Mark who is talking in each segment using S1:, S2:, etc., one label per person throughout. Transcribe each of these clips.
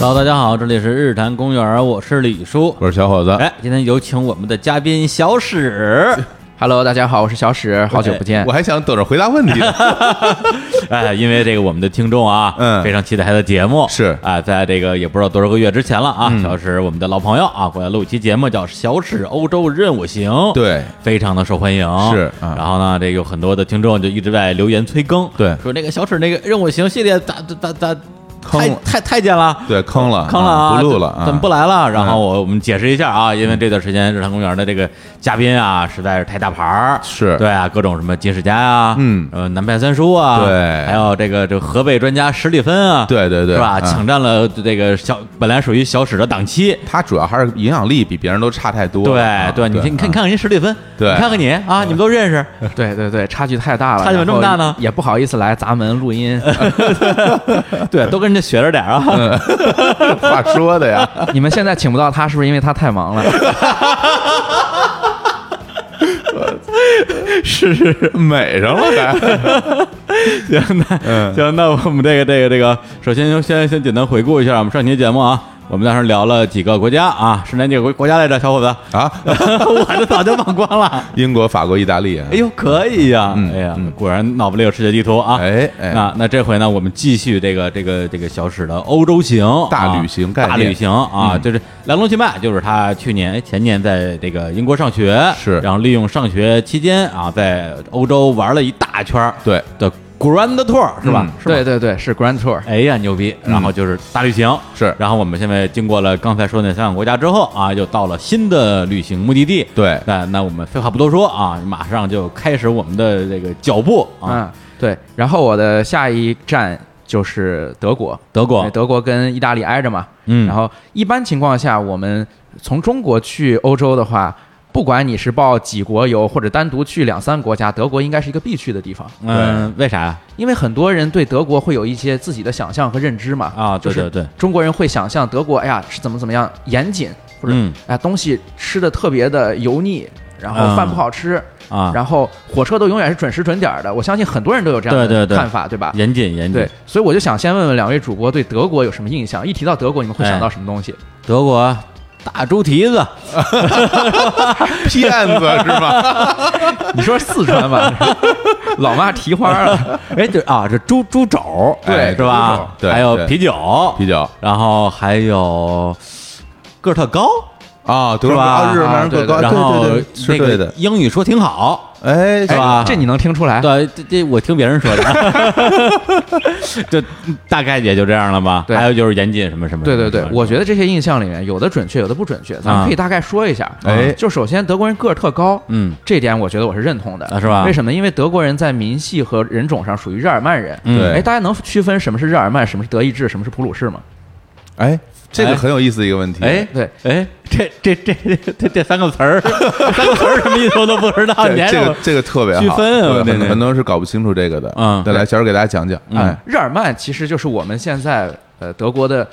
S1: Hello，大家好，这里是日坛公园，我是李叔。
S2: 我是小伙子，
S1: 哎，今天有请我们的嘉宾小 史。
S3: Hello，大家好，我是小史，好久不见
S2: 我。还想等着回答问 题呢。
S1: 哎，因为这个我们的听众啊，
S2: 嗯
S1: 非常期待他的节目
S2: 是嗯
S1: 啊，在这个也不知道多少个月之前了啊，小史我们的老朋友啊，过来录一期节目叫《小史欧洲任我行》，，
S2: 对，
S1: 非常的受欢迎
S2: 是啊
S1: 然后呢，这个有很多的听众就一直在留言催更，
S2: 对
S1: 说那个小史那个任我行系列咋咋咋咋
S2: 坑
S1: 太
S2: 了
S1: 太太监了，
S2: 对，坑了，
S1: 坑了啊，
S2: 啊，不录了啊，
S1: 怎么不来了？然后我我们解释一下啊，因为这段时间日坛公园的这个嘉宾啊，实在是太大牌儿，
S2: 是
S1: 对啊，各种什么金世佳啊，
S2: 嗯
S1: 呃，南派三叔啊，
S2: 对
S1: 还有这个这个河北专家史蒂芬啊，
S2: 对对对
S1: 是吧？
S2: 嗯
S1: 抢占了这个小本来属于小史的档期。
S2: 他主要还是影响力比别人都差太多了啊。
S1: 对对，你看你看你看看人家史蒂芬，
S2: 对
S1: 你看看你啊，你们都认 识，
S3: 对对对，差距太大了，
S1: 差距怎么这么大呢
S3: 然后也不好意思来砸门 录音。
S1: 对，都跟人家学着点儿啊。
S2: 看，话说 的呀，
S3: 你们现在请不到他，是不是因为他太忙了？
S2: 是是美上了 还。
S1: 行，那
S2: 嗯
S1: 行，那我们这个这个这个，首先先先先简单回顾一下我们上期节目啊，我们当时聊了几个国家啊，是哪几个国国家来着，小伙子？
S2: 啊，
S1: 我这早就忘光了。
S2: 英国、法国、意大利啊，
S1: 哎呦，可以呀、
S2: 嗯
S1: 哎呀，果然脑子里有世界地图啊！
S2: 哎哎
S1: 那那这回呢，我们继续这个这个这个小史的欧洲行啊
S2: 大旅行概念嗯
S1: 大旅行啊，就是来龙去脉，就是他去年哎前年在这个英国上学，
S2: 是
S1: 然后利用上学期间啊，在欧洲玩了一大圈儿
S2: 对嗯
S1: 的 Grand Tour 是吧？是吧
S3: 嗯对对对，是 Grand Tour。
S1: 哎呀，牛逼！然后就是大旅行、
S2: 是
S1: 然后我们现在经过了刚才说的那三个国家之后啊，又到了新的旅行目的地。
S2: 对
S1: 那那我们废话不多说啊，马上就开始我们的这个脚步啊，
S3: 嗯，对。然后我的下一站就是德国，
S1: 德
S3: 对
S1: 国，
S3: 哎德国跟意大利挨着嘛。
S1: 嗯
S3: 然后一般情况下，我们从中国去欧洲的话，不管你是报几国游或者单独去两三个国家，德国应该是一个必去的地方。
S1: 嗯，为啥呀？
S3: 因为很多人对德国会有一些自己的想象和认知嘛，
S1: 啊对
S3: 就是
S1: 对对
S3: 中国人会想象德国，哎呀是怎么怎么样严谨，或者、
S1: 嗯
S3: 哎东西吃的特别的油腻，然
S1: 嗯
S3: 后饭不好吃，
S1: 啊，
S3: 然后火车都永远是准时准点儿的，我相信很多人都有这样
S1: 对对
S3: 的
S1: 对
S3: 看法，对吧？
S1: 严谨严谨。
S3: 对，所以我就想先问问两位主播对德国有什么印象？一提到德国，你们会想到什 么东西？
S1: 德国大猪蹄子，
S2: 骗子是吗？
S3: 你说四川吧，老妈蹄花了，
S1: 哎，对啊，这猪猪肘，
S2: 对
S1: 哎是
S2: 猪肘
S1: 吧？
S2: 对
S1: 还有
S2: 对
S1: 啤酒，
S2: 啤 酒
S1: 然后还有个儿特高，
S2: 啊，德
S1: 是
S2: 国
S1: 吧
S2: 啊日本
S3: 啊
S2: 人更
S3: 对
S2: 高，
S1: 然后
S2: 对对对
S1: 那
S2: 是对
S1: 个
S2: 的，
S1: 英语说挺好，
S2: 哎，
S1: 是吧？
S3: 这你能听出来？
S1: 对，这这我听别人说的， 就大概也就这样了吧。
S3: 对
S1: 还有就是严谨什么什么。
S3: 对对对
S1: 什么，
S3: 我觉得这些印象里面有的准确，有的不准确，咱
S1: 啊
S3: 们可以大概说一下。啊
S2: 哎
S3: 就首先德国人个儿特高，
S1: 嗯，
S3: 这点我觉得我是认同的，
S1: 啊是吧
S3: 为什么呢？因为德国人在民系和人种上属于日耳曼人。
S1: 嗯
S2: 对
S3: 哎，大家能区分什么是日耳曼，什么是德意志，什么是普鲁士吗？
S2: 哎，这
S1: 哎
S2: 个很有意思的一个问题。
S1: 哎
S3: 对
S1: 哎，这这这这这这三个词儿，三个词儿什么意思我都不知道。
S2: 这
S1: 啊你还
S2: 这个
S1: 让我
S2: 这个特别好，
S1: 区分啊
S2: 对
S1: 对
S2: 很
S1: 对
S2: 很多人是搞不清楚这个的。
S1: 嗯
S2: 再来，小时给大家讲讲。哎，
S3: 啊日耳曼其实就是我们现在呃德国的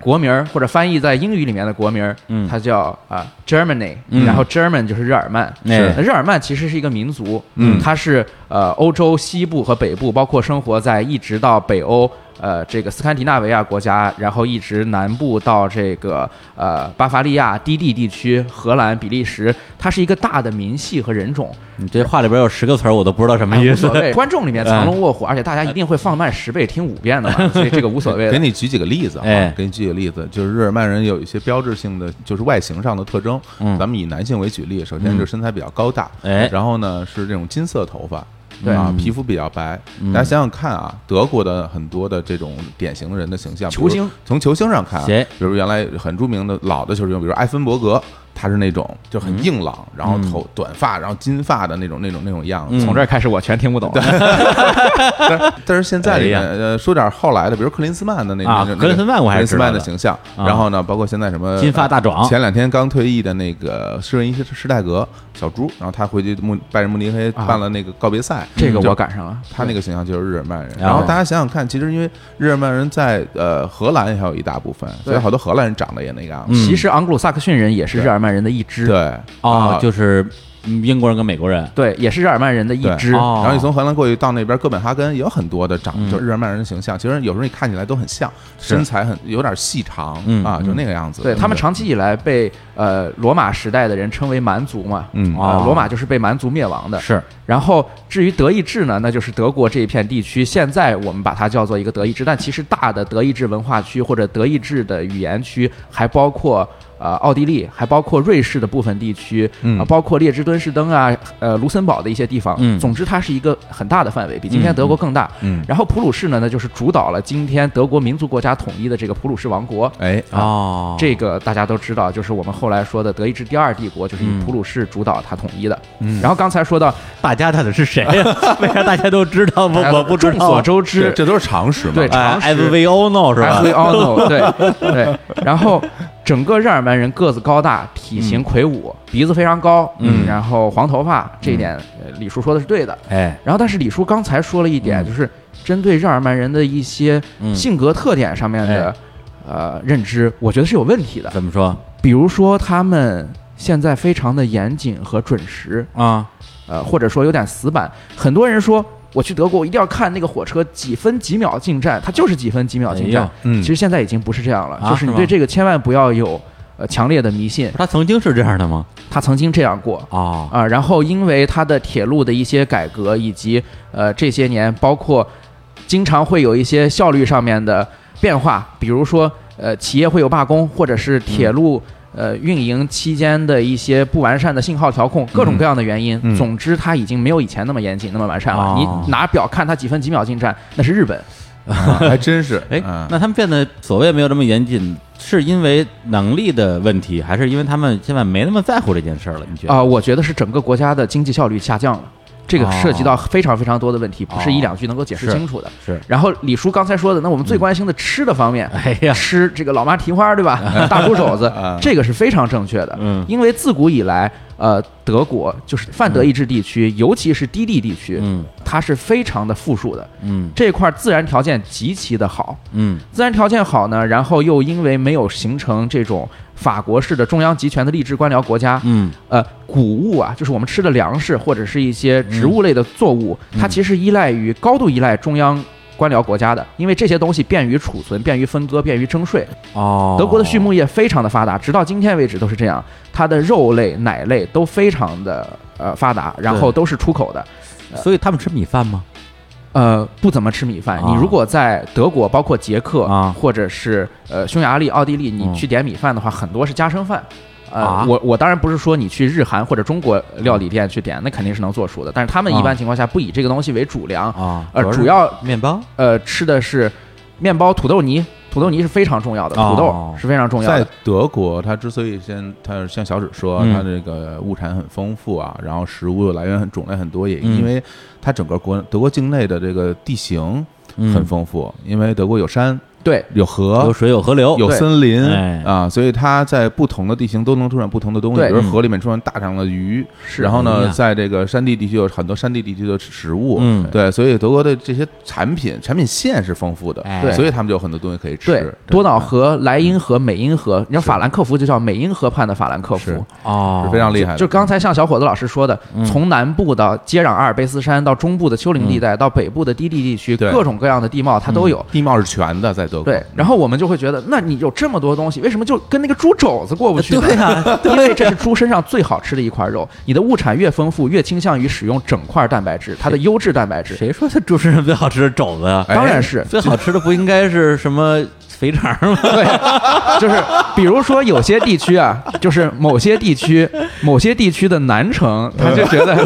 S3: 国名儿，或者翻译在英语里面的国名儿，
S1: 嗯
S3: 它叫啊、Germany，、
S1: 嗯
S3: 然后 German 就是日耳曼。
S1: 哎
S3: 日耳曼其实是一个民族，嗯，它是呃欧洲西部和北部，包括生活在一直到北欧。呃，这个斯堪的纳维亚国家，然后一直南部到这个呃巴伐利亚、低地地区、荷兰、比利时，它是一个大的民系和人种，
S1: 你这话里边有十个词儿，我都不知道什么
S3: 哎
S1: 意
S3: 无
S1: 思
S3: 所。谓。 观众里面藏龙卧虎，而且大家一定会放慢十倍听五遍的嘛，所以这个无所谓
S2: 给
S3: 的。
S2: 你举几个例子啊，
S1: 哎
S2: 给你举几个例子，就是日耳曼人有一些标志性的，就是外形上的特征。
S1: 嗯
S2: 咱们以男性为举例，首先就是身材比较高大，
S1: 哎
S2: 然后呢是这种金色头发。
S3: 嗯对嗯
S2: 啊，皮肤比较白，大家想想看啊，德国的很多的这种典型人的形象，比如
S3: 球星，
S2: 从球星上看啊，
S1: 谁
S2: 比如原来很著名的老的球星，比如埃芬伯格，他是那种就
S3: 嗯
S2: 很硬朗，然后头短发，然后金发的那种那种那种样子，
S3: 从这儿开始，我全听不懂了。
S2: 但是但是现在里面
S1: 哎呀
S2: 呃，说点后来的，比如克林斯曼的那
S1: 啊
S2: 那那个
S1: 克林斯曼我还是
S2: 克林
S1: 知
S2: 斯
S1: 道的
S2: 曼的形象，
S1: 啊
S2: 然后呢，包括现在什么呃
S1: 金发大壮
S2: 前两天刚退役的那个诗人施泰格小猪，然后他回去慕拜仁慕尼黑
S3: 啊
S2: 办了那个告别赛，嗯
S3: 这 个
S2: 就
S3: 我赶上了。
S2: 他那个形象就是日耳曼人。
S1: 对
S2: 然后大家想想看，其实因为日耳曼人在呃荷兰也还有一大部分，所以
S3: 对
S2: 好多荷兰人长得也那个样子。
S3: 其实昂格鲁萨克逊人也是日耳曼曼人的一支，
S2: 对
S1: 哦
S2: 啊，，
S1: 就是英国人跟美国人，
S3: 对，也是日耳曼人的一
S2: 对
S3: 支，
S1: 哦
S2: 然后你从荷兰过去到那边哥本哈根，也有很多的长
S3: 嗯
S2: 就日耳曼人的形象。其实有时候你看起来都很像，身材很有点细长
S1: 嗯
S2: 啊，
S1: 嗯
S2: 就那个样子。
S3: 对他们长期以来被呃罗马时代的人称为蛮族嘛，
S2: 嗯
S3: 啊、
S1: 哦
S3: 罗马就是被蛮族灭亡的。
S1: 是
S3: 然后至于德意志呢，那就是德国这一片地区，现在我们把它叫做一个德意志，但其实大的德意志文化区或者德意志的语言区，还包括呃奥地利，还包括瑞士的部分地区，
S2: 嗯
S3: 啊包括列支敦士登啊，呃卢森堡的一些地方。
S1: 嗯
S3: 总之它是一个很大的范围，比今天德国更大。
S2: 嗯嗯
S3: 然后普鲁士呢，那就是主导了今天德国民族国家统一的这个普鲁士王国。
S2: 哎，
S1: 哦，
S3: 这个大家都知道，就是我们后来说的德意志第二帝国，就是
S2: 嗯
S3: 以普鲁士主导它统一的。然后刚才说到，
S1: 大家到底是谁呀？ 为啥大家都知道？我我不知
S3: 哎众
S1: 道。
S3: 所周
S2: 这
S3: 知，
S2: 这都是常识嘛。
S1: 哎
S3: 对常识
S1: ，F V O No 是
S3: I
S1: 吧
S3: we？all know，对对。然后整个日耳曼人个子高大，体型魁梧，鼻子非常高，
S1: 嗯
S3: 然后黄头发，这一点呃李叔说的是对的。
S1: 哎，
S3: 然后，但是李叔刚才说了一点，就是针对日耳曼人的一些
S1: 嗯哎
S3: 性格特点上面的、呃认知，我觉得是有问题的。
S1: 怎么说
S3: 比如说，他们现在非常的严谨和准时，
S1: 啊？
S3: 呃，或者说有点死板。很多人说我去德国，我一定要看那个火车几分几秒进站，它就是几分几秒进
S1: 哎
S3: 站。
S1: 呦
S2: 嗯
S3: 其实现在已经不是这样了，
S1: 啊
S3: 就是
S1: 是吗
S3: 你对这个千万不要有呃强烈的迷信。
S1: 他曾经是这样的吗？
S3: 他曾经这样过。
S1: 哦，
S3: 啊，然后因为它的铁路的一些改革，以及呃这些年包括经常会有一些效率上面的变化，比如说呃企业会有罢工，或者是铁路、呃运营期间的一些不完善的信号调控，各种各样的原因。
S2: 嗯
S3: 总之，它已经没有以前那么严谨、那么完善了。
S1: 哦
S3: 你拿表看它几分几秒进站，那是日本。
S2: 啊还真 是。
S1: 哎
S2: 嗯，
S1: 那他们变得所谓没有这么严谨，是因为能力的问题，还是因为他们现在没那么在乎这件事儿了？你觉得？
S2: 哦
S3: 啊、我觉得是整个国家的经济效率下降了，这个
S1: 哦
S3: 涉及到非常非常多的问题，不是
S1: 哦
S3: 一两句能够解释
S1: 是
S3: 清楚的。
S1: 是
S3: 然后李叔刚才说的，那我们最关心的吃的方面，
S1: 哎呀
S3: 吃这个老妈蹄花对吧？ 大猪 肘子
S2: 啊，
S3: 这个是非常正确的。
S1: 嗯
S3: 因为自古以来，呃，德国就是泛德意志地区，尤其是低地地区，
S1: 嗯
S3: 它是非常的富庶的，
S1: 嗯
S3: 这块自然条件极其的好。
S1: 嗯
S3: 自然条件好呢，然后又因为没有形成这种法国式的中央集权的吏治官僚国家，
S1: 嗯
S3: 呃，谷物啊，就是我们吃的粮食或者是一些
S1: 嗯
S3: 植物类的作物，它其实依赖于高度依赖中央官僚国家的，因为这些东西便于储存、便于分割、便于征税。
S1: 哦，
S3: 德国的畜牧业非常的发达，直到今天为止都是这样，它的肉类、奶类都非常的呃发达，然后都是出口的。
S1: 所以他们吃米饭吗？
S3: 呃，不怎么吃米饭。
S1: 啊
S3: 你如果在德国，包括捷克
S1: 啊
S3: 或者是呃匈牙利、奥地利，你
S1: 嗯
S3: 去点米饭的话，很多是家常饭。呃，
S1: 啊
S3: 我我当然不是说你去日韩或者中国料理店去点，那肯定是能做熟的。但是他们一
S1: 啊
S3: 般情况下不以这个东西为主粮，
S1: 啊，
S3: 呃，
S1: 是
S3: 主要
S1: 面包
S3: 呃吃的是面包、土豆泥。土豆泥是非常重要的，
S1: 哦
S3: 土豆是非常重要
S2: 在
S3: 的。
S2: 德国，它之所以先，它像小指说，
S1: 嗯
S2: 它这个物产很丰富啊，然后食物来源很种类很多，也因
S1: 嗯
S2: 为它整个国德国境内的这个地形
S1: 嗯
S2: 很丰富，因为德国有山
S3: 对，
S2: 有河
S1: 有水有河流
S2: 有
S3: 哦对
S2: 森林
S1: 哎
S2: 啊，所以它在不同的地形都能出现不同的东西，
S3: 对
S2: 比如
S1: 嗯
S2: 河里面出现大量的鱼，
S3: 是
S2: 然后
S1: 哎呀
S2: 呢，在这个山地地区有很多山地地区的食物，
S1: 嗯
S2: 对，所以德国的这些产品产品线是丰富的
S1: 哎对，
S2: 所以他们就有很多东西可以吃。
S3: 对
S2: 对，
S3: 多
S1: 嗯
S3: 瑙河、莱茵河、美茵河，你知道法兰克福就叫美茵河畔的法兰克福
S2: 是。
S1: 哦，
S2: 是非常厉害的，
S3: 就刚才像小伙子老师说的，从南部的接壤阿尔卑斯山到中部的丘陵地带，到北部的低地地区，
S2: 对嗯
S3: 各种各样的地貌它都有。
S2: 地貌是全的，在德国。
S3: 对，然后我们就会觉得，那你有这么多东西，为什么就跟那个猪肘子过不去呢？
S1: 对呀
S3: 因为这是猪身上最好吃的一块肉。你的物产越丰富，越倾向于使用整块蛋白质，它的优质蛋白质。
S1: 谁说这猪身上最好吃的肘子呀？
S2: 哎
S3: 当然是，
S1: 最好吃的不应该是什么肥肠吗？
S3: 对，就是比如说有些地区啊，就是某些地区，某些地区的南城，他就觉得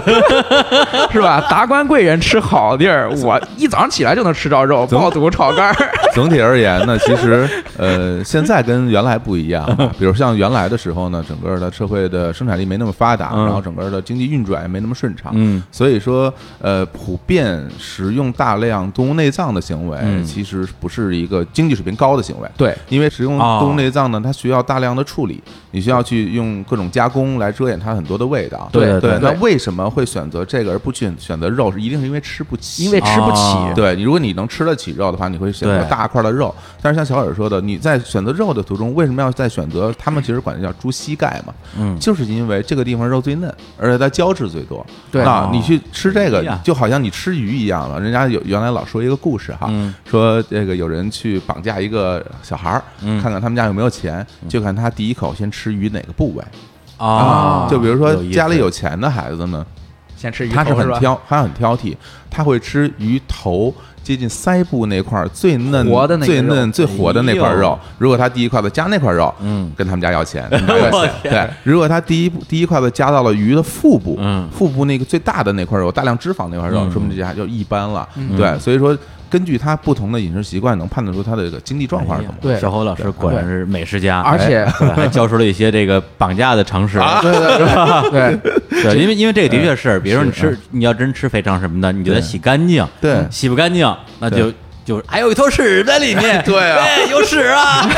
S3: 是吧？达官贵人吃好地儿，我一早上起来就能吃着肉，爆肚、炒肝儿。
S2: 总体而言呢，其实呃，现在跟原来不一样啊。比如像原来的时候呢，整个的社会的生产力没那么发达，
S1: 嗯
S2: 然后整个的经济运转也没那么顺畅。
S1: 嗯，
S2: 所以说呃，普遍食用大量动物内脏的行为，
S1: 嗯
S2: 其实不是一个经济水平高的行为。
S3: 对，
S2: 因为食用
S1: 哦
S2: 动物内脏呢，它需要大量的处理，你需要去用各种加工来遮掩它很多的味道。
S1: 对
S2: 对
S1: 对
S2: 那
S3: 对
S2: 为什么会选择这个而不去选择肉？是一定是因为吃不起，啊
S3: 因为吃不起。
S1: 哦
S2: 对你，如果你能吃得起肉的话，你会选择
S1: 对
S2: 大块的肉。但是像小耳说的，你在选择肉的途中，为什么要再选择？他们其实管这叫猪膝盖嘛，
S1: 嗯
S2: 就是因为这个地方肉最嫩，而且它胶质最多。
S3: 对
S2: 那你去吃这
S1: 哎
S2: 个
S1: 呀，
S2: 就好像你吃鱼一样了。啊人家有原来老说一个故事哈，
S1: 嗯
S2: 说这个有人去绑架一个小孩儿，
S1: 嗯
S2: 看看他们家有没有钱，就看他第一口先吃鱼哪个部位。
S1: 啊，
S2: 就比如说
S1: 有意思
S2: 家里有钱的孩子们，
S3: 先吃鱼头
S2: 他是很
S3: 吧
S2: 挑，他很挑剔，他会吃鱼头接近腮部那块儿最嫩、
S3: 活的那个
S2: 最
S3: 肉
S2: 嫩、最活的那块
S1: 哎
S2: 肉
S1: 呦。
S2: 如果他第一筷子夹那块肉，
S1: 嗯
S2: 跟他们家 要钱，
S1: 我天
S2: 对。如果他第一步第一筷子夹到了鱼的腹部，
S1: 嗯
S2: 腹部那个最大的那块肉，大量脂肪那块肉，
S1: 嗯
S2: 说明这家就一般了。对，所以说根据他不同的饮食习惯，能判断出他的这个经济状况是怎么。
S3: 对
S1: 小侯老师果然是美食家，
S3: 而且
S1: 哎对还教出了一些这个绑架的常识。
S2: 啊
S3: 对对对对，
S1: 对，因为因为这个的确是，比如说你吃，你要真吃肥肠什么的，你就得洗干净。
S2: 对
S1: 洗不干净，那就就是还有一坨屎在里面。
S2: 对啊
S1: 哎，有屎啊！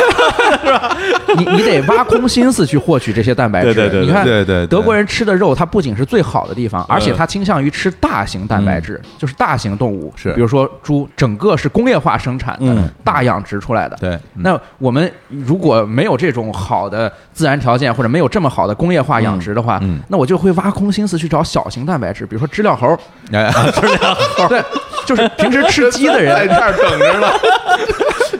S3: 你你得挖空心思去获取这些蛋白质。
S1: 对对对对
S3: 你看，
S2: 对对对
S3: 德国人吃的肉，它不仅是最好的地方，而且它倾向于吃大型蛋白质，就是大型动物，
S2: 是
S3: 比如说猪，整个是工业化生产的，
S1: 嗯
S3: 大养殖出来的。
S2: 对嗯
S3: 那我们如果没有这种好的自然条件，或者没有这么好的工业化养殖的话，
S2: 嗯嗯
S3: 那我就会挖空心思去找小型蛋白质，比如说知 了猴。
S2: 哎，
S3: 对，就是平时吃鸡的
S2: 在，
S3: 人
S2: 这儿等着呢。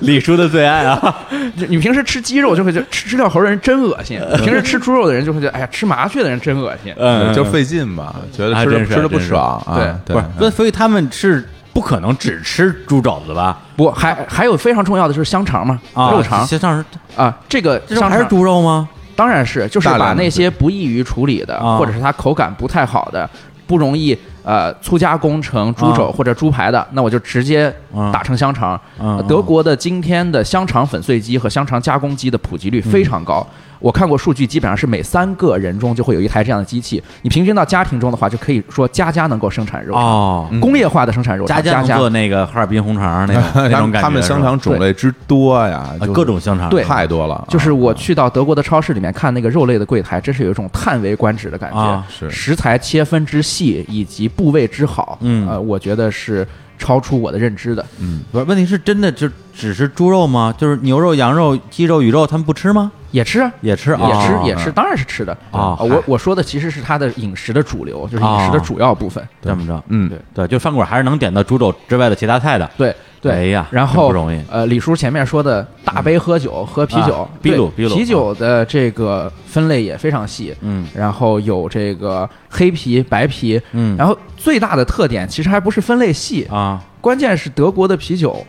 S1: 李叔的最爱啊，
S3: 就你平时吃鸡肉就会觉得吃知了猴的人真恶心，
S2: 嗯
S3: 平时吃猪肉的人就会觉得哎呀吃麻雀的人真恶心。
S1: 嗯，
S2: 就费劲嘛，觉得
S1: 还
S2: 吃
S1: 真
S2: 着
S1: 是
S2: 吃着不
S1: 真是
S2: 爽啊。
S1: 不是，所以所以他们是不可能只吃猪肘子吧？
S3: 不，还还有非常重要的就是香肠嘛，
S1: 啊，
S3: 肉肠
S1: 香肠，
S3: 啊，这个
S1: 这
S3: 香
S1: 还是
S3: 肠
S1: 猪肉吗？
S3: 当然是就是
S2: 大量
S3: 把
S2: 的
S3: 那些不易于处理的，
S1: 啊
S3: 或者是它口感不太好的，不容易呃粗加工成猪肘
S1: 啊
S3: 或者猪排的，那我就直接
S1: 啊
S3: 打成香肠。
S1: 啊
S3: 呃德国的今天的香肠粉碎机和香肠加工机的普及率非常高。
S1: 嗯
S3: 我看过数据，基本上是每三个人中就会有一台这样的机器。你平均到家庭中的话，就可以说家家能够生产肉肠，
S1: 哦，
S3: 工业化的生产肉肠，
S1: 家
S3: 家
S1: 能做那个哈尔滨红肠那 种那
S2: 他
S1: 种
S2: 们
S1: 感觉，
S2: 他们香肠种类之多呀
S1: 是，吧
S2: 就
S1: 啊
S2: 是
S1: 各种香肠，
S3: 对
S2: 太多了啊。
S3: 就是我去到德国的超市里面看那个肉类的柜台，真是有一种叹为观止的感觉。
S1: 啊
S2: 是
S3: 食材切分之细以及部位之好，
S1: 嗯
S3: 呃，我觉得是超出我的认知的。
S1: 不是，问题是真的就只是猪肉吗？就是牛肉、羊肉、鸡肉、鱼肉，他们不吃吗？
S3: 也吃啊，
S1: 也吃，
S3: 也吃
S1: 哦，
S3: 也吃，当然是吃的
S1: 哦
S3: 呃我我说的其实是它的饮食的主流，就是饮食的主要部分。
S1: 这么着，
S2: 嗯
S3: 对，
S1: 啊对，就饭馆还是能点到猪肘之外的其他菜的。
S3: 对对，
S1: 哎呀
S3: 然
S1: 真
S3: 后
S1: 不容易嗯
S3: 呃，李叔前面说的大杯喝酒，喝啤酒
S1: 啊，啤
S3: 对
S1: 酒啤酒啊
S3: 啤酒的这个分类也非常细，
S1: 嗯
S3: 然后有这个黑啤、白啤，
S1: 嗯
S3: 然后最大的特点其实还不是分类细，
S1: 啊，
S3: 关键是德国的啤酒，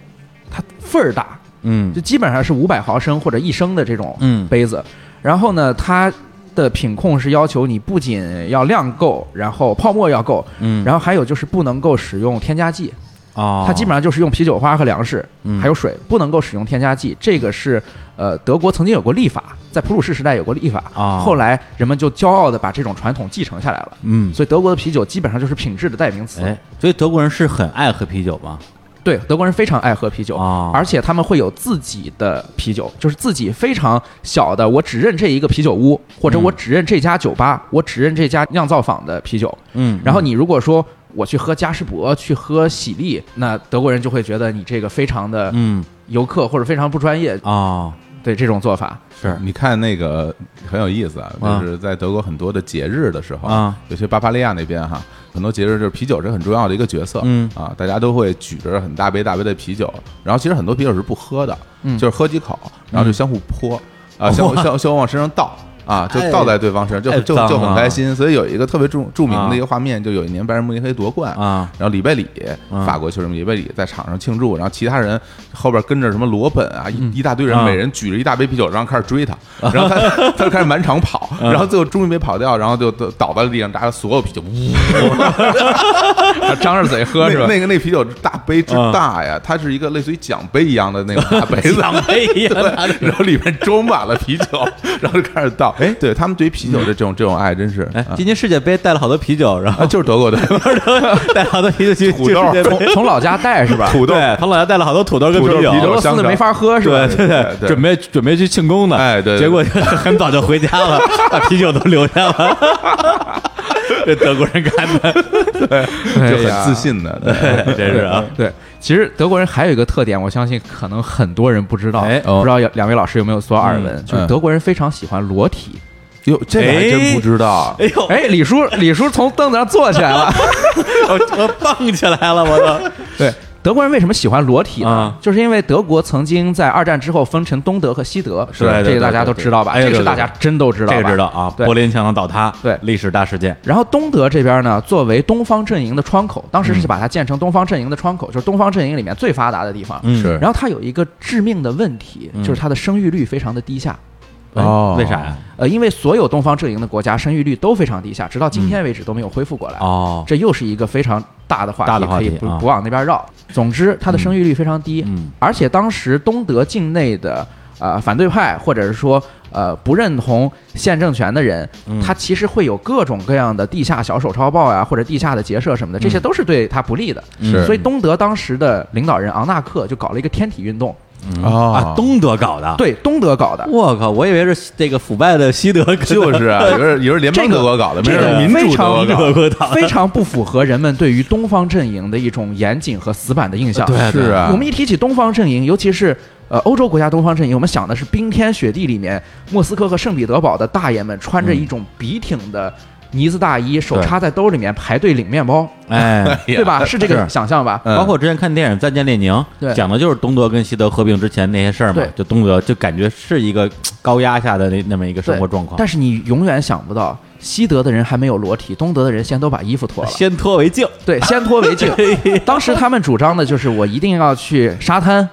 S3: 它份儿大，
S1: 嗯
S3: 就基本上是五百毫升或者一升的这种
S1: 嗯
S3: 杯子。然后呢，它的品控是要求你不仅要量够，然后泡沫要够，
S1: 嗯
S3: 然后还有就是不能够使用添加剂。
S1: 哦，
S3: 它基本上就是用啤酒花和粮食，
S1: 嗯
S3: 还有水，不能够使用添加剂。这个是呃，德国曾经有过立法，在普鲁士时代有过立法，
S1: 哦
S3: 后来人们就骄傲的把这种传统继承下来了。
S1: 嗯，
S3: 所以德国的啤酒基本上就是品质的代名词。
S1: 哎，所以德国人是很爱喝啤酒吗？
S3: 对，德国人非常爱喝啤酒，
S1: 哦
S3: 而且他们会有自己的啤酒，就是自己非常小的，我只认这一个啤酒屋，或者我只认这家酒吧，我只认这家酿造坊的啤酒。
S1: 嗯
S3: 然后你如果说我去喝嘉士伯，去喝喜力，那德国人就会觉得你这个非常的
S1: 嗯
S3: 游客或者非常不专业。
S1: 哦，
S3: 对这种做法，
S1: 是
S2: 你看那个很有意思啊，
S1: 啊
S2: 就是在德国很多的节日的时候
S1: 啊，
S2: 尤其巴伐利亚那边哈，很多节日就是啤酒是很重要的一个角色，
S1: 嗯
S2: 啊，大家都会举着很大杯大杯的啤酒，然后其实很多啤酒是不喝的，
S3: 嗯
S2: 就是喝几口，
S1: 嗯
S2: 然后就相互泼啊，相互相相互往身上倒。啊，就
S1: 哎
S2: 倒在对方身上，
S1: 太
S2: 就就
S1: 脏
S2: 就很
S1: 了
S2: 开心。所以有一个特别著著名
S1: 啊
S2: 的一个画面，就有一年拜仁慕尼黑夺冠
S1: 啊，
S2: 然后里贝里
S1: 嗯，
S2: 法国球迷里贝里在场上庆祝，然后其他人后边跟着什么罗本啊，一一大堆人，
S1: 啊
S2: 每人举着一大杯啤酒，然后开始追他，然 后他他就开始满场跑，然后最后终于没跑掉，然后就倒倒在地上，大家所有啤酒 呜，
S3: 张着嘴喝是
S2: 那
S3: 吧？
S2: 那个那啤酒大杯之大呀，它是一个类似于奖杯一样的那种大杯子。
S1: 长辈一
S2: 对，
S1: 样，
S2: 然后里面装满了啤酒，然后就开始倒。哎， 对他们对于啤酒的这种这种爱，真是
S1: 哎，
S2: 啊，
S1: 今年世界杯带了好多啤酒，然
S2: 啊
S1: 后
S2: 就是德国队，
S1: 带了好多啤酒去
S2: 土豆
S1: 去世界杯
S3: 从从老家带 是吧？
S2: 土豆
S1: 对，他老家带了好多土豆跟
S2: 土豆
S1: 酒
S2: 啤。
S3: 俄
S2: 酒
S3: 罗斯的没法喝是吧
S1: 对？对
S2: 对对
S1: 准备准备去庆功呢，
S2: 哎对对
S1: 结果很早就回家了，把啤酒都留下了。这德国人干的，
S2: 就
S3: 哎呀
S2: 很自信的，对
S1: 真是啊，
S3: 对，其实德国人还有一个特点，我相信可能很多人不知道，
S1: 哎
S3: 不知道有两位老师有没有所耳闻，
S2: 嗯
S3: 就是德国人非常喜欢裸体。
S2: 哟，这个还真不知道。
S1: 哎呦，
S3: 哎，李 叔，李叔从凳子上坐起来了。
S1: 我我蹦起来了，我都，
S3: 对，德国人为什么喜欢裸体呢？
S1: 啊
S3: 就是因为德国曾经在二战之后分成东德和西德，
S1: 对对对哎
S3: 这个大家都知道吧？
S1: 对对对
S3: 这个是大家真都知道吧？
S1: 这个知道啊，
S3: 对
S1: 柏林墙的倒塌，
S3: 对
S1: 历史大事件，
S3: 然后东德这边呢，作为东方阵营的窗口，当时
S1: 嗯
S3: 是把它建成东方阵营的窗口，就是东方阵营里面最发达的地方。
S1: 嗯
S2: 是
S3: 然后它有一个致命的问题，就是它的生育率非常的低下。
S1: 哎
S2: 哦
S1: 为啥呀？
S3: 呃，因为所有东方阵营的国家生育率都非常低下，直到今天为止都没有恢复过来。
S1: 嗯哦，
S3: 这又是一个非常大的话题，
S1: 大的话题
S3: 可以不、
S1: 啊
S3: 不往那边绕。总之，它的生育率非常低，
S1: 嗯
S3: 而且当时东德境内的呃反对派或者是说呃不认同宪政权的人，
S1: 嗯
S3: 他其实会有各种各样的地下小手抄报呀、或者地下的结社
S1: 嗯
S3: 什么的，这些都是对他不利的。
S2: 是
S3: 所以东德当时的领导人昂纳克就搞了一个天体运动，
S2: 嗯哦
S1: 啊，东德搞的，，
S3: 对东德搞的。
S1: 我靠，我以为是这个腐败的西德搞的，
S2: 就是啊，有点有点联邦德国搞的，没
S3: 这
S2: 事
S3: 个
S2: 儿，民主
S3: 非
S2: 德
S3: 常
S2: 国
S1: 德
S2: 搞的。
S1: 国搞的，
S3: 非常不符合人们对于东方阵营的一种严谨和死板的印象。
S1: 对
S2: 是啊
S3: 我们一提起东方阵营，尤其是呃欧洲国家东方阵营，我们想的是冰天雪地里面，莫斯科和圣彼得堡的大爷们穿着一种笔挺的呢子大衣，手插在兜里面排队领面包，
S1: 哎。
S2: 哎呀
S3: 对吧？是这个
S1: 是
S3: 想象吧？
S2: 嗯
S1: 包括我之前看电影《再见列宁》，
S3: 对
S1: 讲的就是东德跟西德合并之前那些事儿嘛
S3: 对，
S1: 就东德就感觉是一个高压下的那那么一个
S3: 对
S1: 生活状况。
S3: 但是你永远想不到，西德的人还没有裸体，东德的人先都把衣服脱了。
S1: 先脱为敬，
S3: 对，先脱为 敬。当时他们主张的就是我一定要去沙滩，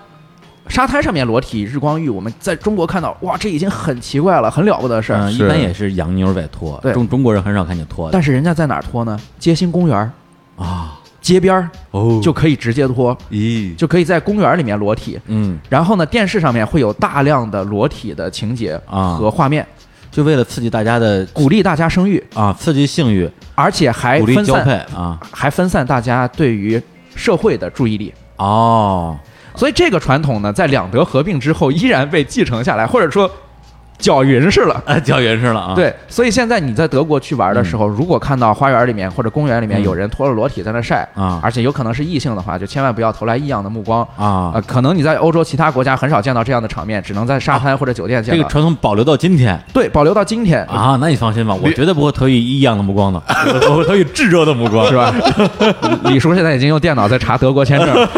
S3: 沙滩上面裸体日光浴，我们在中国看到，哇，这已经很奇怪了，很了不得的事儿。
S1: 嗯，一
S2: 是
S1: 般也是洋妞在脱，
S3: 对
S1: 中中国人很少看见脱的
S3: 但是人家在哪儿脱呢？街心公园儿、
S1: 啊。
S3: 街边儿
S1: 哦
S3: 就可以直接脱，
S2: 咦，
S3: 就可以在公园里面裸体。
S1: 嗯，
S3: 然后呢，电视上面会有大量的裸体的情节
S1: 啊
S3: 和画面，
S1: 就为了刺激大家的
S3: 鼓励大家生育，
S1: 啊，刺激性欲，
S3: 而且还
S1: 鼓励
S3: 哎分
S1: 交配
S3: 散，
S1: 啊。
S3: 还分散大家对于社会的注意力。
S1: 哦，
S3: 所以这个传统呢，在两德合并之后依然被继承下来，或者说搅匀式了。
S1: 啊，叫人是了啊。，
S3: 对，所以现在你在德国去玩的时候，如果看到花园里面或者公园里面
S1: 嗯
S3: 有人脱了裸体在那晒
S1: 啊
S3: 而且有可能是异性的话，就千万不要投来异样的目光
S1: 啊
S3: 呃可能你在欧洲其他国家很少见到这样的场面，只能在沙滩或者酒店见
S1: 这
S3: 到。
S1: 个传统保留到今天
S3: 对，保留到今天，
S1: 啊，那你放心吧，我绝对不会投以异样的目光的， 我会投以炙热的目光，
S3: 是？吧？李叔现在已经用电脑在查德国签 证了。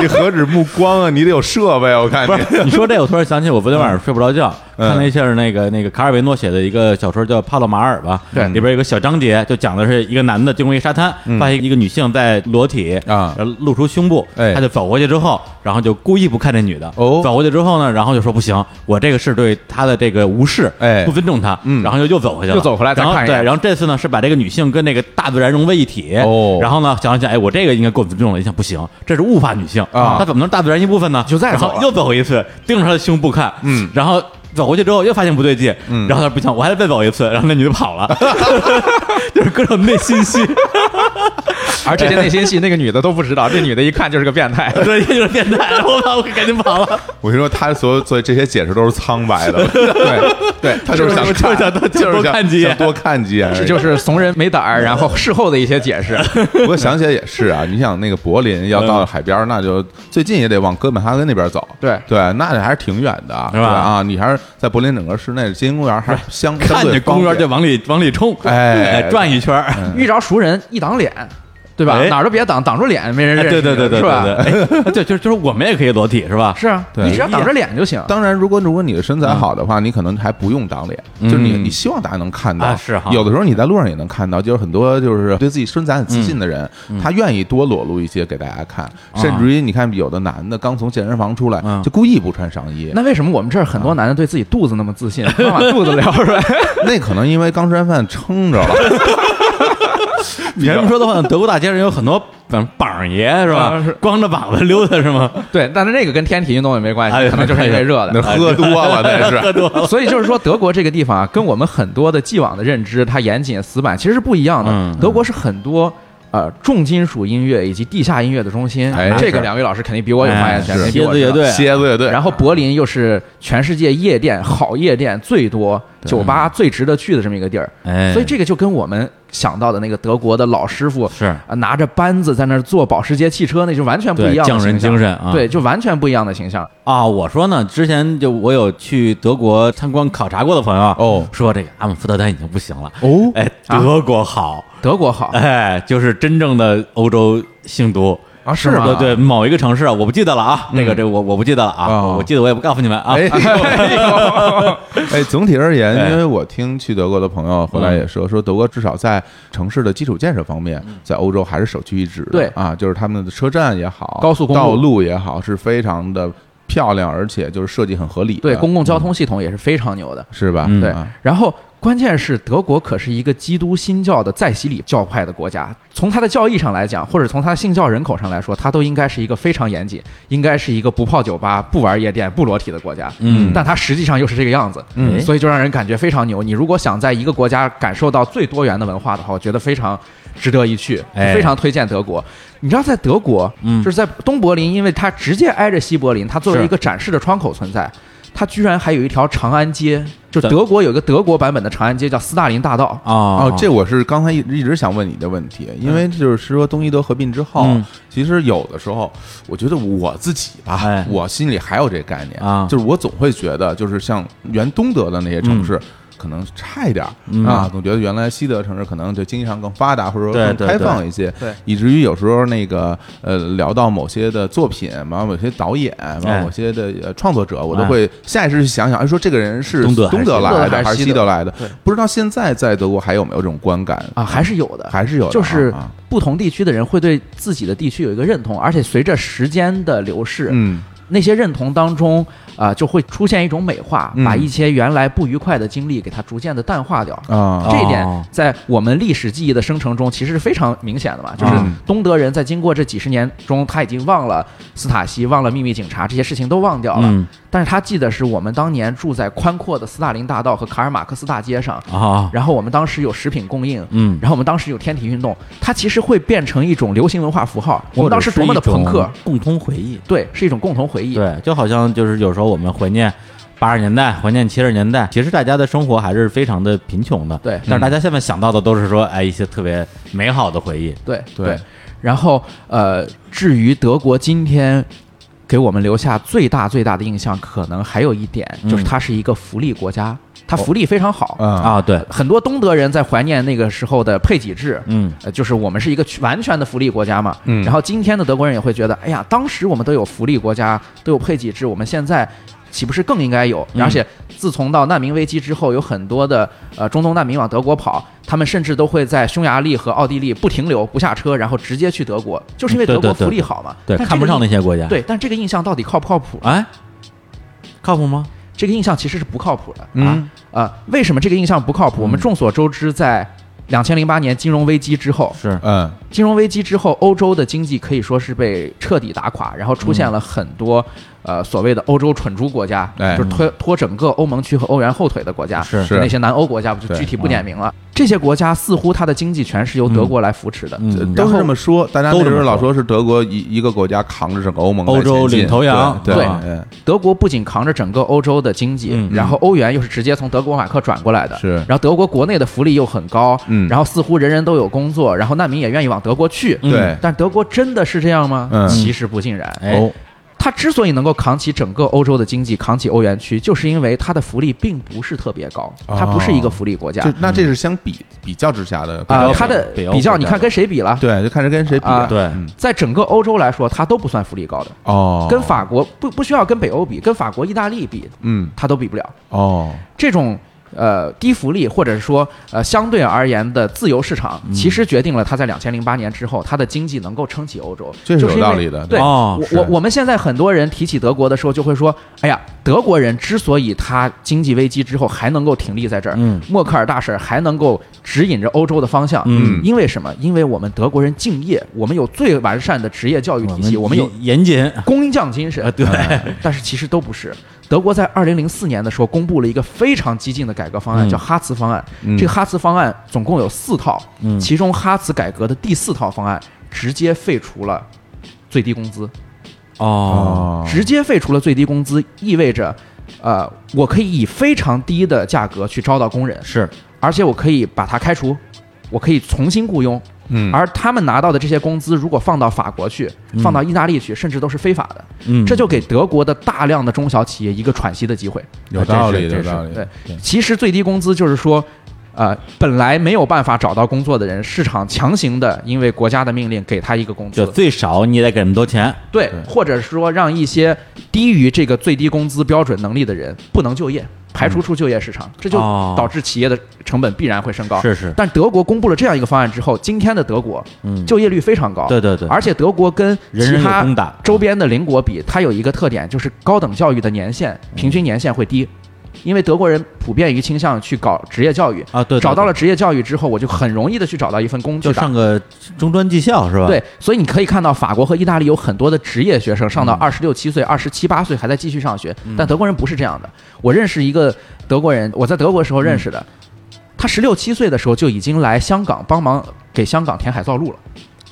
S2: 你 何止目光啊，你得有设备啊，我看你。
S1: 你说这，我突然想起我昨天晚上睡不着觉，
S2: 嗯
S1: 看了一下那个那个卡尔维诺写的一个小说叫《帕洛马尔》吧，
S3: 对嗯
S1: 里边有个小章节，就讲的是一个男的经过一沙滩，发现一个女性在裸体
S2: 啊
S1: 然后露出胸部，
S2: 哎
S1: 他就走过去之后，然后就故意不看这女的，
S2: 哦
S1: 走过去之后呢，然后就说不行，我这个是对她的这个无视，
S2: 哎
S1: 不尊重她，
S2: 嗯
S1: 然后就又走回去了，
S3: 又走回来再
S1: 然后
S3: 看一
S1: 对，
S3: 眼
S1: 然后这次呢是把这个女性跟那个大自然融为一体，
S2: 哦
S1: 然后呢想了想，哎，我这个应该够尊重了，一想不行，这是物化女性
S2: 啊
S1: 她怎么能是大自然一部分呢？
S3: 就再
S1: 然
S3: 走
S1: 后
S3: 了
S1: 又走一次，盯着他的胸部看，
S2: 嗯，
S1: 然后走过去之后又发现不对劲，
S2: 嗯
S1: 然后他说不行，我还得再走一次，然后那女的跑了， 就是各种内心戏，
S3: 而这些内心戏，那个女的都不知道，这女的一看就是个变态。
S1: 对，又哎是变态，我操，我赶紧跑了，
S2: 我跟你说，他所有做这些解释都是苍 白的，对对，他就是想
S1: 就是想多
S2: 就
S1: 多
S2: 是
S1: 看几眼
S2: 想多看几眼而已，
S3: 这就是怂人没胆儿，然后事后的一些 解释。
S1: 嗯
S2: 不过想起来也是啊，你想那个柏林要到海边儿，那就最近也得往哥本哈根那边走。
S3: 对
S2: 对，那还是挺远的啊，
S1: 是吧
S2: 对啊，你还是在柏林整个市内，街心公园还是相相
S1: 看
S2: 对
S1: 见公园就
S2: 方
S1: 往里往里冲，
S2: 哎
S1: 转一圈儿。
S3: 遇着熟人一挡脸，对吧？
S1: 哎
S3: 哪儿都别挡，挡住脸没人
S1: 哎
S3: 认识
S1: 对
S3: 你，
S1: 对对对对
S3: 是吧？
S1: 对，哎对，就就是我们也可以裸体是吧？
S3: 是啊，
S2: 对
S3: 你只要挡着脸就行
S2: 便。当然，如果如果你的身材好的话，你可能还不用挡脸，就是你
S1: 嗯
S2: 你希望大家能看到
S1: 啊。是哈
S2: 有的时候你在路上也能看到，就是很多就是对自己身材很自信的人，
S1: 嗯
S2: 他愿意多裸露一些给大家看，甚至于你看有的男的刚从健身房出来
S1: 啊嗯，
S2: 就故意不穿上衣，
S3: 那为什么我们这儿很多男的对自己肚子那么 自信，能把肚子聊出来？
S2: 那可能因为刚吃完饭撑着了。
S1: 你这么说的话，德国大街上有很多嗯膀爷是吧
S3: 啊是？
S1: 光着膀子溜达是吗？
S3: 对，但是那个跟天体运动也没关
S1: 哎
S3: 系，可能就是因为热
S2: 那
S3: 的。
S2: 喝多了，那 是
S1: 喝多了
S3: 所以啊就是说，德国这个地方啊，跟我们很多的既往的认知，它严谨死板其实是不一样的。
S1: 嗯
S3: 德国是很多呃重金属音乐以及地下音乐的中心。
S2: 哎
S3: 这
S2: 是
S3: 个两位老师肯定比我有发言权，
S1: 哎
S3: 肯定比
S1: 蝎
S3: 我
S1: 子
S3: 知
S1: 乐
S3: 道
S1: 队，
S2: 蝎子乐队，
S3: 然后柏林又是全世界夜店好夜店最多、酒吧最值得去的这么一个地儿，
S1: 哎
S3: 所以这个就跟我们想到的那个德国的老师傅
S1: 是
S3: 啊拿着扳子在那儿做保时捷汽车，那就完全不一样的
S1: 对匠人
S3: 形象
S1: 精神啊
S3: 对，就完全不一样的形象。
S1: 啊，我说呢，之前就我有去德国参观考察过的朋友啊
S2: 哦
S1: 说这个阿姆斯特丹已经不行了
S2: 哦
S1: 哎，
S3: 啊
S1: 德国好，
S3: 德国好，
S1: 哎，就是真正的欧洲性都。
S2: 啊
S3: 是吗嗯
S1: 对对，某一个城市啊，我不记得了啊，那个这个我我不记得了啊，
S2: 哦
S1: 我我记得我也不告诉你们啊。
S2: 哎呦， 哎，总体而言，因为我听去德国的朋友回
S3: 嗯
S2: 来也说，说德国至少在城市的基础建设方面，在欧洲还是首屈一指的。
S3: 对
S2: 啊，就是他们的车站也好，
S3: 高速公路
S2: 道路也好，是非常的漂亮，而且就是设计很合理的。
S3: 对公共交通系统也是非常牛的。
S2: 是吧？
S1: 嗯
S3: 对
S2: 啊，
S3: 然后关键是德国可是一个基督新教的再洗礼教派的国家，从它的教义上来讲，或者从它的信教人口上来说，它都应该是一个非常严谨，应该是一个不泡酒吧、不玩夜店、不裸体的国家。
S1: 嗯
S3: 但它实际上又是这个样子，
S1: 嗯
S3: 所以就让人感觉非常牛。你如果想在一个国家感受到最多元的文化的话，我觉得非常值得一去，
S1: 哎
S3: 非常推荐德国。你知道，在德国，
S1: 嗯
S3: 就是在东柏林，因为它直接挨着西柏林，它作为
S1: 是
S3: 一个展示的窗口存在。它居然还有一条长安街，就
S1: 对
S3: 德国有一个德国版本的长安街叫斯大林大道。
S1: 啊
S2: 哦，这我是刚才一一直想问你的问题，因为就是说东西德合并之后，
S1: 嗯
S2: 其实有的时候，我觉得我自己吧，
S1: 哎
S2: 我心里还有这概念
S1: 啊
S2: 就是我总会觉得，就是像原东德的那些城
S1: 嗯
S2: 市。可能差一点儿、啊，总觉得原来西德城市可能就经济上更发达，或者说
S1: 对
S2: 更
S1: 对
S2: 开
S1: 对
S2: 放一些，
S3: 对
S2: 以至于有时候那个呃，聊到某些的作品，然后某些导演，然
S1: 哎
S2: 后某些的呃创作者，我都
S1: 哎
S2: 会下意识去想想，哎，说这个人是
S1: 东德还是
S2: 东德
S1: 西德
S2: 来
S3: 还
S2: 的
S3: 是
S2: 还是
S3: 西
S2: 西
S3: 德
S2: 德来的
S3: 对？
S2: 不知道现在在德国还有没有这种观感
S3: 啊，还是有的，
S2: 还是有的啊
S3: 就是
S2: 啊
S3: 不同地区的人会对自己的地区有一个认同，而且随着时间的流逝，
S2: 嗯，
S3: 那些认同当中啊、就会出现一种美化，
S2: 嗯
S3: 把一些原来不愉快的经历给它逐渐的淡化掉。
S2: 啊，
S3: 这一点
S1: 哦
S3: 在我们历史记忆的生成中，其实是非常明显的嘛。就是
S2: 嗯
S3: 东德人在经过这几十年中，他已经忘了斯塔西，忘了秘密警察这些事情都忘掉了，
S1: 嗯
S3: 但是他记得是我们当年住在宽阔的斯大林大道和卡尔马克思大街上，
S1: 啊，
S3: 然后我们当时有食品供应，
S1: 嗯
S3: 然后我们当时有天体运动，它其实会变成一种流行文化符号。
S1: 或
S3: 我
S1: 者
S3: 们当时
S1: 是
S3: 多么的
S1: 一种
S3: 朋克，
S1: 共同回忆。
S3: 对，是一种共同回忆。
S1: 对，就好像就是有时候我们怀念八十年代，怀念七十年代，其实大家的生活还是非常的贫穷的。
S3: 对
S1: 但是大家现在想到的都是说，哎，一些特别美好的回忆。
S3: 对
S2: 对
S3: 然后呃，至于德国今天给我们留下最大最大的印象，可能还有一点就是
S1: 嗯
S3: 它是一个福利国家，它福利非常好。
S2: 啊
S1: 啊，对，
S3: 很多东德人在怀念那个时候的配给制，
S1: 嗯
S3: 呃，就是我们是一个全完全的福利国家嘛，
S2: 嗯
S3: 然后今天的德国人也会觉得，哎呀，当时我们都有福利国家，都有配给制，我们现在岂不是更应该有？
S1: 嗯
S3: 而且自从到难民危机之后，有很多的呃中东难民往德国跑，他们甚至都会在匈牙利和奥地利不停留不下车，然后直接去德国，就是因为
S1: 对
S3: 德国
S1: 对对
S3: 福利好嘛，
S1: 对，
S3: 但这个
S1: 看不上那
S3: 印
S1: 些国家。，
S3: 对，但这个印象到底靠不靠谱？
S1: 哎，靠谱吗？
S3: 这个印象其实是不靠谱的。
S2: 嗯
S3: 呃，为什么这个印象不靠谱？我们众所周知，在两千零八年金融危机之后，
S1: 是，
S2: 嗯
S3: 金融危机之后，欧洲的经济可以说是被彻底打垮，然后出现了很多、呃所谓的欧洲蠢猪国家，
S2: 嗯哎
S3: 就是拖拖整个欧盟区和欧元后腿的国家，
S1: 是
S2: 是
S3: 那些南欧国家，我就
S2: 对嗯
S3: 具体不点名了。这些国家似乎它的经济全是由德国来扶持的，
S1: 嗯
S2: 都
S3: 然
S2: 是
S3: 后
S2: 这么说，大家那
S1: 都这么
S2: 时候
S1: 说
S2: 老说是德国一一个国家扛着整个欧盟在
S1: 欧洲
S2: 前进
S1: 领头羊
S2: 对
S3: 对
S2: 嗯
S3: 德国不仅扛着整个欧洲的经济，
S1: 嗯
S3: 然后欧元又是直接从德国马克转过来的，
S2: 是
S3: 然后德国国内的福利又很高，
S2: 嗯
S3: 然后似乎人人都有工作，然后难民也愿意往德国去，
S1: 嗯
S2: 对
S3: 但德国真的是这样吗？
S2: 嗯
S3: 其实不尽然，
S1: 哎，
S2: 哦
S3: 它之所以能够扛起整个欧洲的经济，扛起欧元区，就是因为它的福利并不是特别高，
S2: 哦
S3: 它不是一个福利国家
S2: 就那这是相比比较之下的
S3: 啊、
S1: 比较
S3: 它的
S1: 北欧
S3: 比较，
S1: 国家
S3: 你看跟谁比了？
S2: 对，就看是跟谁比
S3: 啊
S1: 对
S2: 嗯
S3: 在整个欧洲来说，它都不算福利高的，
S2: 哦，
S3: 跟法国不不需要跟北欧比，跟法国、意大利比，
S2: 嗯
S3: 它都比不了。
S2: 哦
S3: 这种呃低福利，或者是说呃相对而言的自由市场，其实决定了它在两千零八年之后，它的经济能够撑起欧洲，
S2: 这是
S3: 就是
S2: 有
S3: 因为
S2: 道理的
S3: 对，
S1: 哦
S3: 我
S2: 是
S3: 我我们现在很多人提起德国的时候，就会说，哎呀，德国人之所以他经济危机之后还能够挺立在这儿，
S1: 嗯
S3: 默克尔大婶儿还能够指引着欧洲的方向，
S1: 嗯
S3: 因为什么？因为我们德国人敬业，我们有最完善的职业教育体系，我们有
S1: 严严谨，
S3: 工匠精神
S1: 啊对
S3: 哎但是其实都不是。德国在二零零四年的时候公布了一个非常激进的改革方
S1: 嗯
S3: 案，叫哈茨方案。
S2: 嗯
S3: 这个哈茨方案总共有四套，
S1: 嗯
S3: 其中哈茨改革的第四套方案直接废除了最低工资，
S1: 哦，
S2: 哦，
S3: 直接废除了最低工资，意味着，呃，我可以以非常低的价格去招到工人，
S1: 是
S3: 而且我可以把他开除，我可以重新雇佣。
S2: 嗯
S3: 而他们拿到的这些工资，如果放到法国去，放到意大利去，甚至都是非法的。
S1: 嗯
S3: 这就给德国的大量的中小企业一个喘息的机会。
S2: 有道理，
S1: 这
S2: 有
S1: 是
S2: 道理，
S3: 对，其实最低工资就是说，呃，本来没有办法找到工作的人，市场强行的因为国家的命令给他一个工
S1: 就
S3: 资，
S1: 最少你也得给那么多钱，
S3: 对，或者说让一些低于这个最低工资标准能力的人不能就业，排除出就业市场，这就
S1: 哦
S3: 导致企业的成本必然会升高。
S1: 是是，
S3: 但德国公布了这样一个方案之后，今天的德国
S1: 嗯，
S3: 就业率非常高，
S1: 对对对，
S3: 而且德国跟
S1: 人
S3: 其
S1: 人有
S3: 他
S1: 攻打，
S3: 周边的邻国比，它有一个特点，就是高等教育的年限
S1: 嗯
S3: 平均年限会低，因为德国人普遍于倾向去搞职业教育，
S1: 啊，对，对
S3: 找到
S1: 对
S3: 了职业教育之后，我就很容易的去找到一份工
S1: 就
S3: 去打
S1: 上。个中专技校是吧？
S3: 对，所以你可以看到法国和意大利有很多的职业学生上到
S1: 嗯
S3: 二十六七岁、二十七八岁还在继续上学，但德国人不是这样的。我认识一个德国人，我在德国时候认识的，
S1: 嗯
S3: 他十六七岁的时候就已经来香港帮忙给香港填海造陆了。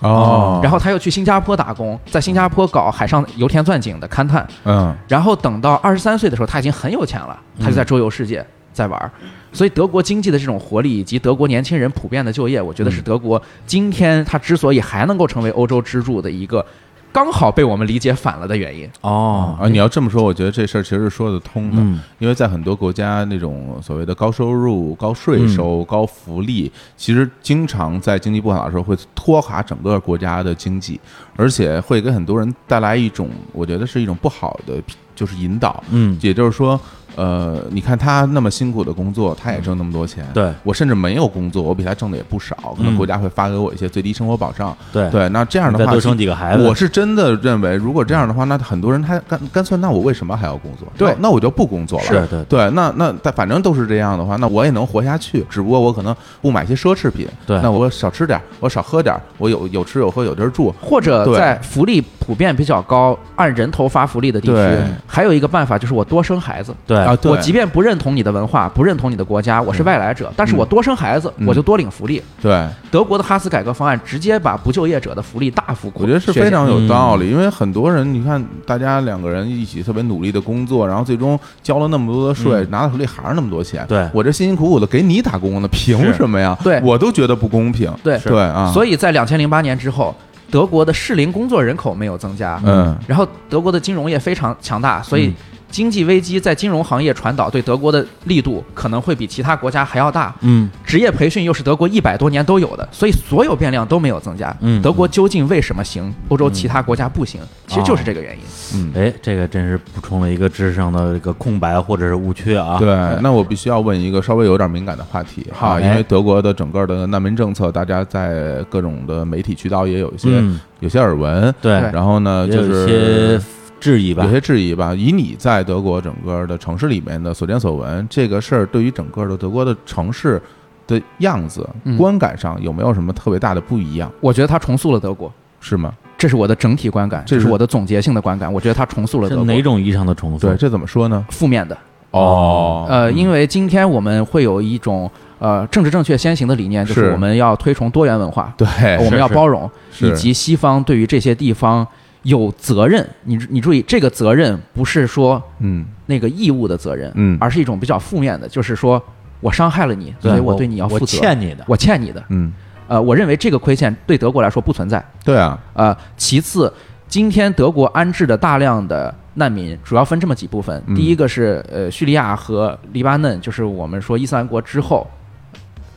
S2: 哦，
S3: 然后他又去新加坡打工，在新加坡搞海上油田钻井的勘探，
S2: 嗯，
S3: 然后等到二十三岁的时候，他已经很有钱了，他就在周游世界在玩儿。所以德国经济的这种活力，以及德国年轻人普遍的就业，我觉得是德国今天它之所以还能够成为欧洲支柱的一个，刚好被我们理解反了的原因。
S1: 哦，
S2: 啊，你要这么说，我觉得这事儿其实是说得通的，
S1: 嗯
S2: 因为在很多国家，那种所谓的高收入、高
S1: 嗯
S2: 税收、高福利，其实经常在经济不好的时候会拖垮整个国家的经济，而且会给很多人带来一种，我觉得是一种不好的，就是引导。
S1: 嗯，
S2: 也就是说，呃，你看他那么辛苦的工作，他也挣那么多钱，
S1: 对
S2: 我甚至没有工作，我比他挣的也不少，可能
S1: 嗯
S2: 国家会发给我一些最低生活保障。
S1: 对
S2: 对，那这样的
S1: 再
S2: 话，
S1: 多生几个孩子，
S2: 我是真的认为，如果这样的话，那很多人他干干脆，那我为什么还要工作？
S3: 对
S2: 那那我就不工作了。
S1: 是对
S2: 对，那那但反正都是这样的话，那我也能活下去。只不过我可能不买些奢侈品，
S1: 对
S2: 那我少吃点儿，我少喝点儿，我有有吃有喝有地儿住。
S3: 或者
S2: 对
S3: 在福利普遍比较高、按人头发福利的地
S2: 对
S3: 区，还有一个办法就是我多生孩子。
S1: 对
S2: 啊对
S3: 我即便不认同你的文化，不认同你的国家，我是外来者，但是我多生孩子，
S2: 嗯
S3: 我就多领福利。
S2: 对，
S3: 德国的哈斯改革方案直接把不就业者的福利大幅扩，
S2: 我觉得是非
S3: 削减
S2: 常有道
S1: 嗯
S2: 理，因为很多人，你看大家两个人一起特别努力的工作，然后最终交了那么多的税，拿到手里还是那么多钱。
S1: 嗯对
S2: 我这辛辛苦苦的给你打工呢，凭
S1: 是
S2: 什么呀？
S3: 对
S2: 我都觉得不公平。
S3: 对
S2: 对啊，
S3: 所
S2: 以
S3: 以在两千零八年之后，德国的适龄工作人口没有增加，
S2: 嗯
S3: 然后德国的金融业非常强大，所以
S1: 嗯
S3: 经济危机在金融行业传导对德国的力度可能会比其他国家还要大。
S1: 嗯
S3: 职业培训又是德国一百多年都有的，所以所有变量都没有增加。
S1: 嗯
S3: 德国究竟为什么行，欧洲其他国家不行，其实就是这个原因。
S2: 嗯。
S1: 哎，这个真是补充了一个知识上的这个空白或者是误区啊。
S2: 对，那我必须要问一个稍微有点敏感的话题
S1: 好
S2: 啊，因
S1: 哎
S2: 为德国的整个的难民政策，大家在各种的媒体渠道也有一些
S1: 嗯，
S2: 有些耳闻，
S1: 对，
S2: 然后呢，
S1: 也
S2: 就
S1: 有一
S2: 是
S1: 些质疑吧
S2: 有。些质疑吧。以你在德国整个的城市里面的所见所闻，这个事儿对于整个的德国的城市的样子、
S3: 嗯
S2: 观感上有没有什么特别大的不一样？
S3: 我觉得它重塑了德国，
S2: 是吗？
S3: 这是我的整体观感，
S2: 这
S3: 这
S2: 是
S3: 是我的总结性的观感。我觉得它重塑了
S1: 是
S3: 德国。
S1: 哪种意义上的重塑？
S2: 对，这怎么说呢？
S3: 负面的？
S1: 哦
S3: 呃，因为今天我们会有一种呃政治正确先行的理念，就是是我们要推崇多元文化，
S2: 对，
S1: 哎
S3: 我们要包容，
S2: 是
S3: 以及西方对于这些地方有责任。你你注意，这个责任不是说
S2: 嗯
S3: 那个义务的责任，
S2: 嗯
S3: 而是一种比较负面的，就是说我伤害了你，所
S1: 对
S3: 以对你要负
S1: 我
S3: 责，
S1: 欠你的。
S3: 我欠你的。
S2: 嗯，
S3: 呃，我认为这个亏欠对德国来说不存在。
S2: 对啊，
S3: 呃，其次，今天德国安置的大量的难民主要分这么几部分，
S2: 嗯
S3: 第一个是呃叙利亚和黎巴嫩，就是我们说伊斯兰国之后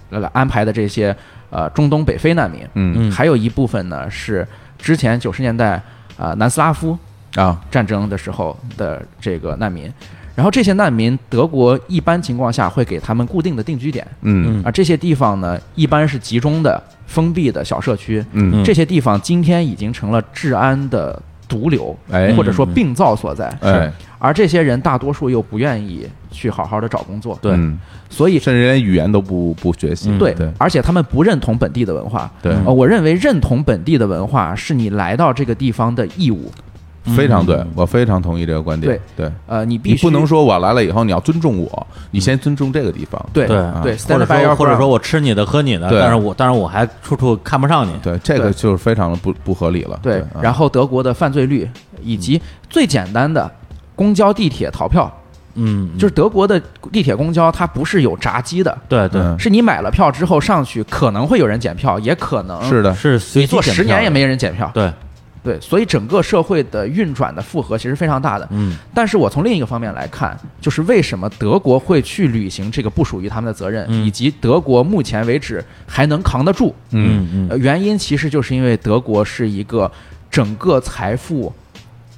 S3: 来来安排的这些呃中东北非难民，
S2: 嗯
S1: 嗯
S3: 还有一部分呢是之前九十年代啊、呃南斯拉夫
S2: 啊，
S3: 战争的时候的这个难民。然后这些难民，德国一般情况下会给他们固定的定居点，
S1: 嗯
S2: 嗯
S3: 啊而这些地方呢，一般是集中的、封闭的小社区，
S2: 嗯，
S3: 这些地方今天已经成了治安的毒瘤，
S2: 哎
S3: 或者说病灶所在。
S2: 哎，
S3: 而这些人大多数又不愿意去好好的找工作，
S1: 对
S2: 嗯
S3: 所以
S2: 甚至连语言都不不学习。
S3: 嗯对
S2: 嗯对，
S3: 而且他们不认同本地的文化。
S2: 对
S3: 呃，我认为认同本地的文化是你来到这个地方的义务。
S2: 非常对，我非常同意这个观点。对，
S3: 呃，你必
S2: 你
S3: 须嗯
S2: 不能说我来了以后你要尊重我，你先尊重这个地方。
S3: 对嗯
S1: 对啊
S3: 对
S1: 或者
S3: ，stand by
S1: 说
S3: your
S1: 或者说
S3: ground
S1: 我吃你的喝你的，
S2: 对
S1: 但是我但是我还处处看不上你，
S2: 对，这个
S3: 对
S2: 就是非常的不不合理了。
S3: 对，
S2: 啊
S3: 然后德国的犯罪率以及最简单的公交、地铁逃票，
S1: 嗯，
S3: 就是德国的地铁、公交，它不是有闸机的，
S1: 对对，
S2: 嗯
S3: 是你买了票之后上去，可能会有人检票，也可能
S2: 是的，
S1: 是
S3: 你
S1: 随
S3: 坐
S1: 机检
S3: 十年
S1: 票
S3: 也没人检票
S1: 的，对，
S3: 对，所以整个社会的运转的负荷其实非常大的。
S1: 嗯，
S3: 但是我从另一个方面来看，就是为什么德国会去履行这个不属于他们的责任，
S1: 嗯
S3: 以及德国目前为止还能扛得住。
S1: 嗯嗯
S3: 呃原因其实就是因为德国是一个整个财富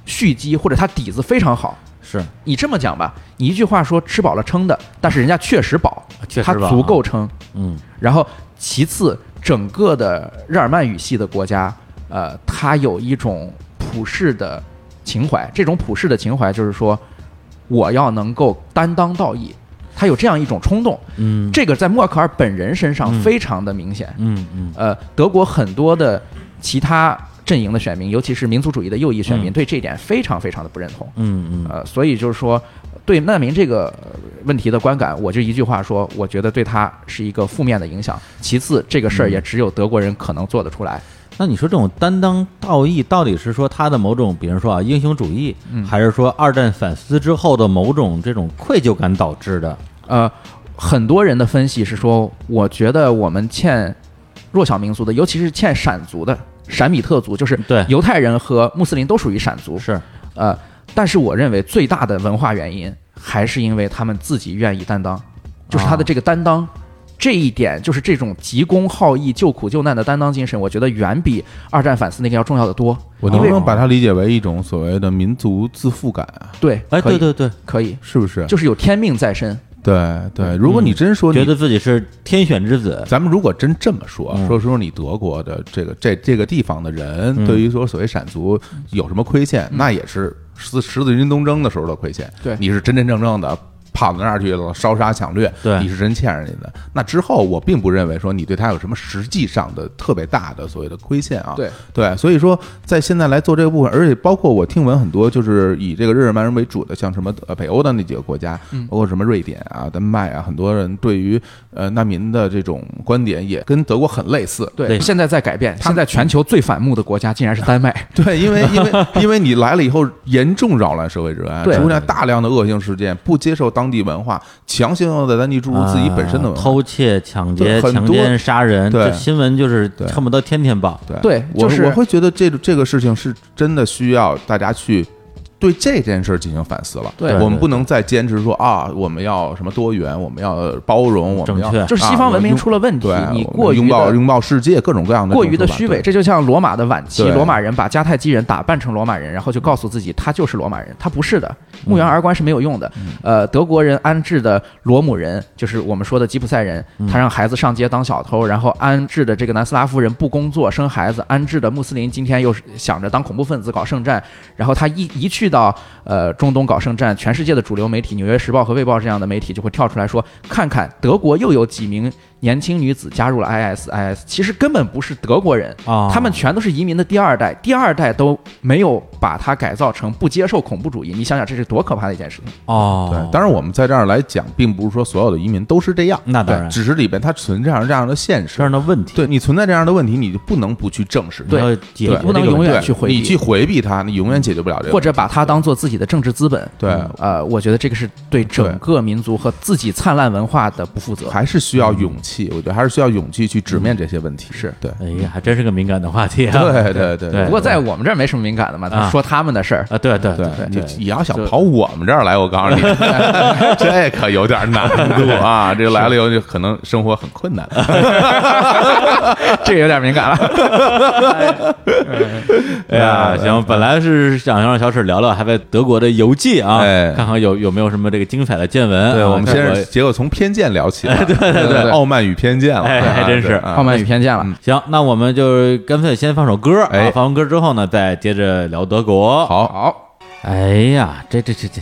S3: 蓄积或者它底子非常好。
S1: 是
S3: 你这么讲吧，你一句话说吃饱了撑的，但是人家确实饱，
S1: 确实
S3: 它
S1: 饱
S3: 足
S1: 啊
S3: 够撑。
S1: 嗯
S3: 然后其次，整个的日耳曼语系的国家，呃，它有一种普世的情怀，这种普世的情怀就是说，我要能够担当道义，它有这样一种冲动，
S1: 嗯
S3: 这个在默克尔本人身上
S1: 嗯
S3: 非常的明显。
S1: 嗯嗯
S3: 呃，德国很多的其他阵营的选民，尤其是民族主义的右翼选民，
S1: 嗯
S3: 对这一点非常非常的不认同。
S1: 嗯嗯
S3: 呃，所以就是说，对难民这个呃问题的观感，我就一句话说，我觉得对他是一个负面的影响。其次，这个事儿也只有德国人可能做得出来。
S1: 那你说这种担当道义，到底是说他的某种，比如说啊英雄主义，
S2: 嗯
S1: 还是说二战反思之后的某种这种愧疚感导致的？
S3: 呃，很多人的分析是说，我觉得我们欠弱小民族的，尤其是欠闪族的闪米特族，就是
S1: 对
S3: 犹太人和穆斯林都属于闪族。
S1: 是，
S3: 呃，但是我认为最大的文化原因还是因为他们自己愿意担当，就是
S2: 啊
S3: 他的这个担当。这一点就是这种急公好义、救苦救难的担当精神，我觉得远比二战反思那个要重要的多。
S2: 我能不能把它理解为一种所谓的民族自负感啊？
S3: 对，
S1: 哎，
S3: 可以
S1: 对，对对，
S3: 可以，
S2: 是不是？
S3: 就是嗯有天命在身。
S2: 对对，如果你真说你
S1: 觉得自己是天选之子，
S2: 咱们如果真这么说，啊
S1: 嗯
S2: 说说你德国的这个这这个地方的人，
S1: 嗯
S2: 对于说所谓闪族有什么亏欠，那也是十十字军东征的时候的亏欠。
S3: 对
S2: 你是真真正正的跑到那儿去了，烧杀抢掠，
S1: 对
S2: 你是真欠人家的。那之后，我并不认为说你对他有什么实际上的特别大的所谓的亏欠啊。
S3: 对
S2: 对，所以说在现在来做这个部分，而且包括我听闻很多就是以这个日耳曼人为主的，像什么呃北欧的那几个国家，
S3: 嗯
S2: 包括什么瑞典啊、丹麦啊，很多人对于呃难民的这种观点也跟德国很类似。
S3: 对，
S1: 对
S3: 现在在改变。现在全球最反目的国家竟然是丹 麦。
S2: 对，因为因为因为你来了以后，严重扰乱社会治安，
S3: 对
S2: 出现大量的恶性事件，不接受当地文化，强行要在当地注入自己本身的文
S1: 啊
S2: 化。
S1: 偷窃、抢劫、
S2: 对很
S1: 强
S2: 多
S1: 奸、杀人，
S2: 对
S1: 这新闻就是
S2: 对
S1: 恨不得天天报。
S2: 对，
S3: 对
S2: 我
S3: 就是
S2: 我会觉得这这个事情是真的需要大家去。对这件事进行反思了，
S3: 对
S2: 我们
S1: 对
S2: 不能再坚持说啊，我们要什么多元，我们要包容，啊我们
S1: 正
S2: 要
S1: 确
S3: 就是西方文明出了问题
S2: 啊我们
S3: 你
S2: 对
S3: 过
S2: 我们
S3: 于
S2: 拥抱
S3: 的
S2: 拥抱世界各种各样的
S3: 过于
S2: 这
S3: 的
S2: 种
S3: 虚
S2: 说法
S3: 伪，，这就像罗马的晚期，
S2: 对
S3: 罗马人把迦太基人打扮成罗马人，然后就告诉自己他就是罗马人，他不是的，墓园而观是没有用的。呃，德国人安置的罗姆人，就是我们说的吉普赛人，他让孩子上街当小偷，然后安置的这个南斯拉夫人不工作生孩子，安置的穆斯林今天又是想着当恐怖分子搞圣战，然后他一一去到呃中东搞圣战，全世界的主流媒体《纽约时报》和《卫报》这样的媒体就会跳出来说，看看德国又有几名年轻女子加入了 IS，IS 其实根本不是德国人
S1: 啊
S3: 他们全都是移民的第二代，第二代都没有把它改造成不接受恐怖主义，你想想这是多可怕的一件事情。
S1: 哦
S2: 对，当然我们在这儿来讲，并不是说所有的移民都是这样，
S1: 那当
S2: 对
S1: 然
S2: 只是里边它存在这样这样的现
S1: 这
S2: 实
S1: 样。的问题，
S2: 对你存在这样的问题，你就不能不去正视它，
S3: 对
S1: 要解决
S2: 对
S1: 这个
S3: 不能
S1: 问
S3: 永
S1: 题
S3: 远
S2: 对
S3: 去回避
S2: 你去回避它，你永远解决不了这个问题，
S3: 或者把它当做自己的政治资本。
S2: 对
S3: 呃，我觉得这个是对整个民族和自己灿烂文化的不负责。
S2: 还是需要勇气，我觉得还是需要勇气去直面这些问题。是对，
S1: 哎呀，还真是个敏感的话题啊！
S2: 对对对
S1: 对
S3: 不过在我们这儿没什么敏感的嘛，
S1: 啊
S3: 说他们的事儿。
S1: 啊，对对
S2: 对
S1: 对，
S2: 你你要想跑我们这儿来，我告诉你，这可有点难度啊！这来了以后就可能生活很困难。
S3: 这个有点敏感了。
S1: 哎呀，行，本来是想让小史聊聊还在德国的游记啊，
S2: 哎
S1: 看看有有没有什么这个精彩的见闻啊。
S2: 对，我们
S1: 德
S2: 先
S1: 国
S2: 是结果从偏见聊起了，对对对，傲慢与偏见了，
S1: 哎
S2: 对啊
S1: 还真是
S2: 对啊
S3: 傲慢与偏见了。
S1: 行，那我们就干脆先放首歌啊，
S2: 哎
S1: 放完歌之后呢，再接着聊德国。，
S2: 好，
S3: 好，
S1: 哎呀，这这这这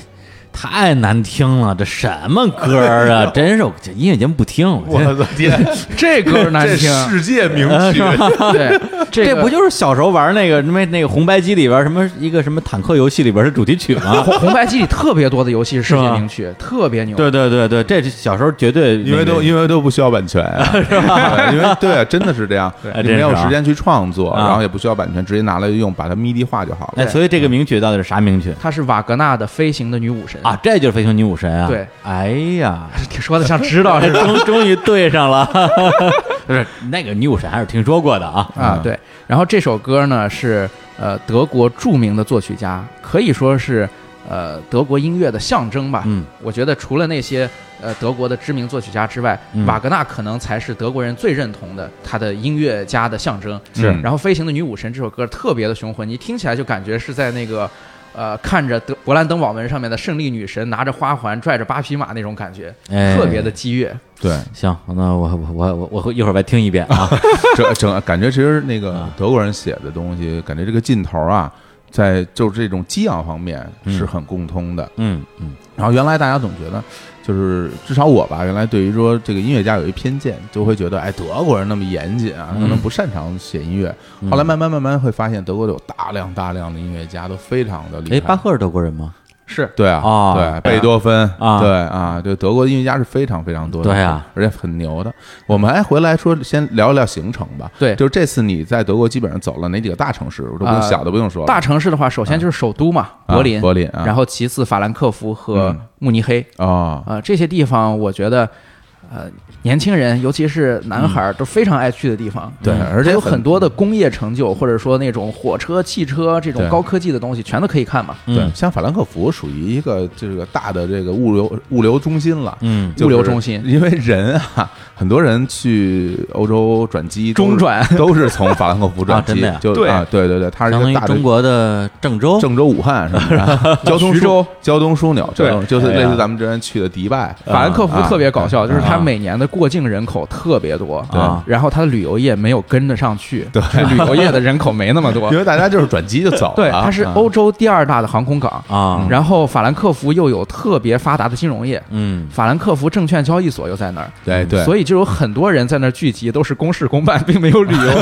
S1: 太难听了，这什么歌儿啊？真是我这音乐节目不听，
S2: 我
S1: 真
S2: 的天，
S3: 这歌 难
S2: 这
S3: 听，啊
S2: 世界名曲，
S3: 对，这
S1: 这
S3: 个
S1: 不就是小时候玩那个什么那个红白机里边儿什么一个什么坦克游戏里边儿的主题曲 吗？
S3: 红红白机里特别多的游戏是世界
S1: 是吗
S3: 名曲，特别牛。
S1: 对对对对，这是小时候绝对
S2: 因为都因为都不需要版权， 是吧？因为对，啊真的是这样，
S1: 哎
S2: 你
S1: 真
S2: 没
S1: 是
S2: 有
S1: 啊
S2: 时间去创作，
S1: 啊
S2: 然后也不需要版权，直接拿来用，把它 MIDI 化就好了。
S1: 哎，所以这个名曲到底是啥名曲
S3: 它是瓦格纳的《飞行的女武神》
S1: 啊？，这就是飞行女武神啊！
S3: 对，
S1: 哎呀，
S3: 说的像知道似的。
S1: 终终于对上了，不是那个女武神还是听说过的啊。
S3: 啊，对。然后这首歌呢是呃德国著名的作曲家，可以说是呃德国音乐的象征吧。
S1: 嗯，
S3: 我觉得除了那些呃德国的知名作曲家之外，
S1: 嗯
S3: 瓦格纳可能才是德国人最认同的他的音乐家的象征。
S2: 是
S3: 然后《飞行的女武神》这首歌特别的雄浑，你听起来就感觉是在那个。呃，看着德勃兰登堡门上面的胜利女神拿着花环拽着八匹马那种感觉，
S1: 哎
S3: 特别的激越。
S2: 对，
S1: 行，那我我我我我会一会儿再听一遍啊。
S2: 整整感觉其实那个德国人写的东西，感觉这个劲头啊，在就是这种激昂方面是很共通的。
S1: 嗯嗯
S2: 然后原来大家总觉得，就是至少我吧，原来对于说这个音乐家有一偏见，就会觉得哎，德国人那么严谨啊，
S1: 嗯
S2: 可能不擅长写音乐。后来慢慢慢慢会发现，德国有大量大量的音乐家都非常的厉害。
S1: 哎，巴赫是德国人吗？
S3: 是，
S2: 对啊，
S1: 啊
S2: 对，贝多芬
S1: 啊
S2: 对啊，对，德国的音乐家是非常非常多的，
S1: 对啊，
S2: 而且很牛的。我们还哎回来说，先聊一聊行程吧。
S3: 对
S2: 就是这次你在德国基本上走了哪几个大城市？我都不
S1: 啊
S2: 用
S3: 呃
S2: 小的不用说了，
S3: 大城市的话，首先就是首都嘛，柏林，
S2: 啊柏林啊
S3: 然后其次法兰克福和
S2: 嗯
S3: 慕尼黑
S2: 哦，
S3: 啊、这些地方我觉得，呃，年轻人尤其是男孩儿都非常爱去的地方。
S2: 对
S3: 嗯
S2: 而且
S3: 它有
S2: 很
S3: 很多的工业成就，或者说那种火车、汽车这种
S2: 对
S3: 高科技的东西，全都可以看嘛。
S1: 嗯
S2: 对，像法兰克福属于一个这个大的这个物流物流中心了，
S1: 嗯
S2: 就是
S3: 物流中心
S2: 因为人啊，很多人去欧洲转机都是，
S3: 中转
S2: 都是从法兰克福转
S1: 啊真
S2: 机
S1: 的呀，
S2: 就
S3: 对
S2: 啊，对对对，它是
S1: 相当于
S2: 一个大的
S1: 中国的郑州。
S2: 郑州、武汉什么 的，交通
S3: 哦
S2: 枢
S3: 徐州、
S2: 交通枢纽，
S3: 对嗯
S2: 交通就是类
S1: 哎呀
S2: 似咱们之前去的迪拜，
S3: 法兰克福特别搞笑，就是它
S1: 啊
S3: 每年的过境人口特别多，
S2: 对
S1: 啊
S3: 然后它的旅游业没有跟得上去，
S2: 对
S3: 就是旅游业的人口 没那么多
S2: 因，为大家就是转机就走了，
S3: 对，它是
S2: 啊
S3: 欧洲第二大的航空港，
S1: 啊，
S3: 嗯然后法兰克福又有特别发达的金融业，
S1: 嗯，
S3: 法兰克福证券交易所又在那儿，
S2: 对哎对，
S3: 所以就有很多人在那儿聚集，都是公事公办，并没有 旅游。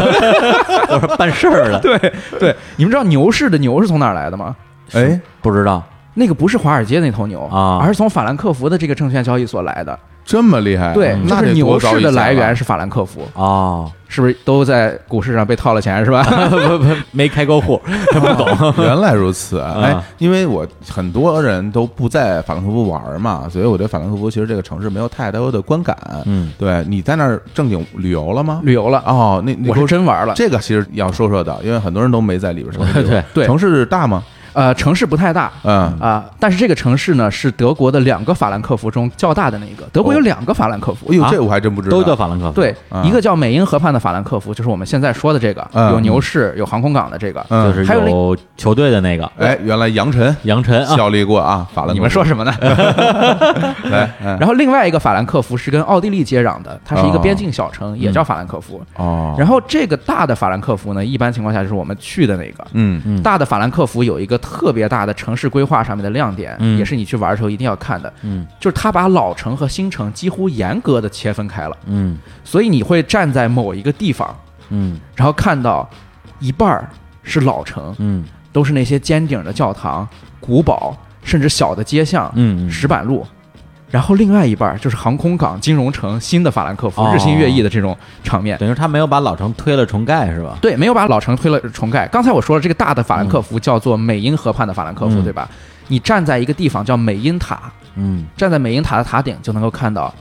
S1: 我说办事 儿了，
S3: 对对，你们知道牛市的牛是从哪儿来的吗？
S2: 哎，
S1: 不知道
S3: 那个不是华尔街那头牛
S1: 啊
S3: 而是从法兰克福的这个证券交易所来的。
S2: 这么厉害，啊嗯
S3: 对，
S2: 哎那
S3: 就是
S2: 得
S3: 牛
S2: 多啊高
S3: 市
S2: 一
S3: 的
S2: 下
S3: 来
S2: 了
S3: 源是法兰克福，
S1: 哦，
S3: 是不是都在股市上被套了钱 是吧？
S1: 不不没开过户，不懂。
S2: 原来如此
S3: 嗯
S2: 啊！哎
S1: 啊，
S2: 因为我很多人都不在法兰克福玩儿嘛，所以我对法兰克福其实这个城市没有太多的观感。
S1: 嗯，
S2: 对，你在那儿正经旅游了吗？
S3: 旅游了，
S2: 哦，那那
S3: 我是真玩了。
S2: 这个其实要说说的，因为很多人都没在里边儿城市旅游。
S1: 对
S3: 对
S2: 城市大吗？
S3: 呃，城市不太大。
S2: 嗯，
S3: 啊、但是这个城市呢，是德国的两个法兰克福中较大的那一个。德国有两个法兰克福，
S2: 哎呦
S1: 啊，
S2: 这我还真不知道。
S1: 都叫法兰克福，
S3: 对，
S2: 啊
S3: 一个叫美因河畔的法兰克福，就是我们现在说的这个，
S2: 嗯
S3: 有牛市、有航空港的这个。
S2: 嗯
S1: 就是
S3: 还有那
S1: 有球队的那个
S2: 哎，原来杨晨
S1: 杨晨啊，
S2: 效力过啊，法兰克福。
S3: 你们说什么呢？
S2: 来，哎
S3: 然后另外一个法兰克福是跟奥地利接壤的，它是一个边境小城，也叫法兰克福。
S2: 哦，
S3: 然后这个大的法兰克福呢，一般情况下就是我们去的那个。
S2: 嗯
S1: 嗯
S3: 大的法兰克福有一个特别大的城市规划上面的亮点，
S1: 嗯
S3: 也是你去玩的时候一定要看的，
S1: 嗯
S3: 就是它把老城和新城几乎严格的切分开了，
S1: 嗯
S3: 所以你会站在某一个地方，
S1: 嗯
S3: 然后看到一半儿是老城，
S1: 嗯
S3: 都是那些尖顶的教堂、古堡，甚至小的街巷、
S1: 嗯，
S3: 石板路。然后另外一半儿就是航空港、金融城、新的法兰克福、
S1: 哦
S3: 日新月异的这种场面。
S1: 等于他没有把老城推了重盖是吧？
S3: 对，没有把老城推了重盖。刚才我说了，这个大的法兰克福叫做美因河畔的法兰克福，
S1: 嗯
S3: 对吧？你站在一个地方叫美因塔，
S1: 嗯
S3: 站在美因塔的塔顶就能够看到，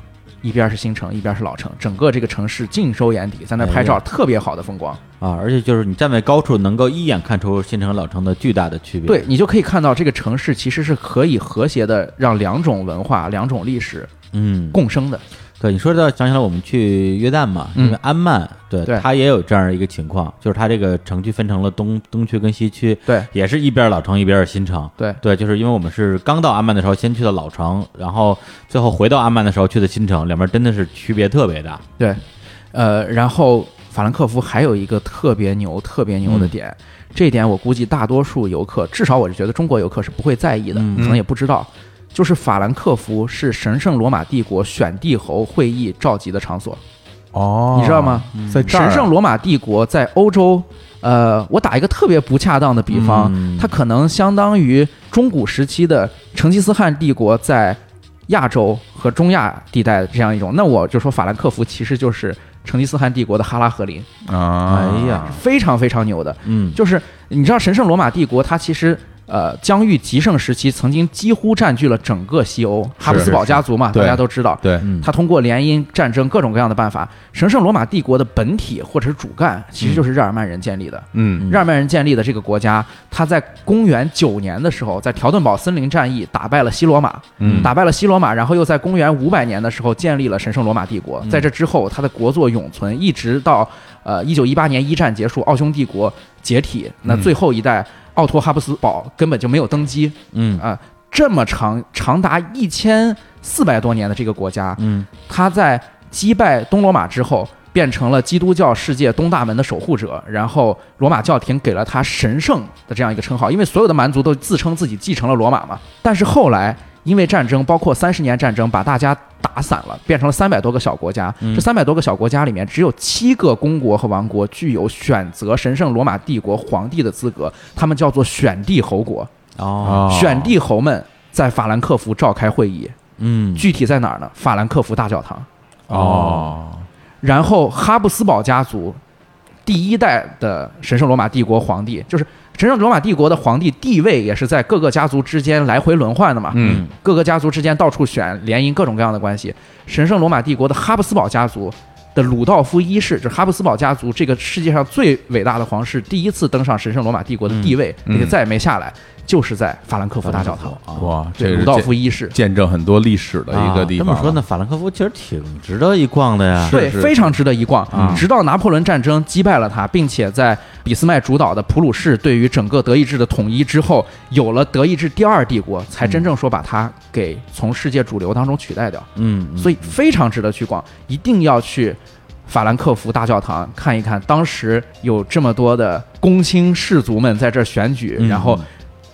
S3: 一边是新城，一边是老城，整个这个城市尽收眼底，在那儿拍
S1: 哎
S3: 照
S1: 呀
S3: 特别好的风光。
S1: 啊，而且就是你站在高处，能够一眼看出新城和老城的巨大的区别。
S3: 对你就可以看到，这个城市其实是可以和谐的让两种文化、两种历史
S1: 嗯，
S3: 共生的。
S1: 对你说到想起来我们去约旦嘛，
S3: 嗯
S1: 因为安曼对
S3: 对
S1: 它也有这样一个情况，就是它这个城区分成了东东区跟西区，
S3: 对
S1: 也是一边老城一边是新城。
S3: 对，
S1: 对，就是因为我们是刚到安曼的时候，先去的老城，然后最后回到安曼的时候去的新城，两边真的是区别特别大。
S3: 对，呃，然后法兰克福还有一个特别牛、特别牛的点，这一点我估计大多数游客，至少我是觉得中国游客是不会在意的，
S1: 嗯
S3: 可能也不知道，就是法兰克福是神圣罗马帝国选帝侯会议召集的场所。
S2: 哦，
S3: 你知道吗？
S2: 在这儿啊
S3: 神圣罗马帝国在欧洲，呃，我打一个特别不恰当的比方，
S4: 嗯
S3: 它可能相当于中古时期的成吉思汗帝国在亚洲和中亚地带的这样一种。那我就说法兰克福其实就是成吉思汗帝国的哈拉和林，
S2: 啊，
S4: 哎，呀，
S3: 非常非常牛的。
S4: 嗯，
S3: 就是你知道，神圣罗马帝国它其实。呃，疆域极盛时期曾经几乎占据了整个西欧，哈布斯堡家族嘛，
S2: 是
S3: 大家都知道。
S2: 对，
S4: 嗯
S3: 他通过联姻、战争各种各样的办法，神圣罗马帝国的本体或者是主干，其实就是日耳曼人建立的。
S2: 嗯
S3: 日耳曼人建立的这个国家，他在公元九年的时候，在条顿堡森林战役打败了西罗马，
S2: 嗯
S3: 打败了西罗马，然后又在公元五百年的时候建立了神圣罗马帝国。
S2: 嗯
S3: 在这之后，他的国祚永存，一直到呃一九一八年一战结束，奥匈帝国解体，
S2: 嗯
S3: 那最后一代奥托哈布斯堡根本就没有登基，
S4: 嗯
S3: 啊、这么长长达一千四百多年的这个国家，
S4: 嗯，
S3: 他在击败东罗马之后，变成了基督教世界东大门的守护者，然后罗马教廷给了他神圣的这样一个称号，因为所有的蛮族都自称自己继承了罗马嘛。但是后来因为战争，包括三十年战争，把大家打散了，变成了三百多个小国家。这三百多个小国家里面，只有七个公国和王国具有选择神圣罗马帝国皇帝的资格，他们叫做选帝侯国。
S1: 嗯
S4: 哦，
S3: 选帝侯们在法兰克福召开会议，
S1: 哦
S4: 嗯，
S3: 具体在哪儿呢？法兰克福大教堂。
S2: 哦，
S3: 然后哈布斯堡家族第一代的神圣罗马帝国皇帝，就是神圣罗马帝国的皇帝地位也是在各个家族之间来回轮换的嘛。
S2: 嗯，
S3: 各个家族之间到处选联姻各种各样的关系。神圣罗马帝国的哈布斯堡家族的鲁道夫一世，就是哈布斯堡家族这个世界上最伟大的皇室，第一次登上神圣罗马帝国的地位，
S2: 嗯
S3: 也再也没下来，就是在法兰克福大教
S1: 哦
S3: 堂。
S1: 嗯
S4: 啊。
S2: 哇，
S3: 对，
S2: 这
S3: 鲁
S2: 是
S3: 道
S2: 见
S3: 夫一世。
S2: 见证很多历史的一个地方。
S4: 啊这么说呢，，法兰克福其实挺值得一逛的呀。
S3: 对，
S2: 是
S3: 非常值得一逛。直到拿破仑战争击败了他，并且在俾斯麦主导的普鲁士对于整个德意志的统一之后，有了德意志第二帝国，才真正说把它给从世界主流当中取代掉。
S4: 嗯，
S3: 所以非常值得去逛，一定要去法兰克福大教堂看一看，当时有这么多的公卿士族们在这儿选举，
S4: 嗯
S3: 然后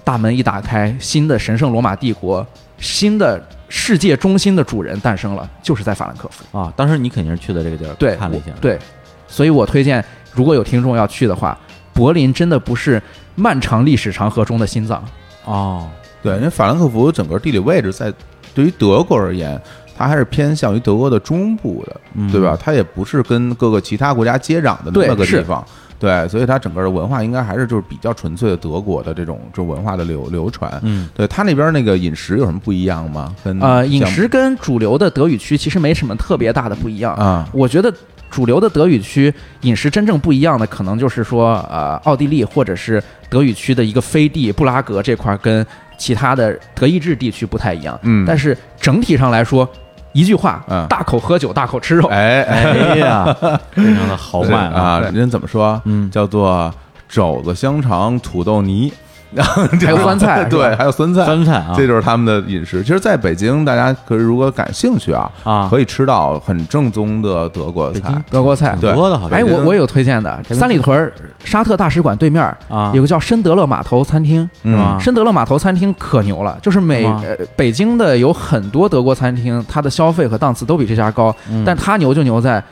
S3: 大门一打开，新的神圣罗马帝国，新的世界中心的主人诞生了，就是在法兰克福。
S4: 啊，当时你肯定是去的这个地儿，
S3: 对，
S4: 看了一下
S3: 我，对，所以我推荐，如果有听众要去的话，柏林真的不是漫长历史长河中的心脏。
S4: 哦，
S2: 对，因为法兰克福整个地理位置在对于德国而言，它还是偏向于德国的中部的，
S4: 嗯
S2: 对吧？它也不是跟各个其他国家接壤的那么
S3: 对
S2: 个地
S3: 是
S2: 方。对，所以它整个的文化应该还是就是比较纯粹的德国的这种这种文化的流流传。
S4: 嗯，
S2: 对，它那边那个饮食有什么不一样吗？跟
S3: 呃，饮
S2: 像
S3: 食跟主流的德语区其实没什么特别大的不一样。
S2: 啊，
S3: 我觉得主流的德语区饮食真正不一样的，可能就是说，呃，奥地利或者是德语区的一个飞地布拉格这块儿跟其他的德意志地区不太一样。
S2: 嗯
S3: 但是整体上来说，一句话，
S2: 嗯
S3: 大口喝酒，大口吃肉。
S2: 哎哎，
S4: 哎呀， 非常的豪迈啊！
S2: 啊，人怎么说？
S4: 嗯
S2: 叫做肘子、香肠、土豆泥，
S3: 还有酸菜是 吧
S2: 对，还有酸菜，
S4: 酸菜啊
S2: 这就是他们的饮食。其实，在北京，大家可是如果感兴趣啊，
S4: 啊
S2: 可以吃到很正宗的德国
S4: 北
S2: 菜
S4: 京。
S3: 德国菜，
S2: 对
S4: 挺多的好像
S3: 哎，
S2: 北
S3: 我
S2: 京
S3: 我有推荐的，三里屯儿沙特大使馆对面儿
S4: 啊
S3: 有个叫深德勒码头餐厅。
S2: 嗯
S4: 是吗？
S3: 深德勒码头餐厅可牛了，就是每
S4: 是吗
S3: 呃北京的有很多德国餐厅，它的消费和档次都比这家高，
S4: 嗯
S3: 但它牛就牛在，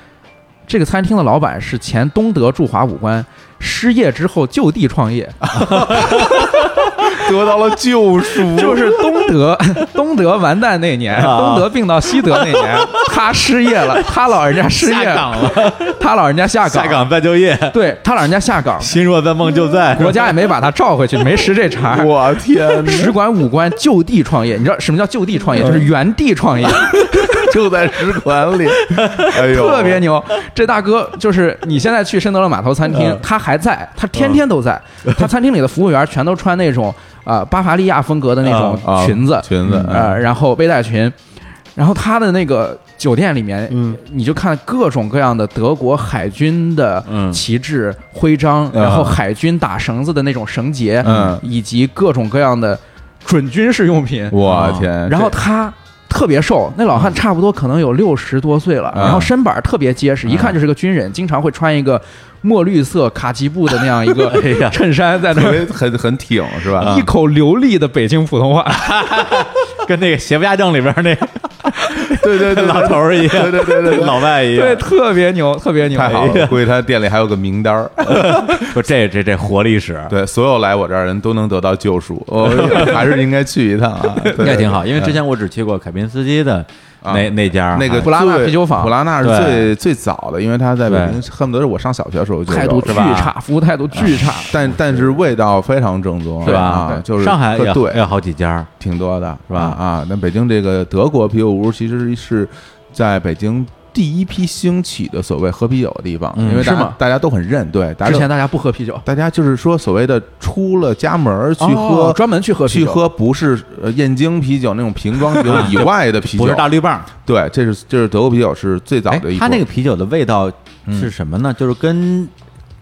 S3: 这个餐厅的老板是前东德驻华武官，失业之后就地 创业，
S2: 得到了救 赎，
S3: 就是东德 东德完蛋那年，
S4: 啊
S3: 东德并到西德 那年，他失业了，他老人家失业
S4: 下
S3: 了，
S4: 岗 了，
S3: 他老人家下
S1: 下
S3: 岗，
S1: 岗再就业，
S3: 对他老人家下岗，
S1: 心若在梦就在。
S3: 国家也没把他召回去，没识这茬儿。
S2: 嗯我 天哪，
S3: 使馆武官就地创业，你知道什么叫就地创业？就是原地创业，
S2: 就在食 馆里，哎呦，
S3: 特别牛。这大哥就是你现在去深德勒码头餐
S2: 嗯
S3: 厅，他还在，他天天都在。他餐厅里的服务员全都穿那种呃巴伐利亚风格的那种
S2: 啊
S3: 裙子，
S2: 裙子，
S3: 呃，然后背带裙。然后他的那个酒店里面，
S2: 嗯
S3: 你就看各种各样的德国海军的
S4: 嗯
S3: 旗帜、徽章，
S2: 嗯
S3: 然后海军打绳子的那种绳结，
S2: 嗯
S3: 以及各种各样的准军事用品。
S2: 我天，
S3: 啊然后
S2: 这
S3: 他特别瘦，那老汉差不多可能有六十多岁了，
S2: 嗯
S3: 然后身板特别结实，一看就是个军人，经常会穿一个墨绿色卡其布的那样一 个衬衫在那
S2: 哎特
S3: 儿。啊
S2: 别很很挺是吧？嗯
S3: 一口流利的北京普通话，
S1: 跟那个《邪不压正》里边那个
S2: 对 对对，
S1: 老头儿一样，
S2: 对对对对对
S1: 老外一样
S3: 对，。特别牛，特别牛，
S2: 太好了，估计他店里还有个名单 儿，
S1: 说这这这活历史，
S2: 对，所有来我这儿人都能得到救赎，
S3: 哎
S2: 我还是应该去一趟 啊，对
S4: 应该挺好，因为之前我只去过凯宾斯基的那
S2: 啊
S4: 那家
S2: 那个
S4: 哎
S3: 普拉纳
S2: 最
S3: 啤酒坊
S2: 普拉纳是
S4: 对
S2: 最最早的，因为他在北京，恨不得是我上小学的时候就有
S3: 态度
S2: 是
S3: 巨
S2: 吧？哎
S3: 差，服务态度巨差。
S2: 但但是味道非常正宗，
S4: 是吧？
S2: 啊，就是
S4: 上海也
S2: 对
S4: 也，好几家，
S2: 挺多的，
S4: 是吧
S3: 嗯
S2: 啊，那北京这个德国啤酒屋其实是在北京第一批兴起的所谓喝啤酒的地方，
S4: 嗯
S2: 因为大
S3: 是
S2: 家
S3: 吗
S2: 大家都很认，对，大家
S3: 之
S2: 都
S3: 前大家不喝啤酒，
S2: 大家就是说所谓的出了家门儿去
S3: 哦
S2: 喝。
S3: 专门去喝啤
S2: 去
S3: 酒
S2: 喝不是呃燕京啤酒那种瓶装 酒以外的啤酒，
S4: 不是大绿棒。
S2: 对，这是这是德国啤酒是最早
S4: 哎
S2: 的一波。
S4: 它那个啤酒的味道是什么呢？就是跟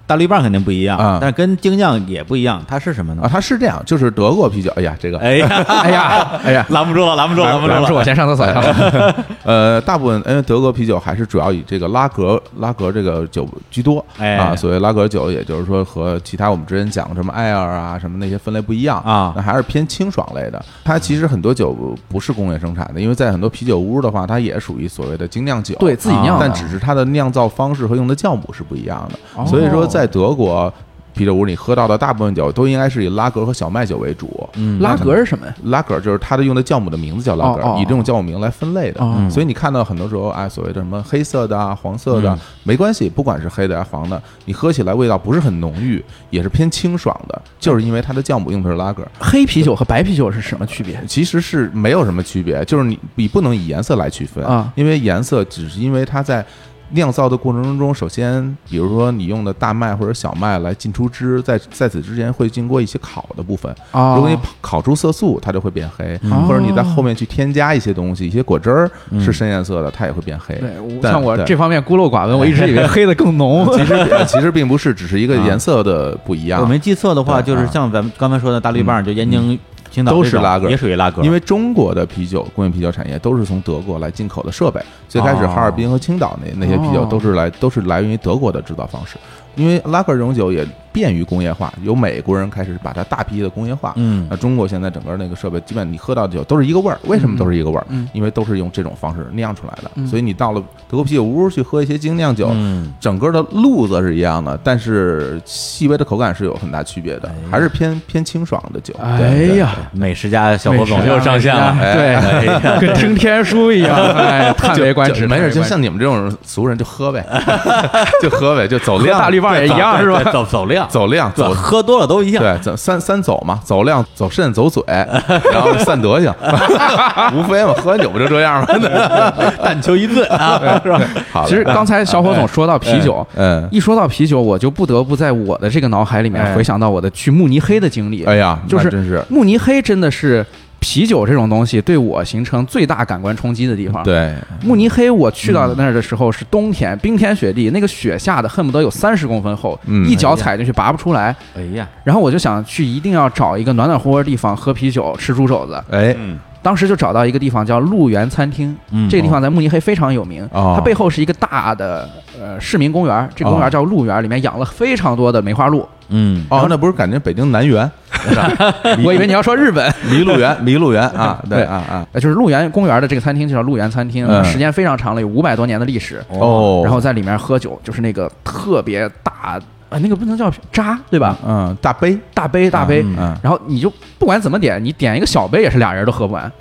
S4: 大绿棒肯定不一样
S2: 啊，
S4: 但是跟精酿也不一样，它是什么
S2: 啊，
S4: 呢？
S2: 它是这样，就是德国啤酒。哎呀，这个
S1: 哎呀，
S3: 哎呀，哎呀，
S1: 拦不住了，拦不住了，拦不住
S3: 来不是
S1: 了。
S3: 我先上厕所去了。
S2: 呃，大部分因为德国啤酒还是主要以这个拉格拉格这个酒居多，
S4: 哎
S2: 啊，所谓拉格酒，也就是说和其他我们之前讲的什么艾尔啊什么那些分类不一样
S4: 啊
S2: 那还是偏清爽类的。它其实很多酒不是工业生产的，因为在很多啤酒屋的话，它也属于所谓的精酿酒，啊
S3: 对自己酿的
S2: 但只是它的酿造方式和用的酵母是不一样的，
S3: 哦
S2: 所以说在德国。啤酒屋里喝到的大部分酒都应该是以拉格和小麦酒为主，嗯
S3: 拉格是什么呀？
S2: 拉格就是它的用的酵母的名字叫拉格，
S3: 哦哦哦
S2: 以这种酵母名来分类的。
S3: 哦
S2: 所以你看到很多时候，哎，所谓的什么黑色的啊、黄色的啊，
S3: 嗯
S2: 没关系，不管是黑的还是黄的，你喝起来味道不是很浓郁，也是偏清爽的，就是因为它的酵母用的是拉格，
S3: 黑啤酒和白啤酒是什么区别？
S2: 其实是没有什么区别，就是你你不能以颜色来区分
S3: 啊
S2: 因为颜色只是因为它在。酿造的过程中，首先，比如说你用的大麦或者小麦来浸出汁，在在此之前会经过一些烤的部分，
S3: 啊
S2: 如果你烤出色素，它就会变黑，
S3: 嗯
S2: 或者你在后面去添加一些东西，一些果汁儿是深颜色的，它也会变黑。
S3: 对，我
S2: 但
S3: 像我
S2: 对
S3: 这方面孤陋寡闻，我一直以为黑的 更浓。
S2: 其实其实并不是，只是一个颜色的不一
S4: 我
S2: 样。
S4: 没记错的话，
S2: 对
S4: 就
S2: 啊
S4: 是像咱们刚才说的大绿棒，就燕京、青岛
S2: 都
S4: 这
S2: 是
S4: 种
S2: 拉格
S4: 也属于拉格，
S2: 因为中国的啤酒工业啤酒产业都是从德国来进口的设备，最开始
S4: 哦
S2: 哈尔滨和青岛那那些啤酒
S3: 哦
S2: 都是来都是来源于德国的制造方式，因为拉格这种酒也便于工业化，由美国人开始把它大批的工业化，
S4: 嗯
S2: 那中国现在整个那个设备，基本你喝到的酒都是一个味儿，为什么都是一个味儿？
S3: 嗯
S2: 因为都是用这种方式酿出来的，
S3: 嗯
S2: 所以你到了德国啤酒屋去喝一些精酿酒，
S4: 嗯
S2: 整个的路子是一样的，但是细微的口感是有很大区别的，还是偏偏清爽的酒。
S3: 哎
S2: 对，
S3: 呀，
S4: 美食家小伙总
S3: 美食
S4: 又
S3: 家
S4: 上线
S3: 美
S4: 了，
S3: 食家
S4: 哎 呀
S3: 对，跟听天书一样，哎，叹
S2: 就
S3: 为观止。
S2: 就没事，
S3: 叹
S2: 就
S3: 为观止
S2: 像你们这种俗人就喝呗， 就喝呗，就走
S3: 喝
S2: 量，
S3: 大绿棒也一样是吧？
S4: 对走走量，
S2: 走量，
S4: 对，
S2: 走
S4: 喝多了都一样，
S2: 对，走三三走嘛，走量、走肾、走嘴，然后散德行， 无非嘛，喝完酒不就这样吗？
S4: 但求一醉啊，是吧？
S2: 好嘞
S3: 其实刚才小伙
S2: 哎
S3: 总说到啤酒，
S2: 嗯，
S3: 一说到啤酒，我就不得不在我的这个脑海里面
S2: 哎
S3: 回想到我的去慕尼黑的经历。
S2: 哎呀，
S3: 就
S2: 那真是
S3: 慕尼黑真的是啤酒这种东西对我形成最大感官冲击的地方。，
S2: 对，
S3: 慕尼黑我去
S2: 嗯
S3: 到那儿的时候是冬天，冰天雪地，那个雪下的恨不得有三十公分厚，
S2: 嗯
S3: 一脚踩进去拔不出来。
S4: 哎呀，
S3: 然后我就想去，一定要找一个暖暖和和的地方喝啤酒、吃猪肘子。
S2: 哎，
S1: 嗯
S3: 当时就找到一个地方叫路园餐厅，
S4: 嗯
S3: 这个地方在慕尼黑非常有名。
S2: 哦
S3: 它背后是一个大的呃市民公园，这个公
S2: 哦
S3: 园叫路园，里面养了非常多的梅花鹿。
S4: 嗯，
S2: 哦，那不是感觉北京南园、
S3: 我以为你要说日本，
S2: 麋鹿园、麋鹿园啊，对
S3: 对
S2: 啊啊，
S3: 呃就是路园公园的这个餐厅就叫路园餐厅，
S2: 嗯
S3: 时间非常长了，有五百多年的历史。
S2: 哦，
S3: 然后在里面喝酒，就是那个特别大，呃，那个不能叫渣，对吧？
S2: 嗯，大杯，
S3: 大杯大杯，
S2: 嗯嗯
S3: 然后你就不管怎么点，你点一个小杯也是俩人都喝 不完。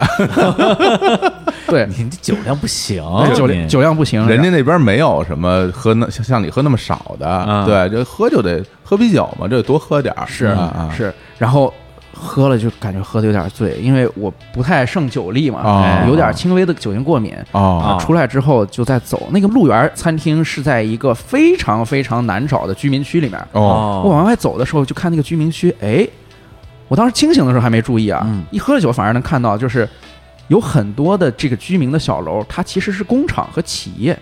S3: 对，
S4: 你这酒量不行，
S3: 酒
S4: 你
S3: 量酒量不行，
S2: 人家那边没有什么喝那像像你喝那么少的，
S4: 啊
S2: 对，这喝就得喝啤酒嘛，这得多喝点儿，
S3: 是、
S2: 啊啊，
S3: 是，然后喝了就感觉喝的有点醉，因为我不太胜酒力嘛，
S2: 哦
S3: 哎有点轻微的酒精过敏。
S2: 哦
S4: 啊
S3: 出来之后就在走那个路园餐厅，是在一个非常非常难找的居民区里面。
S2: 哦，
S3: 我往外走的时候，就看那个居民区，哎，我当时清醒的时候还没注意啊，
S4: 嗯
S3: 一喝了酒反而能看到，就是有很多的这个居民的小楼，它其实是工厂和企业，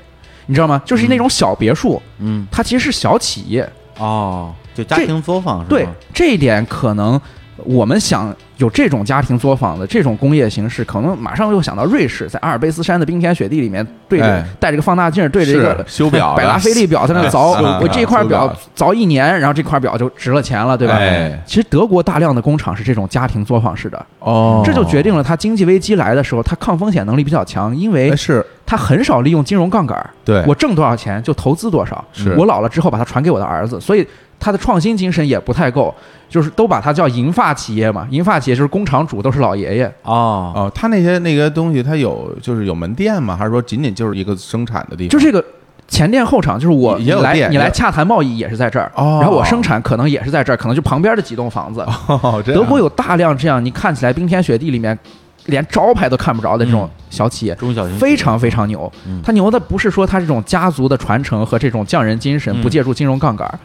S3: 你知道吗？就是那种小别墅，
S4: 嗯
S3: 它其实是小企业，
S2: 嗯
S4: 哦，就家庭作坊是吗
S3: 对这一点，可能我们想有这种家庭作坊的这种工业形式，可能马上就想到瑞士，在阿尔卑斯山的冰天雪地里面，对着、
S2: 哎
S3: 带着个放大镜，对着一个
S2: 是修表的
S3: 百达翡丽表在那
S2: 哎
S3: 凿，
S2: 修表
S3: 我这块
S2: 修表
S3: 表凿一年，然后这块表就值了钱了，对吧？
S2: 哎
S3: 其实德国大量的工厂是这种家庭作坊式的，
S2: 哦
S3: 这就决定了它经济危机来的时候，它抗风险能力比较强，因为
S2: 哎是
S3: 它很少利用金融杠杆儿。
S2: 对
S3: 我挣多少钱就投资多少，
S2: 是
S3: 我老了之后把它传给我的儿子，所以他的创新精神也不太够，就是都把它叫银发企业嘛，银发企业就是工厂主都是老爷爷，
S4: 哦，
S2: 哦，他那些那个东西，他有就是有门店吗？还是说仅仅就是一个生产的地方？
S3: 就这个前店后厂，就是我
S2: 也有
S3: 你来
S2: 店
S3: 你
S2: 也
S3: 来
S2: 有
S3: 洽谈贸易也是在这儿，
S2: 哦
S3: 然后我生产可能也是在这儿，可能就旁边的几栋房子，
S2: 哦，这样
S3: 德国有大量这样你看起来冰天雪地里面连招牌都看不着的这
S2: 嗯
S3: 种小企业，
S4: 中小型
S3: 非常非常牛
S4: 嗯。
S3: 他牛的不是说他这种家族的传承和这种匠人精神，
S4: 嗯
S3: 不借助金融杠杆儿，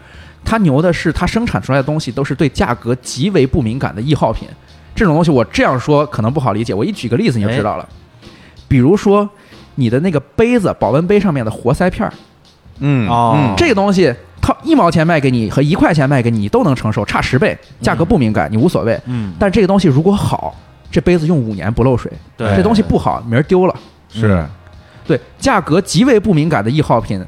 S3: 他牛的是他生产出来的东西都是对价格极为不敏感的易耗品。这种东西我这样说可能不好理解，我一举个例子你就知道了。
S4: 哎
S3: 比如说你的那个杯子，保温杯上面的活塞片儿，
S2: 嗯
S4: 哦
S2: 嗯
S3: 这个东西。它一毛钱卖给你和一块钱卖给你，你都能承受，差十倍，价格不敏感，你无所谓。
S4: 嗯，
S3: 但这个东西如果好，这杯子用五年不漏水；
S4: 对
S3: 这东西不好，明儿丢了。
S2: 是
S3: 对价格极为不敏感的易耗品，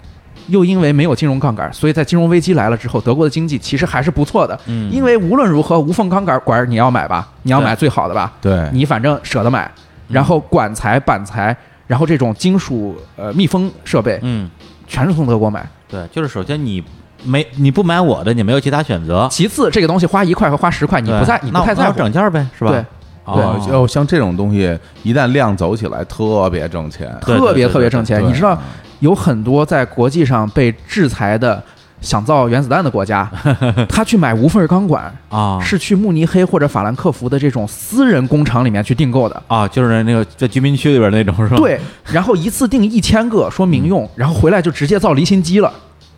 S3: 又因为没有金融杠杆，所以在金融危机来了之后，德国的经济其实还是不错的。
S4: 嗯
S3: 因为无论如何，无缝杠杆管儿你要买吧，你要买最好的吧，
S2: 对
S3: 你反正舍得买。
S4: 嗯
S3: 然后管材、板材，然后这种金属呃密封设备，
S4: 嗯，
S3: 全是从德国买。
S4: 对，就是首先你没你不买我的，你没有其他选择，
S3: 其次，这个东西花一块和花十块，你不
S4: 对
S3: 在，你
S4: 那
S3: 不
S4: 我
S3: 太
S4: 那
S3: 在
S4: 我
S3: 乎，
S4: 整件儿呗，是吧？
S3: 对，
S2: 哦，
S4: 哦，
S2: 就像这种东西，一旦量走起来，特别挣钱。
S4: 对对
S3: 特别
S4: 对
S3: 特别
S4: 对
S3: 挣钱。
S2: 对
S3: 你知道，有很多在国际上被制裁的想造原子弹的 国家，他去买无缝钢管，
S4: 啊
S3: 是去慕尼黑或者法兰克福的这种私人工厂里面去订购的。
S4: 啊，就是那个在居民区里边那种是吧？，
S3: 对，然后一次订一千个，说民用，然后回来就直接造离心机了。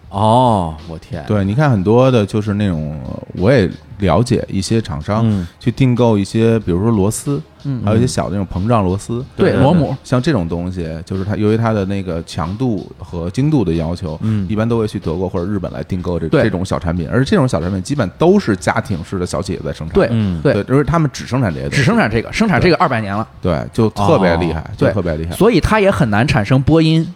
S4: 哦，我天，
S2: 对，你看很多的，就是那种我也了解一些厂商
S4: 嗯
S2: 去订购一些，比如说螺丝，
S3: 嗯
S2: 还有一些小的那种膨胀螺丝，
S4: 对
S3: 对，
S4: 对
S3: 螺母，
S2: 像这种东西，就是它由于它的那个强度和精度的要求，
S4: 嗯
S2: 一般都会去德国或者日本来订购这
S3: 对
S2: 这种小产品，而这种小产品基本都是家庭式的小企业在生产，
S3: 对
S4: 嗯
S2: 对，
S3: 对，
S2: 就是他们只生产这些东西，
S3: 只生产这个，生产这个二百年了，
S2: 对，就特别厉害，就
S3: 对
S2: 特别厉害，
S3: 所以它也很难产生波音。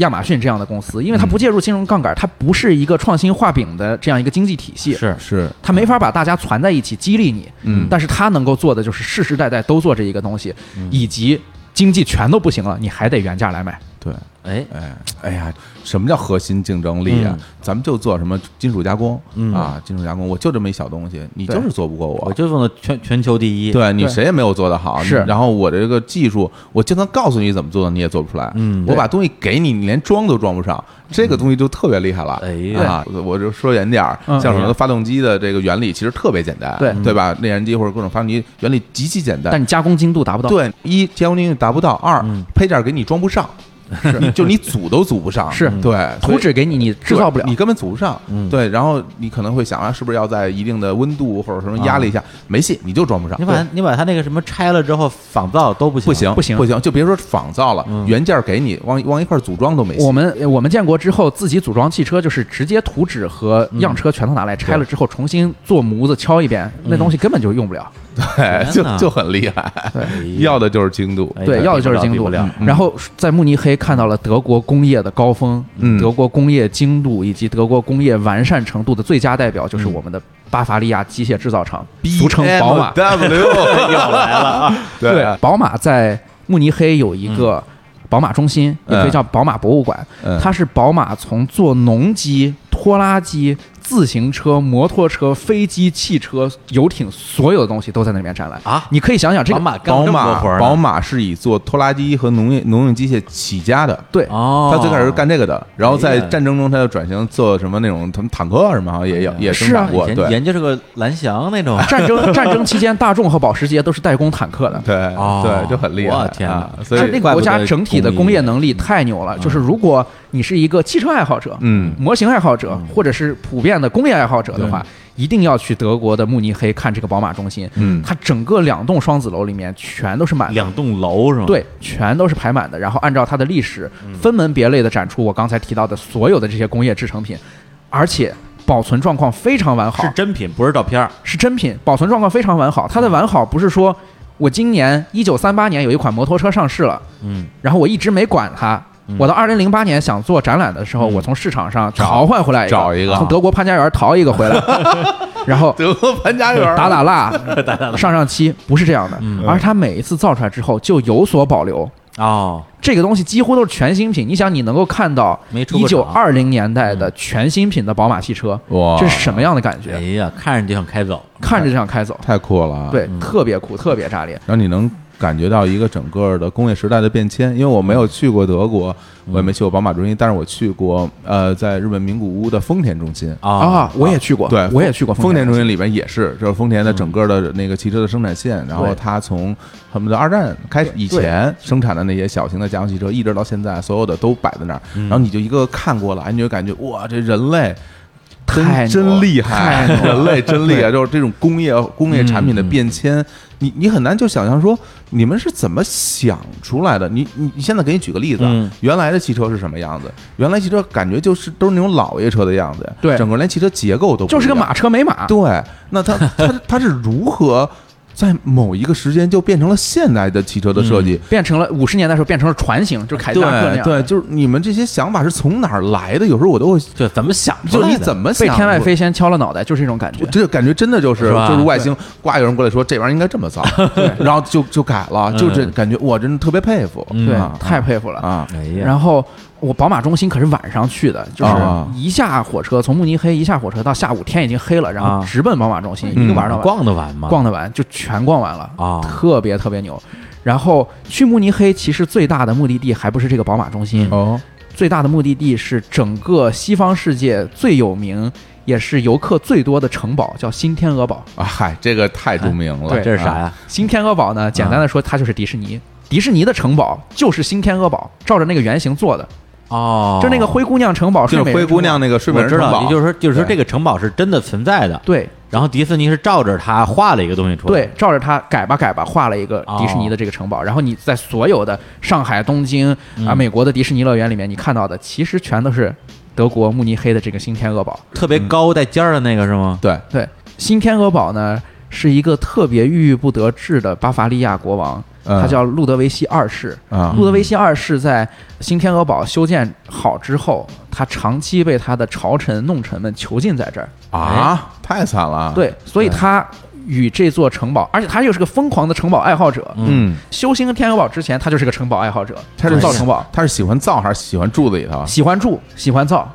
S3: 亚马逊这样的公司，因为它不介入金融杠杆，它不是一个创新画饼的这样一个经济体系，
S4: 是
S2: 是
S3: 它没法把大家攒在一起激励你。
S2: 嗯
S3: 但是它能够做的就是世世代代都做这一个东西，以及经济全都不行了，你还得原价来买。
S2: 对。
S4: 哎，
S2: 哎，哎呀，什么叫核心竞争力啊？
S4: 嗯
S2: 咱们就做什么金属加工、
S4: 嗯
S2: 啊，金属加工，我就这么一小东西，你
S3: 对
S2: 就是做不过我
S4: 我。就弄到全全球第一，
S2: 对你
S3: 对
S2: 谁也没有做得好，
S3: 是
S2: 你然后我这个技术，我就算告诉你怎么做的，你也做不出来。
S4: 嗯
S2: 我把东西给你，你连装都装不上，这个东西就特别厉害了。
S4: 哎呀
S2: 啊，我我就说远点儿，
S3: 嗯
S2: 像什么发动机的这个原理其实特别简单，
S3: 对
S2: 对吧？内燃机或者各种发动机原理极其简单，
S3: 但你加工精度达不到。
S2: 对，一监控定达不到，二
S4: 嗯
S2: 配件给你装 不上，是就你组都组不上，
S3: 是
S2: 对，所以
S3: 图纸给你，你制
S2: 对
S3: 造不了
S2: 你。根本组不上。
S4: 嗯
S2: 对，然后你可能会想啊，是不是要在一定的温度或者什么压力下，没戏，你就装不上
S4: 啊你。把你把它那个什么拆了之后仿造都不行，嗯
S2: 不行，
S3: 不行
S2: 不行，就别说仿造了，原件给你，往往一块儿组装都没戏。
S3: 我们我们建国之后，自己组装汽车就是直接图纸和样车全都拿来拆了之后，重新做模子敲一遍，那东西根本就用不了。
S2: 对，就
S4: 天哪
S2: 就很厉害，
S3: 对
S2: 要的就是精度。嗯
S4: 哎
S3: 对，要的就是精
S4: 比不
S3: 度
S4: 了比不了。
S3: 然后在慕尼黑看到了德国工业的高峰
S2: 嗯，
S3: 德国工业精度以及德国工业完善程度的最佳代表就是我们的巴伐利亚机械制造厂，俗称宝马。
S2: W
S4: 又来了啊！嗯
S2: 对，
S3: 宝马在慕尼黑有一个宝马中心，
S2: 嗯
S3: 也可以叫宝马博物馆。
S2: 嗯
S3: 它是宝马从做农机、拖拉机、自行车、摩托车、飞机、汽车、游艇，所有的东西都在那里面展览
S4: 啊
S3: 你可以想想这个
S4: 宝马干
S2: 宝
S4: 了这么多
S2: 马
S4: 活儿呢
S2: 宝马是以做拖拉机和农业农用机械起家的，
S3: 对。
S4: 哦，
S2: 他最开始是干这个的，然后在
S4: 哎呀
S2: 战争中他就转型做什么那种什么坦克什么，好像也
S4: 哎
S2: 有也生
S3: 是啊
S2: 产过，
S4: 研
S2: 对
S4: 研究是个蓝翔那种，
S3: 战争战争期间，大众和保时捷都是代工坦克的。
S2: 对
S4: 哦
S2: 对，就很厉害。
S4: 我天
S2: 啊
S4: 哪
S2: 所
S3: 但是那
S2: 以
S3: 个国家整体的工
S4: 怪
S3: 业
S4: 不得嗯
S3: 能力太牛了，就是如果你是一个汽车爱好者，
S2: 嗯
S3: 模型爱好者，或者是普遍的工业爱好者的话，一定要去德国的慕尼黑看这个宝马中心。
S2: 嗯
S3: 它整个两栋双子楼里面全都是满的，
S4: 两栋嗯楼是吗？
S3: 对，全都是排满的。然后按照它的历史，分门别类的展出我刚才提到的所有的这些工业制成品，而且保存状况非常完好，
S4: 是真品，不是照片儿。
S3: 是真品，保存状况非常完好。它的完好不是说我今年一九三八年有一款摩托车上市了，
S4: 嗯，
S3: 然后我一直没管它。我到二零零八年想做展览的时候，
S4: 嗯
S3: 我从市场上淘换回来一个，
S2: 找一个
S3: 从德国潘家园淘一个回来，然后
S2: 德国潘家园儿
S3: 打打蜡、上上漆，不是这样的，而是它每一次造出来之后就有所保留。
S4: 哦，
S3: 这个东西几乎都是全新品，你想你能够看到
S4: 没出
S3: 一
S4: 过
S3: 九
S4: 厂
S3: 二零年代的全新品的宝马汽车，
S2: 哇，
S3: 这是什么样的感觉
S4: 哎？呀，看着就想开走，
S3: 看着就想开走，
S2: 太酷了啊，
S3: 对，特别酷，特别炸裂。
S2: 然后你能感觉到一个整个的工业时代的变迁。因为我没有去过德国，我也
S4: 嗯
S2: 没去过宝马中心，但是我去过呃，在日本名古屋的丰田中心。
S4: 啊，
S3: 啊，我也去过，
S2: 对，
S3: 我也去过
S2: 丰田
S3: 田
S2: 中心里边也是，就是丰田的整个的那个汽车的生产线，然后
S3: 对
S2: 它从恨不得二战开始以前生产的那些小型的家用汽车，一直到现在，所有的都摆在那儿，
S3: 嗯
S2: 然后你就一个看过来，你就感觉哇，这人类。
S3: 太
S2: 真
S3: 牛了
S2: 真厉害
S3: 太，牛 了
S2: 人类真厉害，就是这种工业工业产品的变
S3: 嗯
S2: 迁，你你很难就想象说你们是怎么想出来的。你你你现在给你举个例子啊，
S4: 嗯
S2: 原来的汽车是什么样子？原来汽车感觉就是都是那种老爷车的样子，
S3: 对
S2: 整个连汽车结构都不
S3: 就是个
S2: 一样
S3: 马车没马，
S2: 对，那它它它是如何在某一个时间就变成了现代的汽车的设计？
S3: 变成了五十年代的时候变成了船型，就是凯嗯迪拉克那
S2: 对
S3: 样，
S2: 对，就是你们这些想法是从哪儿来的？有时候我都会，
S4: 这怎么想出
S2: 就
S4: 来
S2: 你
S4: 的
S2: 怎么
S3: 被
S2: 想
S3: 天外
S2: 出
S3: 飞仙敲了脑袋，就是这种感觉
S2: 我。这个感觉真的就是
S4: 是吧
S2: 就是外星呱，有人过来说这玩意儿应该这么造，然后就就改了，就这
S4: 嗯
S2: 感觉我真的特别佩服，
S4: 嗯
S3: 对
S2: 啊，
S3: 太佩服了。
S2: 啊，
S4: 哎呀，
S3: 然后我宝马中心可是晚上去的，就是
S2: 啊
S3: 一下火车从慕尼黑一下火车到下午天已经黑了，然后
S4: 啊
S3: 直奔宝马中心，一
S2: 嗯
S3: 个晚上到晚上
S4: 逛得完吗？
S3: 逛得完就全逛完了
S4: 啊
S3: 特别特别牛。然后去慕尼黑，其实最大的目的地还不是这个宝马中心，
S2: 哦，
S3: 最大的目的地是整个西方世界最有名也是游客最多的城堡，叫新天鹅堡。
S2: 啊嗨，这个太著名了，
S1: 哎
S3: 对
S4: 这是啥
S2: 啊？
S4: 呀？
S3: 新天鹅堡呢，简单的说，它就是迪士尼。迪士尼的城堡就是新天鹅堡，照着那个原型做的，
S4: 哦，
S3: 啊就那个灰姑娘城堡，
S2: 就
S3: 睡美
S2: 是
S3: 人
S2: 灰姑娘
S3: 城堡。
S2: 那个睡美
S4: 我
S2: 人
S4: 知
S2: 城
S4: 道，
S2: 堡
S4: 也，就是说，就是说
S3: 对
S4: 这个城堡是真的存在的。
S3: 对
S4: 然后迪士尼是照着它画了一个东西出来。
S3: 对，，照着它改吧改吧，画了一个
S2: 哦
S3: 迪士尼的这个城堡。然后你在所有的上海、东京啊、
S4: 嗯
S3: 美国的迪士尼乐园里面，你看到的其实全都是德国慕尼黑的这个新天鹅堡。
S4: 特别高带尖儿的那个是吗？
S2: 对，
S3: 对，新天鹅堡呢是一个特别郁郁不得志的巴伐利亚国王，
S2: 嗯
S3: 他叫路德维希二世。
S2: 啊
S3: 路德维希二世在新天鹅堡修建好之后，他长期被他的朝臣弄臣们囚禁在这儿。
S2: 啊，太惨了，
S3: 对，，所以他与这座城堡，而且他又是个疯狂的城堡爱好者。
S2: 嗯，
S3: 修新天鹅堡之前，他就是个城堡爱好者，
S2: 他是
S3: 造城堡。
S2: 他是喜欢造还是喜欢住里头？
S3: 喜欢住，喜 欢造，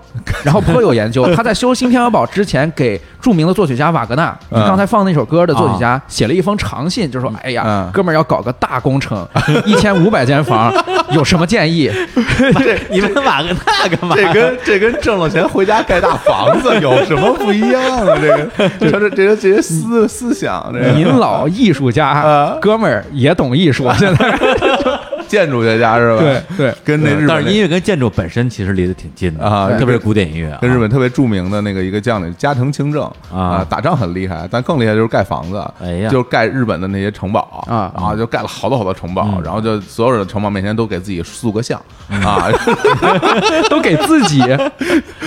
S3: 然后颇有研究。他在修《新天鹅堡》之前，给著名的作曲家瓦格纳，
S2: 嗯
S3: 刚才放那首歌的作曲家，写了一封长信，就说：“哎呀
S2: 嗯，
S3: 哥们儿要搞个大工程，一千五百间 房，有什么建议
S4: 这你们瓦格纳干 嘛？
S2: 这跟这跟挣了钱回家盖大房子有什么不一样啊？这个 这这这这些思思想，这？”
S3: 您
S2: 个
S3: 老艺术家
S2: 啊，
S3: 哥们儿也懂艺
S2: 嗯
S3: 术，现 在
S2: 建筑学家是吧？
S3: 对对，
S2: 跟那日
S4: 但
S2: 本
S4: 是
S2: 那
S4: 音乐跟建筑本身其实离得挺近的
S2: 啊
S4: 特别是古典音乐啊，
S2: 跟日本特别著名的那个一个将领加藤清正
S4: 啊
S2: 打仗很厉害，但更厉害就是盖房子，
S4: 哎呀
S2: 就是盖日本的那些城堡
S3: 啊
S2: 然后就盖了好多好多城堡，
S4: 嗯
S2: 然后就所有的城堡面前都给自己塑个像啊，
S3: 都给自己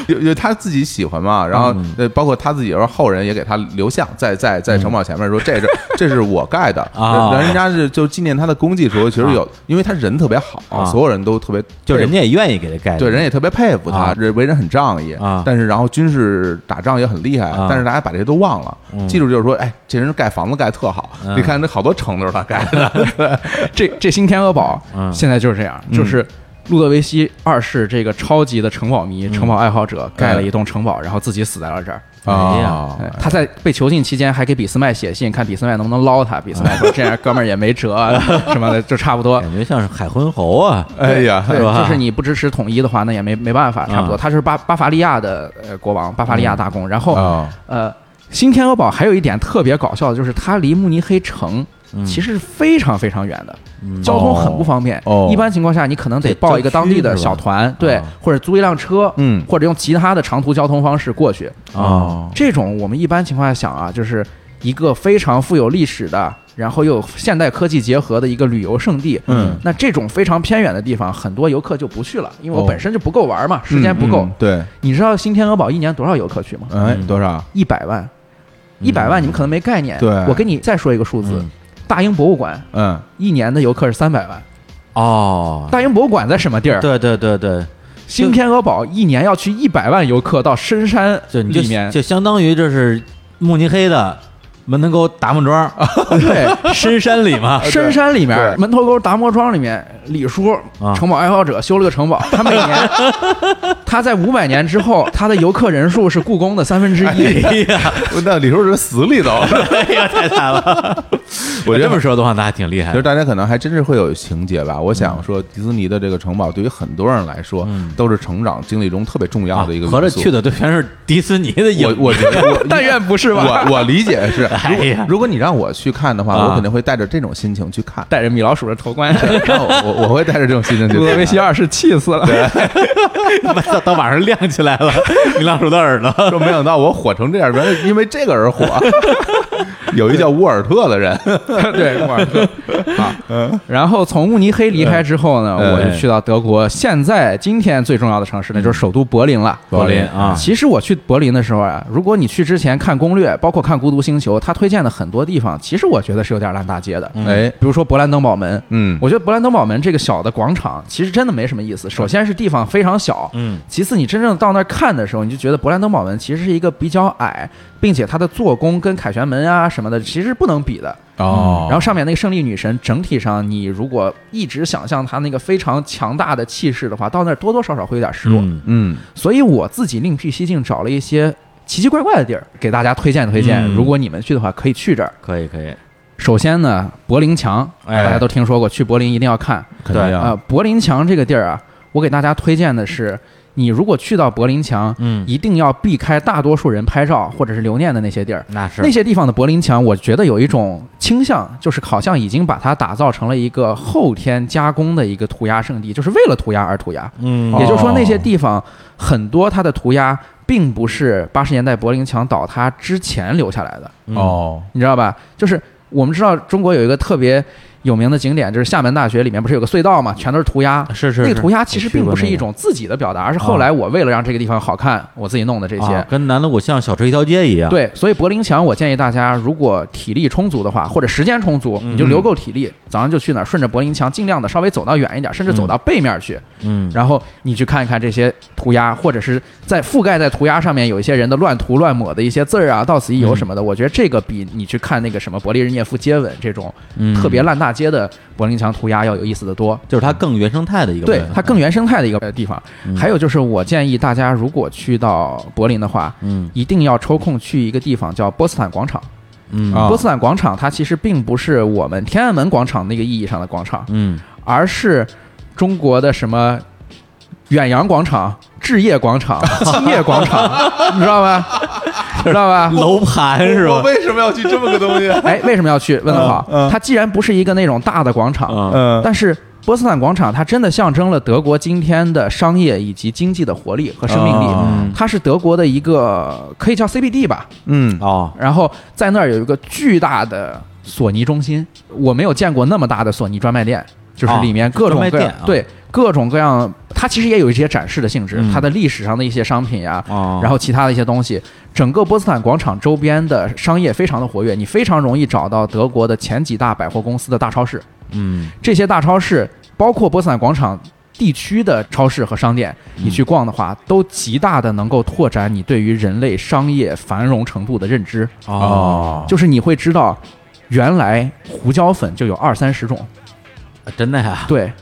S2: 有有他自己喜欢嘛，然后
S4: 嗯
S2: 呃，包括他自己，然后后人也给他留像，在在在城堡前面说这是这是我盖的，
S4: 啊
S2: 然后人家是就纪念他的功绩的时候，其实有，因为他人特别
S4: 啊
S2: 好，所有人都特别
S4: 就人家也愿意给他盖。
S2: 对人也特别佩服他
S4: 啊，
S2: 人为人很仗义
S4: 啊
S2: 但是然后军事打仗也很厉害
S4: 啊，
S2: 但是大家把这些都忘了
S4: 嗯，
S2: 记住就是说，哎，这人盖房子盖特好，
S4: 嗯
S2: 你看这好多城都是他盖 的，
S3: 这这新天鹅堡
S4: 嗯
S3: 现在就是这样，就是路德维希二世这个超级的城堡
S2: 嗯
S3: 迷、城堡爱好者盖了一栋城堡，然后自己死在了这儿。
S4: 哎呀
S2: 啊
S3: 哎他在被囚禁期间还给俾斯麦写信，看俾斯麦能不能捞他。俾斯麦说：“这样哥们儿也没 辙啊，什么的，就差不多。
S4: 感觉像是海昏侯啊。
S2: 哎呀”，
S3: 对，
S4: 是吧
S3: 就是你不支持统一的话，那也没没办法，差不多。
S4: 嗯
S3: 他是巴巴伐利亚的呃国王，巴伐利亚大公。然后
S4: 嗯
S2: 啊，
S3: 呃，新天鹅堡还有一点特别搞笑的，就是它离慕尼黑城
S4: 嗯
S3: 其实是非常非常远的，交通很不方便。
S2: 哦
S3: 一般情况下，你可能得
S4: 得
S3: 报一个
S4: 郊
S3: 当
S4: 区
S3: 地的
S4: 是吧
S3: 小团，对
S4: 啊，
S3: 或者租一辆车，
S2: 嗯
S3: 或者用其他的长途交通方式过去。
S4: 哦
S3: 这种我们一般情况下想啊，就是一个非常富有历史的然后又有现代科技结合的一个旅游胜地。
S2: 嗯，
S3: 那这种非常偏远的地方，很多游客就不去了，因为
S2: 哦
S3: 我本身就不够玩嘛，时间不够。
S2: 嗯嗯对，
S3: 你知道新天鹅堡一年多少游客去吗？
S4: 嗯
S2: 哎，多少？
S3: 一百万，一百万你们可能没概念。
S2: 对
S3: 我给你再说一个数字，
S4: 嗯
S3: 大英博物馆
S2: 嗯，
S3: 一年的游客是三百万。
S1: 啊
S4: 哦，
S3: 大英博物馆在什么地儿？
S4: 对对对对，
S3: 新天鹅堡一年要去一百万游客到深山
S4: 就你就
S3: 里面，
S4: 就相当于这是慕尼黑的门头沟达木庄，
S3: 对，
S4: 深山里 嘛，
S3: 深山里
S2: 对
S3: 面，门头沟达摩庄里面，李叔
S4: 啊
S3: 城堡爱好者修了个城堡，他每 年他在五百年之后，他的游客人数是故宫的三分之一。
S4: 哎呀，
S2: 那李叔是死里头，
S4: 哎呀，太惨了！
S2: 我觉
S4: 这
S2: 得
S4: 么说的话，那还挺厉害
S2: 其实。大家可能还真是会有情节吧。我想说，迪士尼的这个城堡对于很多人来说，都是成长经历中特别重要
S4: 啊
S2: 的一个元素。
S4: 合着去的都全是迪士尼的影
S2: 我，我觉得我
S3: 但愿不是吧？。
S2: 我我理解是，
S4: 哎
S2: 如
S4: 呀
S2: 果如果你让我去看的话，
S4: 啊
S2: 我肯定会带着这种心情去看
S3: 带着米老鼠的头冠，
S2: 然后我我我会带着这种心情去
S3: 俄维
S2: 看。
S3: 西二世气死了。
S4: 到 到晚上亮起来了，米老鼠的耳朵。
S2: 说没想到我火成这样，原来是因为这个而火。 有一叫沃尔特的人，
S3: 对，莫尔 特啊。然后从慕尼黑离开之后呢，
S4: 哎
S2: 嗯
S3: 我就去到德国现在今天最重要的城市，那就是首都柏林了。
S4: 嗯柏林啊
S3: 其实我去柏林的时候啊，如果你去之前看攻
S4: 嗯
S3: 略，包括看《孤独星球》，他推荐的很多地方，其实我觉得是有点烂大街的。
S4: 嗯
S2: 哎，
S3: 比如说勃兰登堡门，
S2: 嗯，
S3: 我觉得勃兰登堡门这个小的广场其实真的没什么意思。首先是地方非常小，
S4: 嗯，
S3: 其次你真正到那儿看的时候，你就觉得勃兰登堡门其实是一个比较矮，并且它的做工跟凯旋门啊什么的其实不能比的。
S2: 哦
S3: 然后上面那个胜利女神，整体上你如果一直想象她那个非常强大的气势的话，到那儿多多少少会有点失落。
S4: 嗯
S2: 嗯，
S3: 所以我自己另辟蹊径，找了一些奇奇怪怪的地儿给大家推荐推荐。
S4: 嗯
S3: 如果你们去的话，可以去这儿。
S4: 可以可以，
S3: 首先呢，柏林墙，
S4: 哎
S3: 大家都听说过，去柏林一定要看
S2: 肯定
S4: 对
S3: 啊、
S2: 要
S3: 呃柏林墙这个地儿啊，我给大家推荐的是，你如果去到柏林墙，
S4: 嗯，
S3: 一定要避开大多数人拍照或者是留念的那些地儿。
S4: 那是
S3: 那些地方的柏林墙，我觉得有一种倾向，就是好像已经把它打造成了一个后天加工的一个涂鸦圣地，就是为了涂鸦而涂鸦。
S4: 嗯
S3: 也就是说，那些哦地方很多它的涂鸦并不是八十年代柏林墙倒塌之前留下来的，
S1: 嗯
S4: 嗯
S2: 哦，
S3: 你知道吧？就是我们知道中国有一个特别有名的景点，就是厦门大学里面不是有个隧道嘛，全都是涂鸦。
S4: 是是
S3: 那个
S4: 是
S3: 涂鸦其实
S4: 我去
S3: 并
S4: 过
S3: 不是
S4: 那个
S3: 一种自己的表达，而是后
S4: 啊
S3: 来我为了让这个地方好看，我自己弄的这些
S4: 啊。跟南锣鼓巷小吃一条街一样。，
S3: 对，所以柏林墙，我建议大家，如果体力充足的话，或者时间充
S4: 嗯
S3: 足，你就留够体力，早上就去哪儿，顺着柏林墙，尽量的稍微走到远一点，甚至走到背面去，
S4: 嗯，
S3: 然后你去看一看这些涂鸦，或者是在覆盖在涂鸦上面有一些人的乱涂乱抹的一些字儿啊，到此一游什么的，
S4: 嗯
S3: 我觉得这个比你去看那个什么勃列日涅夫接吻这种
S4: 嗯
S3: 特别烂大街的柏林墙涂鸦要有意思的多。
S4: 就是它更原生态的一嗯个部
S3: 对
S4: 分，
S3: 它更原生态的一个地方。还有就是，我建议大家如果去到柏林的话，
S4: 嗯
S3: 一定要抽空去一个地方叫波茨坦广场。
S4: 嗯
S2: 啊
S3: 波茨坦广场它其实并不是我们天安门广场那个意义上的广场，
S4: 嗯
S3: 而是中国的什么远洋广场、置业广场、七业广场， 你知道吧？知道吧？
S1: 嗯
S4: 楼盘是吧？
S2: 我为什么要去这么个东西？
S3: 哎，为什么要去？问得好
S2: 嗯嗯，
S3: 它既然不是一个那种大的广场，
S4: 嗯
S2: 嗯
S3: 但是波茨坦广场它真的象征了德国今天的商业以及经济的活力和生命力。
S2: 哦
S4: 嗯
S3: 它是德国的一个可以叫 CBD 吧，
S2: 嗯，
S4: 哦，
S3: 然后在那儿有一个巨大的索尼中心，我没有见过那么大的索尼专卖店，就是
S4: 啊
S3: 里面各种
S4: 专卖
S3: 各样、
S4: 店啊
S3: 对各种各样，它其实也有一些展示的性质，
S4: 嗯
S3: 它的历史上的一些商品呀、
S4: 哦
S3: 然后其他的一些东西，整个波茨坦广场周边的商业非常的活跃，你非常容易找到德国的前几大百货公司的大超市。
S4: 嗯
S3: 这些大超市，包括波茨坦广场地区的超市和商店，你去逛的话，都极大的能够拓展你对于人类商业繁荣程度的认知。
S4: 哦，
S3: 就是你会知道，原来胡椒粉就有二三十种，
S4: 啊真的呀，
S3: 对，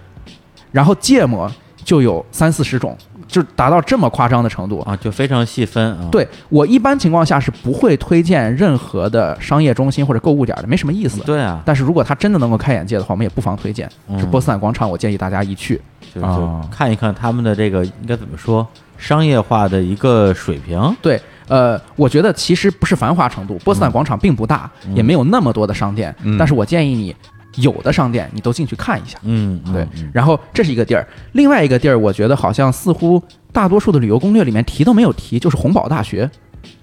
S3: 然后芥末就有三四十种，就达到这么夸张的程度。
S4: 啊，就非常细分啊。，
S3: 对我一般情况下是不会推荐任何的商业中心或者购物点的，没什么意思。
S4: 对啊，
S3: 但是如果它真的能够开眼界的话，我们也不妨推荐。
S4: 嗯
S3: 这波斯坦广场，我建议大家一去。
S4: 就
S2: 哦
S3: 啊
S4: 就看一看他们的这个应该怎么说商业化的一个水平。
S3: 对，呃，我觉得其实不是繁华程度，
S4: 嗯
S3: 波斯坦广场并不大，也没有那么多的商店，
S2: 嗯
S3: 但是我建议你有的商店你都进去看一下。
S4: 嗯，嗯
S3: 对
S4: 嗯，
S3: 然后这是一个地儿，另外一个地儿，我觉得好像似乎大多数的旅游攻略里面提都没有提，就是洪堡大学。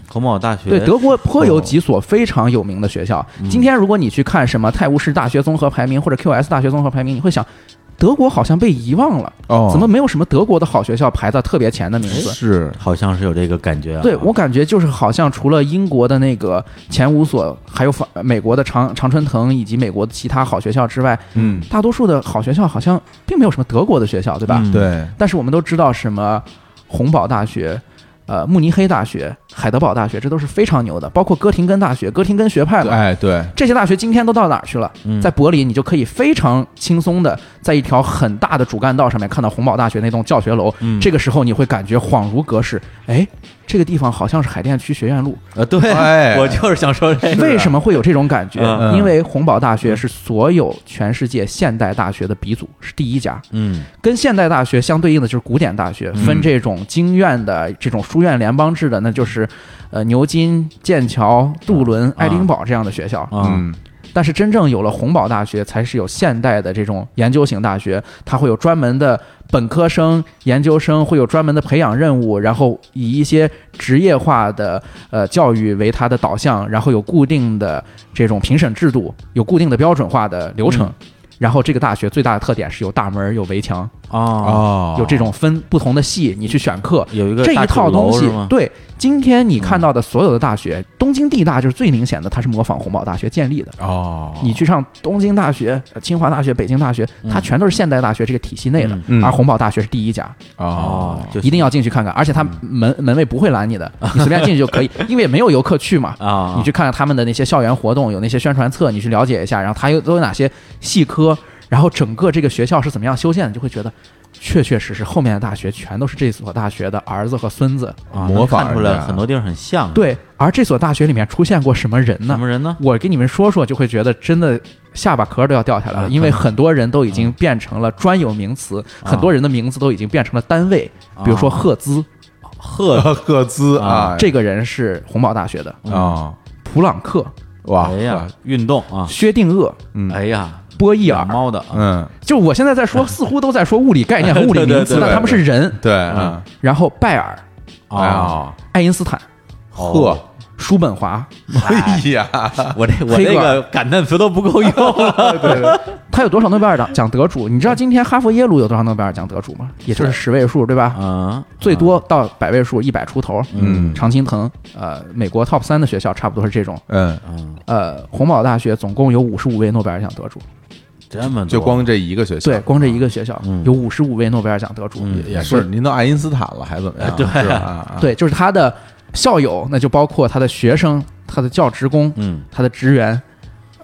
S4: 孔某尔大学哦嗯
S3: 对，德国颇有几所非常有名的学校。今天如果你去看什么泰晤士大学综合排名或者 QS 大学综合排名，你会想，德国好像被遗忘了，
S2: 哦，
S3: 怎么没有什么德国的好学校排在特别前的名字？
S2: 是
S4: 好像是有这个感觉啊。
S3: 对我感觉就是好像除了英国的那个前五所，还有法美国的常常春藤以及美国的其他好学校之外，
S2: 嗯，
S3: 大多数的好学校好像并没有什么德国的学校，对吧？
S4: 嗯
S2: 对，
S3: 但是我们都知道什么洪堡大学。呃，慕尼黑大学、海德堡大学，这都是非常牛的，包括哥廷根大学、哥廷根学派嘛，
S2: 哎对，
S3: 这些大学今天都到哪儿去了？
S4: 嗯
S3: 在柏林，你就可以非常轻松的在一条很大的主干道上面看到洪堡大学那栋教学楼。
S4: 嗯
S3: 这个时候你会感觉恍如隔世，哎，这个地方好像是海淀区学院路。
S4: 啊，对
S2: 哎 啊
S4: 我就是想说这 个。
S3: 为什么会有这种感觉？
S4: 嗯
S2: 嗯
S3: 因为洪堡大学是所有全世界现代大学的鼻祖，是第一家。
S4: 嗯
S3: 跟现代大学相对应的就是古典大学，
S2: 嗯
S3: 分这种经院的这种书院联邦制的，那就是，呃，牛津、剑桥、杜伦、爱丁堡这样的学校。
S4: 啊，
S2: 嗯
S3: 但是真正有了洪堡大学，才是有现代的这种研究型大学，它会有专门的本科生、研究生，会有专门的培养任务，然后以一些职业化的呃教育为它的导向，然后有固定的这种评审制度，有固定的标准化的流程。
S4: 嗯
S3: 然后这个大学最大的特点是有大门儿、有围墙，
S4: 啊，
S2: 哦，
S3: 有这种分不同的系，你去选课，
S4: 有一个
S3: 这一
S4: 大
S3: 套
S4: 主楼
S3: 东西
S4: 是吗，嗯
S3: 对，今天你看到的所有的大学，东京地大就是最明显的，它是模仿洪堡大学建立的。
S2: 哦，
S3: 你去上东京大学、呃清华大学、北京大学，
S4: 嗯
S3: 它全都是现代大学这个体系内的，
S2: 嗯嗯
S3: 而洪堡大学是第一家，
S2: 哦
S4: 哦，，就嗯
S3: 一定要进去看看，而且它门、门卫不会拦你的，你随便进去就可以，因为没有游客去嘛。
S4: 啊，
S3: 你去看看他们的那些校园活动，有那些宣传册，你去了解一下，然后它又都有哪些系科，然后整个这个学校是怎么样修建的，你就会觉得。确确实实，后面的大学全都是这所大学的儿子和孙子。
S4: 啊
S2: 模仿
S4: 能看出
S2: 人
S4: 来
S2: 家
S4: 很多地方很像。，
S3: 对，而这所大学里面出现过什么人呢？
S4: 什么人呢？
S3: 我给你们说说，就会觉得真的下巴壳都要掉下来
S4: 啊
S3: 了，因为很多人都已经变成了专有名词，
S4: 啊
S3: 很多人的名字都已经变成了单位，
S4: 啊哎
S3: 比如说赫兹，
S4: 赫
S2: 赫兹哦啊，
S3: 这个人是洪堡大学的，
S2: 啊，
S3: 普朗克、
S2: 哇
S4: 哎，呀，运动啊，
S3: 薛定谔、
S2: 嗯
S4: 哎呀，
S3: 波义
S4: 养
S3: 尔，
S4: 猫的啊，
S2: 嗯，
S3: 就我现在在说，似乎都在说物理概念和物理
S4: 对对
S3: 名词，
S4: 对
S3: 但他们是人。
S2: 对，嗯，
S3: 然后拜尔、
S2: 哎呀，
S3: 爱因斯坦、
S2: 呵，
S3: 叔本华，
S2: 哎 呀，
S4: 哦我 这我这
S3: 黑格
S4: 个感叹词都不够 用了。
S3: 他有多少诺贝尔奖奖得主？你知道今天哈佛、耶鲁有多少诺贝尔奖得主吗？也就是十位数，对吧？
S4: 嗯，
S3: 最多到百位数，一百出头。
S2: 嗯
S3: 常青藤，呃，美国 top 三的学校差不多是这种。
S2: 嗯，
S4: 嗯，
S3: 呃，洪堡大学总共有五十五位诺贝尔奖得主，
S4: 这么多
S2: 就光这一个学校，
S3: 对，光这一个学校
S4: 嗯
S3: 有五十五位诺贝尔奖得主，
S4: 嗯
S2: 也是，您都爱因斯坦了，还怎么样？
S4: 哎对
S2: 是吧啊，啊
S3: 对，就是他的校友，那就包括他的学生、他的教职工、
S4: 嗯
S3: 他的职员。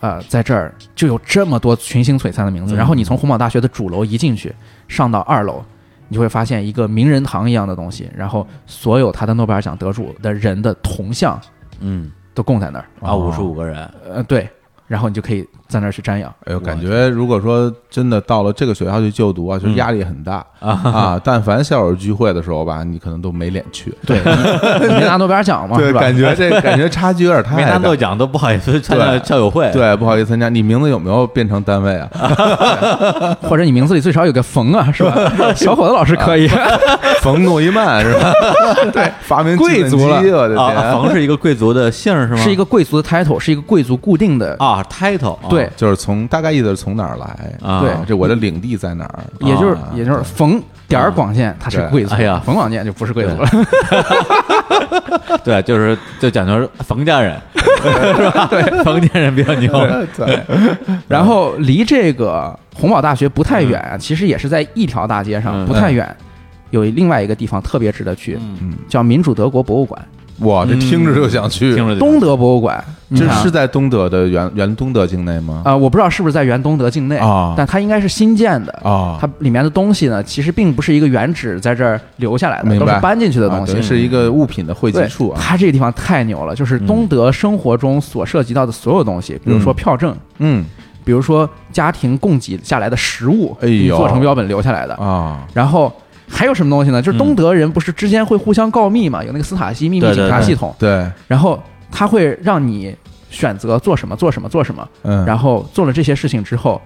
S3: 呃，在这儿就有这么多群星璀璨的名字，
S4: 嗯
S3: 然后你从洪堡大学的主楼一进去，上到二楼，你就会发现一个名人堂一样的东西，然后所有他的诺贝尔奖得主的人的铜像
S4: 嗯
S3: 都供在那儿，
S4: 啊，五十五个人，
S3: 呃，对，然后你就可以在那儿去瞻仰。
S2: 哎呦，感觉如果说真的到了这个学校去就读啊，其实压力很大啊。但凡校友聚会的时候吧，你可能都没脸去。
S3: 对，你 没拿诺贝尔奖 嘛，是吧？
S2: 感觉 这感觉差距有点太
S4: 没拿
S2: 大。
S4: 诺奖都不好意思参加
S2: 对
S4: 校友会。
S2: 对，不好意思参加。你名字有没有变成单位啊？
S3: 或者你名字里最少有个冯啊，是吧？小伙子老师可以，
S2: 冯诺依曼是 吧？对，发明计算机
S3: 贵族了
S2: 我的
S4: 啊，
S2: 天，
S4: 冯是一个贵族的姓儿是吗？
S3: 是一个贵族的 title，是一个贵族固定的。
S4: 啊，title 啊
S3: 对，
S2: 就是从大概意思是从哪儿来
S4: 啊
S3: 对
S2: 这我的领地在哪儿？
S3: 也就是
S2: 啊
S3: 也就是冯点儿广建，他是贵族。
S4: 对哎呀
S3: 冯广建就不是贵族了。
S4: 对，就是就讲究是冯家 人是吧？对，冯家人比较牛。
S3: 哦
S2: 对，
S3: 然后离这个洪堡大学不太远，啊其实也是在一条大街
S4: 嗯
S3: 上，不太远。有另外一个地方特别值得去，叫民主德国博物馆，
S2: 哇，
S3: 嗯
S2: 这听着就想去。
S4: 听着就
S3: 东德博物馆。你
S2: 这
S3: 看啊
S2: 是在东德的原原东德境内吗？
S3: 啊，我不知道是不是在原东德境内
S2: 啊
S3: 但它应该是新建的
S2: 啊
S3: 它里面的东西呢，其实并不是一个原址在这儿留下来的，
S2: 明
S3: 都
S2: 白
S3: 是搬进去的
S2: 啊
S3: 东西。
S2: 等于是一个物品的汇集
S3: 对
S2: 处，啊。
S3: 它这个地方太牛了，就是东德生活中所涉及到的所有东西，比如说票证，
S2: 嗯
S3: 比如说家庭供给下来的食物，
S2: 哎呦
S3: 做成标本留下来的，
S2: 啊，
S3: 然后。还有什么东西呢？就是东德人不是之间会互相告密嘛，有那个斯塔西秘密
S4: 对对
S3: 警察
S4: 对
S3: 系统，
S2: 嗯对，
S3: 然后他会让你选择做什么，做什么，做什么，
S2: 嗯，
S3: 然
S2: 后
S3: 后做了这些事情之后，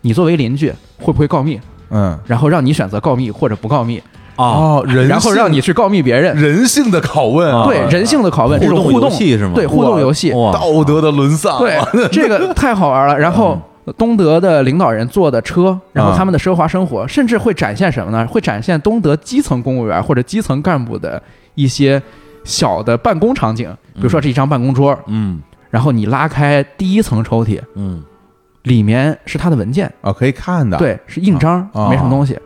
S3: 你作为邻居会不会告密？
S2: 嗯
S3: 然后让你选择告密或者不告密。
S4: 啊，
S2: 哦，人
S3: 然后
S2: 性
S3: 让你去告密别人，
S2: 人性的拷问啊，
S3: 对人性的拷问，
S4: 互
S3: 这种
S4: 动
S3: 互
S4: 游
S3: 动
S4: 戏是吗
S3: 对，互动游戏，
S4: 哇
S2: 道德的沦丧，
S3: 对，这个太好玩了。然后
S4: 嗯
S3: 东德的领导人坐的车，然后他们的奢华生
S4: 嗯
S3: 活，甚至会展现什么呢？会展现东德基层公务员或者基层干部的一些小的办公场景，比如说这一张办公桌，
S4: 嗯
S3: 然后你拉开第一层抽屉，
S4: 嗯
S3: 里面是他的文件，
S2: 啊，可以看的，，
S3: 对，是印章，
S2: 啊
S3: 没什么东西。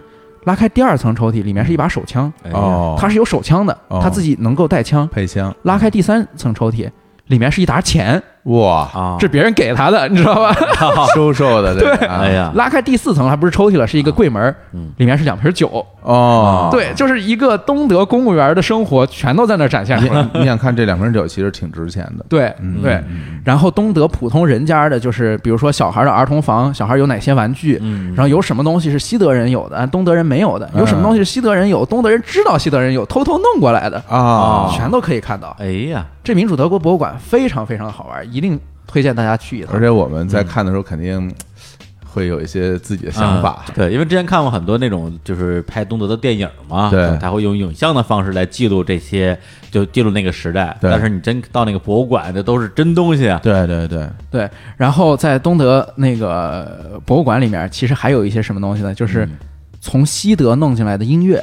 S3: 拉开第二层抽屉，里面是一把手枪，
S4: 哎呀
S2: 哦，
S3: 他是有手枪的，
S2: 哦
S3: 他自己能够带枪。
S2: 配枪，
S3: 拉开第三层抽屉，里面是一沓钱，
S2: 哇，
S4: 啊，
S3: 是别人给他的，你知道吧？
S2: 瘦瘦的，这个啊 嗯
S4: 哎， 呀，
S3: 拉开第四层还不是抽屉了，是一个柜门儿，嗯里面是两瓶酒。
S2: 哦，
S3: 啊 对，就是一个东德公务员的生活，全都在那儿展现出 来。
S2: 你，你想看这两瓶酒其实挺值钱的，
S3: 对对，
S2: 嗯
S3: 然后东德普通人家的，就是比如说小孩的儿童房，小孩有哪些玩具，
S4: 嗯
S2: 嗯
S3: 然后有什么东西是西德人有的，东德人没有的，有什么东西是西德人有，东德人知道西德人有，偷偷弄过来的，
S2: 啊，
S3: 全都可以看到。
S4: 哎呀，
S3: 这民主德国博物馆非常非常好玩，一定推荐大家去一趟
S2: 而。且我们在看的时候肯定会有一些自己的想法
S4: 嗯，对，因为之前看过很多那种就是拍东德的电影嘛，
S2: 对
S4: 他会用影像的方式来记录这些，就记录那个时代。
S2: 对
S4: 但是你真到那个博物馆，这都是真东西啊。
S2: 对对对，
S3: 对，然后在东德那个博物馆里面，其实还有一些什么东西呢？就是从西德弄进来的音乐，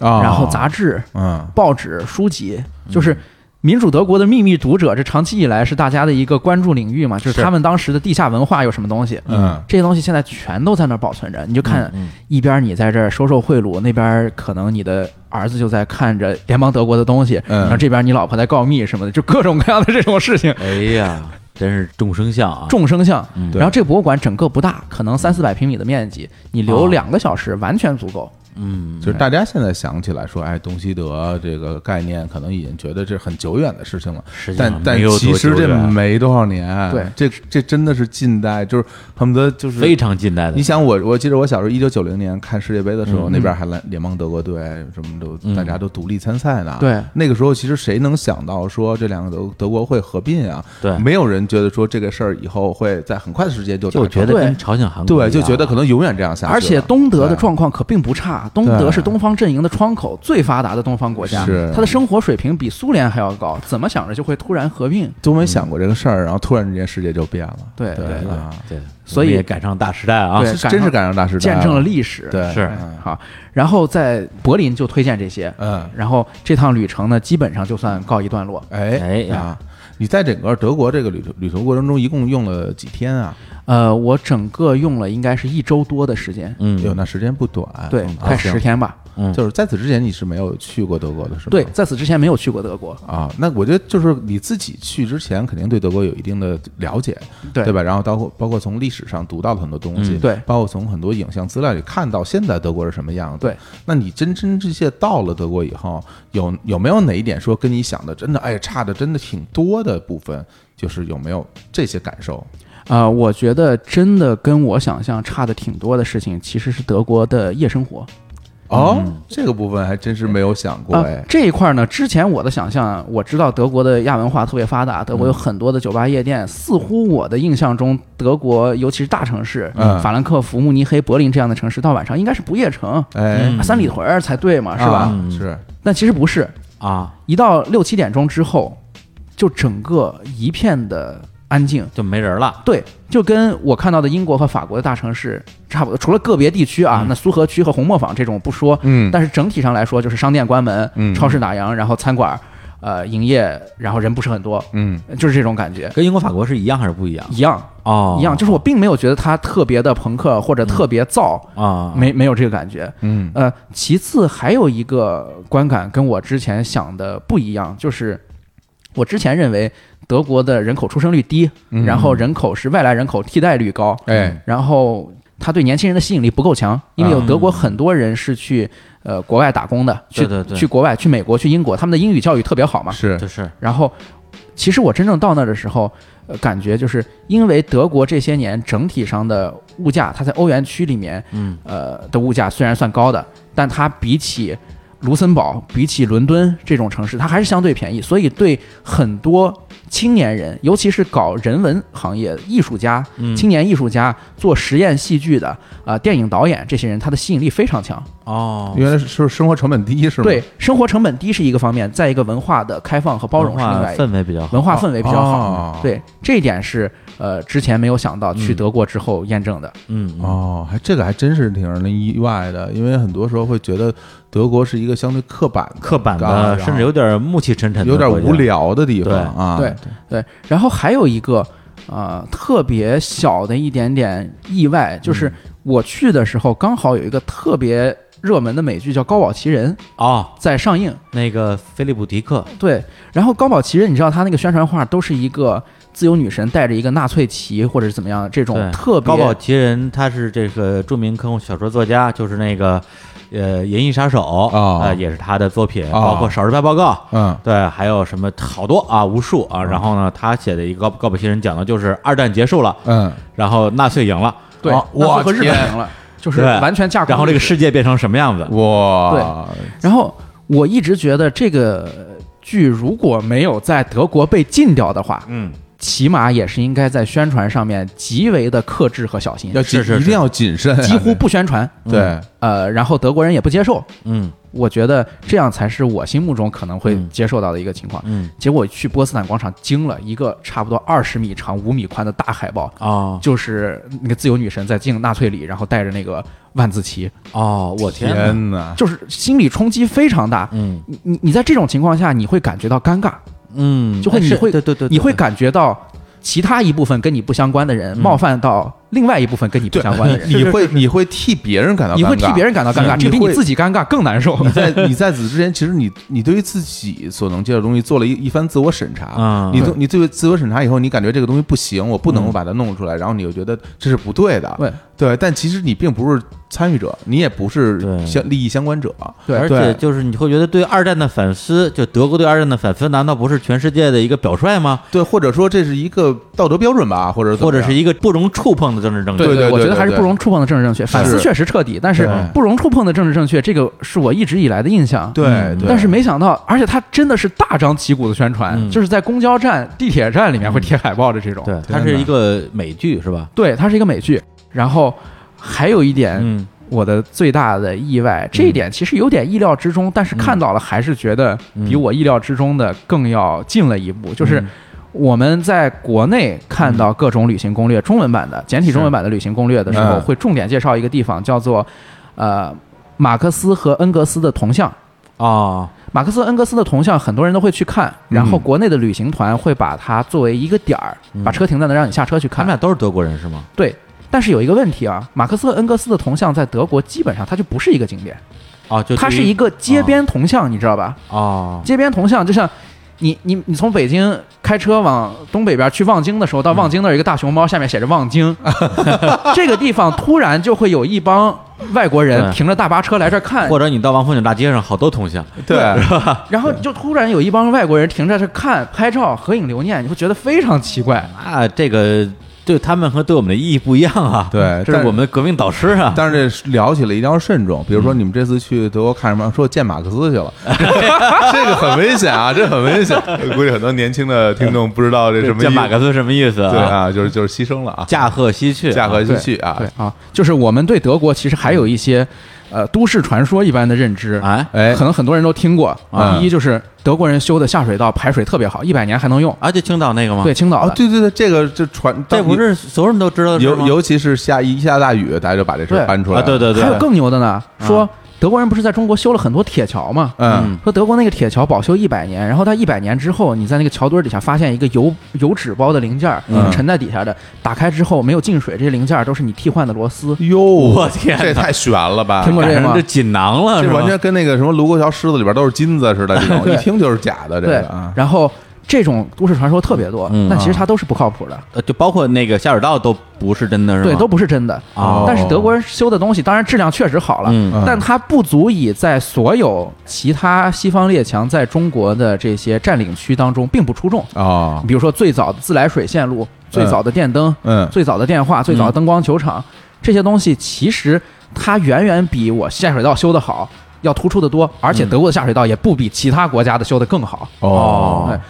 S2: 嗯啊，
S3: 然后杂志、
S2: 嗯，
S3: 报纸、书籍，就是。民主德国的秘密读者，这长期以来是大家的一个关注领域嘛，就是
S2: 是
S3: 他们当时的地下文化有什么东西，
S2: 嗯
S3: 这些东西现在全都在那儿保存着。你就看，一边你在这儿收受贿赂，那边可能你的儿子就在看着联邦德国的东西，
S2: 嗯
S3: 然后这边你老婆在告密什么的，就各种各样的这种事情。
S4: 哎呀，真是众生相啊！
S3: 众生相。
S2: 对
S3: 然后这个博物馆整个不大，可能三四百平米的面积，你
S2: 哦
S3: 留两个小时完全足够。
S4: 嗯，
S2: 就是大家现在想起来说，哎，东西德这个概念，可能已经觉得这是很久远的事情了
S4: 实。际上
S2: 但但
S4: 没有多
S2: 其实
S4: 久
S2: 这
S4: 远
S2: 没多少年，
S3: 对
S2: 这这真的是近代，就是恨不得就是
S4: 非。常近代的。
S2: 你想我，我记得我小时候一九九零年看世界杯的时
S3: 嗯
S2: 候，那边还来联邦德国队什么都，大家都独立参赛呢。
S3: 对
S2: 那个时候其实谁能想到说这两个德德国会合并啊？
S4: 对
S2: 没有人觉得说这个事儿以后会在很快的时间就
S4: 就
S2: 达成
S4: 觉得
S3: 对
S4: 跟朝鲜、韩国
S2: 对，
S4: 一
S2: 就
S4: 样
S2: 觉得可能永远这样下去了。
S3: 啊而且东德
S2: 对
S3: 的状况可并不差，东德是东方阵营的窗口，最发达的东方国家
S2: 是，
S3: 它的生活水平比苏联还要高，怎么想着就会突然合并。
S2: 都没想过这个事儿，然后突然之间世界就变了。
S3: 嗯对
S2: 对
S3: 对
S2: 啊，
S4: 对，
S3: 所以
S4: 我们也赶上大时代啊。
S3: 对
S2: 真是赶上大时代，
S3: 见证了历史，
S2: 对
S4: 是
S3: 哎好。然后在柏林就推荐这些，
S2: 嗯，
S3: 然后这趟旅程呢，基本上就算告一段落。
S2: 哎
S4: 哎呀
S2: 啊，你在整个德国这个旅途旅途过程中，一共用了几天啊？
S3: 呃，我整个用了应该是一周多的时间，
S4: 嗯，
S2: 有那时间不短，
S3: 对，
S2: 啊
S3: 快十。天吧。
S2: 行嗯就是在此之前你是没有去过德国的，是吗？
S3: 对，在此之前没有去过德国，
S2: 啊，那我觉得就是你自己去之前，肯定对德国有一定的了解，
S3: 对
S2: 对吧？然后包括包括从历史上读到了很多东西，
S4: 嗯
S3: 对
S2: 包括从很多影像资料里看到现在德国是什么样子。
S3: 对，
S2: 那你真真这些到了德国以后，有有没有哪一点说跟你想的真的哎差的真的挺多的部分？就是有没有这些感受？
S3: 啊，我觉得真的跟我想象差的挺多的事情，其实是德国的夜生活
S2: 哦，这个部分还真是没有想过
S3: 嗯啊、
S2: 哎。
S3: 这一块呢，之前我的想象，我知道德国的亚文化特别发达，德国
S2: 嗯
S3: 有很多的酒吧夜店。似乎我的印象中，德国尤其是大城市，
S2: 嗯
S3: 法兰克福、慕尼黑、柏林这样的城市，到晚上应该是不夜城、
S2: 哎，
S3: 三里屯儿才对嘛，是吧？
S2: 啊是，
S3: 但其实不是，
S4: 啊，
S3: 一到六七点钟之后，就整个一片的安静。
S4: 就没人了。
S3: 对，就跟我看到的英国和法国的大城市差不多，除了个别地区啊，那苏荷区和红磨坊这种不说，
S2: 嗯
S3: 但是整体上来说，就是商店关门，
S2: 嗯
S3: 超市打烊，然后餐馆，呃，营业，然后人不是很多，
S2: 嗯，
S3: 就是这种感觉，
S4: 跟英国、法国是一样还是不一样？
S3: 一样
S4: 哦，
S3: 一样，就是我并没有觉得它特别的朋克或者特别燥，
S2: 哦
S4: 啊，
S3: 没没有这个感觉，
S2: 嗯，
S3: 呃，其次还有一个观感跟我之前想的不一样，就是我之前认为德国的人口出生率低，
S2: 嗯
S3: 然后人口是外来人口替代率高，
S2: 哎，
S3: 然后他对年轻人的吸引力不够强，因为有德国很多人是去呃国外打工的，去
S4: 对对对
S3: 去国外，去美国，去英国，他们的英语教育特别好嘛。
S2: 是
S4: 就，是
S3: 然后，其实我真正到那儿的时候，呃，感觉就是因为德国这些年整体上的物价，它在欧元区里面，
S4: 嗯，
S3: 呃的物价虽然算高的，但它比起卢森堡比起伦敦这种城市，它还是相对便宜，所以对很多青年人，尤其是搞人文行业、艺术家、青年艺术家、做实验戏剧的、呃电影导演这些人，他的吸引力非常强。
S1: 哦，
S2: 原来是是生活成本低是吗？
S3: 对，，生活成本低是一个方面，再一个文化的开放和包容是另
S1: 文化
S3: 外一个。
S1: 氛围比较好。
S3: 文化氛围比较好，
S2: 哦
S3: 对这一点是呃之前没有想到，去德国之后验证的。
S1: 嗯，嗯
S2: 哦，还这个还真是挺让人意外的，因为很多时候会觉得德国是一个相对刻板的
S1: 刻板
S2: 啊
S1: 的，甚至有点暮气沉沉的
S2: 有
S1: 国家，
S2: 点无聊的地方
S1: 对
S2: 啊。
S3: 对对，然后还有一个呃特别小的一点点意外，
S1: 嗯
S3: 就是我去的时候刚好有一个特别热门的美剧叫《高堡奇人》
S1: 哦。
S3: 在上映，
S1: 那个菲利普迪克，
S3: 对，然后《高堡奇人》你知道他那个宣传画都是一个自由女神带着一个纳粹旗或者是怎么样这种
S1: 对
S3: 特别
S1: 高保奇人，他是这个著名科幻小说作家，就是那个呃《银翼杀手》
S2: 哦
S1: 呃，也是他的作品，
S2: 哦
S1: 包括《少数派报告》
S2: 嗯，
S1: 对，还有什么好多啊，无数啊。
S3: 嗯
S1: 然后呢，他写的一个高高保奇人讲的就是二战结束了，
S2: 嗯，
S1: 然后纳粹赢了，
S3: 对，
S2: 哦
S3: 纳粹
S2: 我
S3: 和日本
S2: 天
S3: 赢了，就是
S1: 对
S3: 完全架空。
S1: 然后这个世界变成什么样子？
S2: 嗯哇，
S3: 然后我一直觉得这个剧如果没有在德国被禁掉的话，
S1: 嗯，
S3: 起码也是应该在宣传上面极为的克制和小心，
S2: 要谨
S1: 是是
S2: 一定要谨慎啊，
S3: 几乎不宣传。
S2: 对。
S3: 呃，然后德国人也不接受，
S1: 嗯
S3: 我觉得这样才是我心目中可能会
S1: 嗯
S3: 接受到的一个情况。
S1: 嗯
S3: 结果去波茨坦广场惊了，一个差不多二十米长、五米宽的大海报，
S1: 哦
S3: 就是那个自由女神在敬纳粹礼，然后带着那个万字旗，
S1: 哦，我天哪，
S2: 天哪！
S3: 就是心理冲击非常大。
S1: 嗯
S3: 你你你在这种情况下，你会感觉到尴尬，
S1: 嗯，
S3: 就会你
S1: 是
S3: 会
S1: 对对对，对
S3: 你会
S1: 对
S3: 感觉到其他一部分跟你不相关的人冒犯到另外一部分跟嗯你不相关的人，
S2: 你会你会替别人感到尴尬，
S3: 你会替别人感到尴尬，
S2: 你
S3: 这比你
S2: 会
S3: 自己尴尬更难受。
S2: 你在你在此之前，其实你你对于自己所能接受的东西做了一一番自我审查，
S1: 啊嗯
S2: 你都你对于自我审查以后，你感觉这个东西不行，我不能把它弄出来，然后你又觉得这是不对的，
S3: 对
S2: 对，但其实你并不是参与者，你也不是
S1: 对
S2: 相利益相关者，
S3: 对
S1: 而且就是你会觉得对二战的反思，就德国对二战的反思，难道不是全世界的一个表率吗？
S2: 对，或者说这是一个道德标准吧，或者怎
S1: 或
S2: 么
S1: 者
S2: 样
S1: 是一个不容触碰的政治正确？
S2: 对对
S3: 我觉
S2: 对
S3: 得还是
S2: 对
S3: 不容触碰的政治正确，反思
S2: 是
S3: 确实彻底，但是
S2: 对
S3: 不容触碰的政治正确，这个是我一直以来的印象。
S2: 对
S1: 嗯，
S2: 对
S3: 但是没想到，而且他真的是大张旗鼓的宣传，
S1: 嗯
S3: 就是在公交站、地铁站里面
S2: 嗯
S3: 会贴海报的这种。
S1: 对，它是一个美剧是吧？
S3: 对，它是一个美剧。然后还有一点，
S1: 嗯
S3: 我的最大的意外，这一点其实有点意料之中，但是看到了还是觉得比我意料之中的更要近了一步。就是
S1: 嗯
S3: 我们在国内看到各种旅行攻略，中文版的简体中文版的旅行攻略的时候，
S2: 嗯
S3: 会重点介绍一个地方，叫做呃马克思和恩格斯的铜像。
S1: 哦，
S3: 马克思、恩格斯的铜像，很多人都会去看，然后
S2: 嗯
S3: 国内的旅行团会把它作为一个点儿，把车停在那儿，让你下车去
S1: 他
S3: 看
S1: 们。俩都是德国人是吗？
S3: 对，但是有一个问题啊，马克思和恩格斯的铜像在德国基本上它就不是一个景点，
S1: 哦，就
S3: 它
S1: 对
S3: 是
S1: 于
S3: 一个街边铜像，你知道吧？
S1: 哦，
S3: 街边铜像就像你你你从北京开车往东北边去望京的时候，到望京那儿有一个大熊猫，下面写着 望京，这个地方突然就会有一帮外国人
S1: 对
S3: 停着大巴车来这儿看，
S1: 或者你到王府井大街上好多铜像，
S2: 对，
S3: 然后就突然有一帮外国人停在这看拍照合影留念，你会觉得非常奇怪。
S1: 那啊这个对他们和对我们的意义不一样啊。
S2: 对
S1: 这
S2: 但
S1: 是我们的革命导师啊。
S2: 但是这聊起来一定要慎重，比如
S1: 嗯
S2: 说你们这次去德国看什么，说见马克思去了， 这个很危险啊，这很危险。 估计很多年轻的听众不知道这什么意
S1: 这
S2: 思
S1: 马克思什么意思？
S2: 对，啊，就是就是牺牲了啊，
S1: 驾鹤西去，
S2: 驾鹤西
S3: 对
S2: 去啊
S3: 对，啊，就是我们对德国其实还有一些，呃，都市传说一般的认知
S1: 嗯哎啊
S2: 哎
S3: 可能很多人都听过。
S2: 嗯
S3: 第一就是德国人修的下水道排水特别好，一百年还能用。
S1: 啊，就青岛那个吗？哦
S3: 对，，青岛
S2: 啊，
S3: 的
S2: 对对对，这个这传
S1: 这不是所有人都知道的事吗
S2: 尤尤其是下一下大雨，大家就把这事儿
S3: 对
S2: 搬出来
S1: 啊，
S2: 了，
S1: 对对对，啊
S3: 还有更牛的呢，说德国人不是在中国修了很多铁桥吗？
S2: 嗯，
S3: 说德国那个铁桥保修一百年，然后它一百年之后，你在那个桥墩儿底下发现一个油油纸包的零件儿
S2: 嗯
S3: 沉在底下的，打开之后没有进水，这些零件儿都是你替换的螺丝。
S1: 嗯
S2: 哟，
S1: 我天哪
S2: 这也太悬了吧！
S3: 听过
S1: 赶
S3: 这个
S1: 上
S3: 吗
S1: 这锦囊了，是
S2: 这
S1: 吧
S2: 完全跟那个什么卢沟桥狮子里边都是金子似的，这种一听就是假的，这
S3: 对
S2: 个
S1: 嗯
S2: 啊，，
S3: 然后这种都市传说特别多，但其
S1: 啊
S3: 实它都是不靠谱的。
S1: 呃，就包括那个下水道都不是真的，是吗？
S3: 对，都不是真的。
S1: 哦
S3: 但是德国人修的东西，当然质量确实好了，
S1: 嗯
S2: 嗯
S3: 但它不足以在所有其他西方列强在中国的这些占领区当中并不出众。
S2: 哦，
S3: 比如说最早的自来水线路、最早的电灯、
S2: 嗯，
S3: 最早的电话、最早的灯光球场，这些东西其实它远远比我下水道修得好，要突出的多，而
S1: 嗯
S3: 且德国的下水道也不比其他国家的修得更好。
S2: 哦
S3: 哎，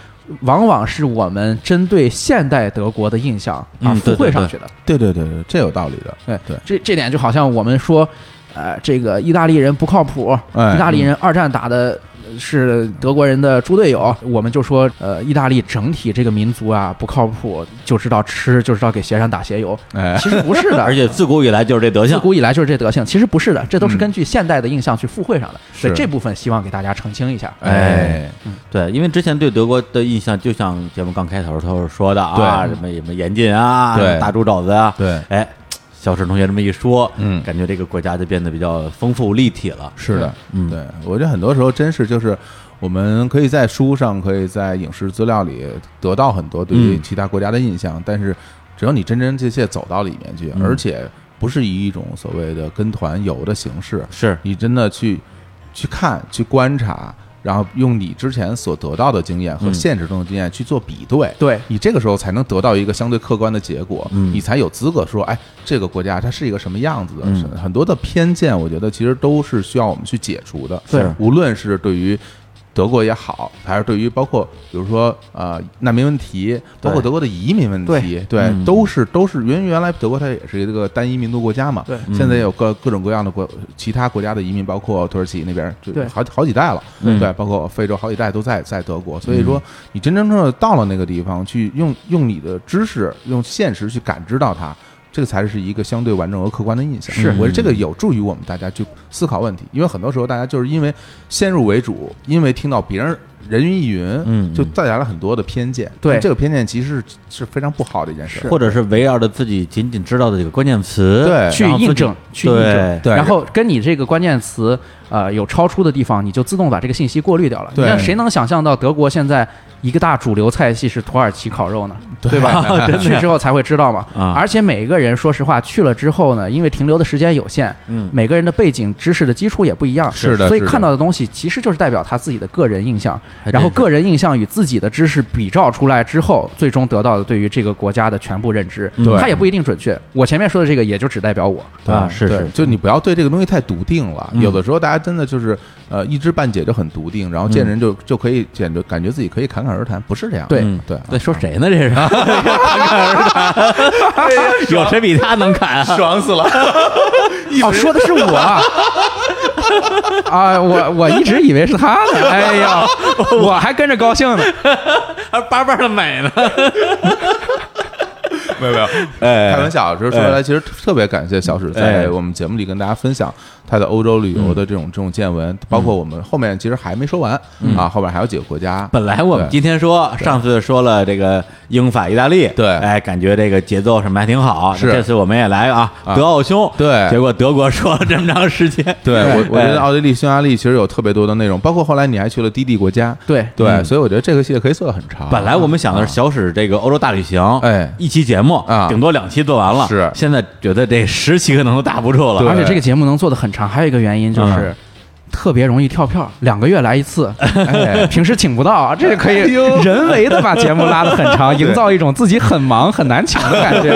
S3: 往往是我们针对现代德国的印象而
S1: 嗯
S3: 附
S1: 对
S3: 会
S1: 对
S3: 上
S1: 对
S3: 去的。
S2: 对对对对，这有道理的。
S3: 对
S2: 对
S3: 这这点就好像我们说，呃，这个意大利人不靠谱，
S2: 哎
S3: 意大利人二战打的是德国人的猪队友，我们就说，呃，意大利整体这个民族啊不靠谱，就知道吃，就知道给鞋上打鞋油，
S2: 哎，
S3: 其实不 是的，
S1: 而且自古以来就是这德
S3: 自
S1: 行。
S3: 古以来就是这德性，其实不是的，这都是
S2: 嗯
S3: 根据现代的印象去附会上的，所以
S2: 是
S3: 这部分希望给大家澄清一下。
S2: 哎，
S1: 对，因为之前对德国的印象，就像节目刚开头他说的啊，
S2: 对
S1: 什么什么严禁啊，
S2: 对
S1: 什么大猪肘子啊，
S2: 对
S1: 哎，小沈同学这么一说，
S2: 嗯
S1: 感觉这个国家就变得比较丰富立体了。
S2: 是的，
S1: 嗯
S2: 对我觉得很多时候真是就是。我们可以在书上，可以在影视资料里得到很多对于
S1: 嗯
S2: 其他国家的印象，但是只有你真真切切走到里面去，
S1: 嗯
S2: 而且不是以一种所谓的跟团游的形式，
S1: 是，
S2: 你真的去去看、去观察，然后用你之前所得到的经验和
S1: 嗯
S2: 现实中的经验去做比对，
S3: 对
S2: 你这个时候才能得到一个相对客观的结果，
S1: 嗯
S2: 你才有资格说，哎，这个国家它是一个什么样子的。
S1: 嗯
S2: 是很多的偏见，我觉得其实都是需要我们去解除的，
S1: 对
S2: 无论是对于。德国也好，还是对于包括比如说呃难民问题，包括
S1: 对
S2: 德国的移民问
S3: 对
S2: 题，对，
S1: 嗯
S2: 都是都是原原来德国它也是一个单一民族国家嘛，
S3: 对
S2: 现在也有各各种各样的国其他国家的移民，包括土耳其那边，就
S3: 对
S2: 好好几代了，
S1: 嗯
S2: 对，包括非洲好几代都在在德国，所以说你真真正正地到了那个地方，去用用你的知识，用现实去感知到它。这个才是一个相对完整和客观的印象，
S3: 是
S2: 我觉得这个有助于我们大家去思考问题，因为很多时候大家就是因为先入为主，因为听到别人人云亦云，
S1: 嗯
S2: 就带来了很多的偏见。
S3: 对
S2: 这个偏见其实是是非常不好的一件事。
S1: 或者是围绕着自己仅仅知道的这个关键词，
S2: 对
S1: 呃然
S3: 去
S1: 后自己
S3: 印证，去印证
S1: 对，
S2: 对
S3: 然后跟你这个关键词呃有超出的地方，你就自动把这个信息过滤掉了。
S2: 对
S3: 你看谁能想象到德国现在一个大主流菜系是土耳其 烤肉呢？对吧？去之后才会知道嘛。
S1: 啊
S3: 而且每个人说实话去了之后呢，因为停留的时间有限，
S1: 嗯
S3: 每个人的背景知识的基础也不一样，
S2: 是的
S3: 所以
S2: 是的
S3: 看到的东西其实就是代表他自己的个人印象，
S1: 还真
S3: 然后
S1: 是
S3: 个人印象与自己的知识比照出来之后，最终得到的对于这个国家的全部认知，
S1: 对
S3: 它也不一定准确。我前面说的这个也就只代表我，
S1: 啊，是
S2: 对
S1: 是，
S2: 就你不要对这个东西太笃定了。
S1: 嗯
S2: 有的时候大家真的就是呃一知半解就很笃定，然后见
S1: 嗯
S2: 人就、就可以简直感觉自己可以侃侃而谈，不是这样的。
S3: 对
S1: 嗯
S2: 对
S1: 对，说谁呢？这是 侃侃而谈，有谁比他能侃啊？
S2: 爽死了！
S3: 哦，说的是 我啊。啊，我我一直以为是他呢，哎呀，我还跟着高兴呢。
S1: 还巴巴的美呢？
S2: 没有没有，
S5: 哎
S2: 开玩笑。就是说出
S1: 哎
S2: 来，其实特别感谢小史在
S5: 哎
S2: 我们节目里跟大家分享他的欧洲旅游的
S1: 嗯
S2: 这种这种见闻，包括我们后面其实还没说完啊，后面还有几个国家。
S1: 本来我们
S2: 对
S1: 今天说，上次说了这个英法意大利，
S2: 对
S1: 哎，感觉这个节奏什么还挺好。
S2: 是
S1: 那这次我们也来啊，
S2: 啊
S1: 德奥兄，
S2: 对
S1: 结果德国说了这么长时间，
S2: 对我，我觉
S1: 哎
S2: 得奥地利、匈牙利其实有特别多的内容，包括后来你还去了低地国家，
S3: 对
S2: 对，
S1: 嗯
S2: 所以我觉得这个系列可以做的很长。
S1: 本来我们想的是小史这个欧洲大旅行，
S2: 哎
S1: 一期节目
S2: 啊
S1: 顶多两期做完了，
S2: 是
S1: 现在觉得这十期可能都打不住了
S2: 对， 嗯
S3: 而且这个节目能做的很长，还有一个原因就是。特别容易跳票，两个月来一 次，
S2: 哎
S3: 平时请不到，啊这就可以人为的把节目拉得很长，营造一种自己很忙很难请的感觉。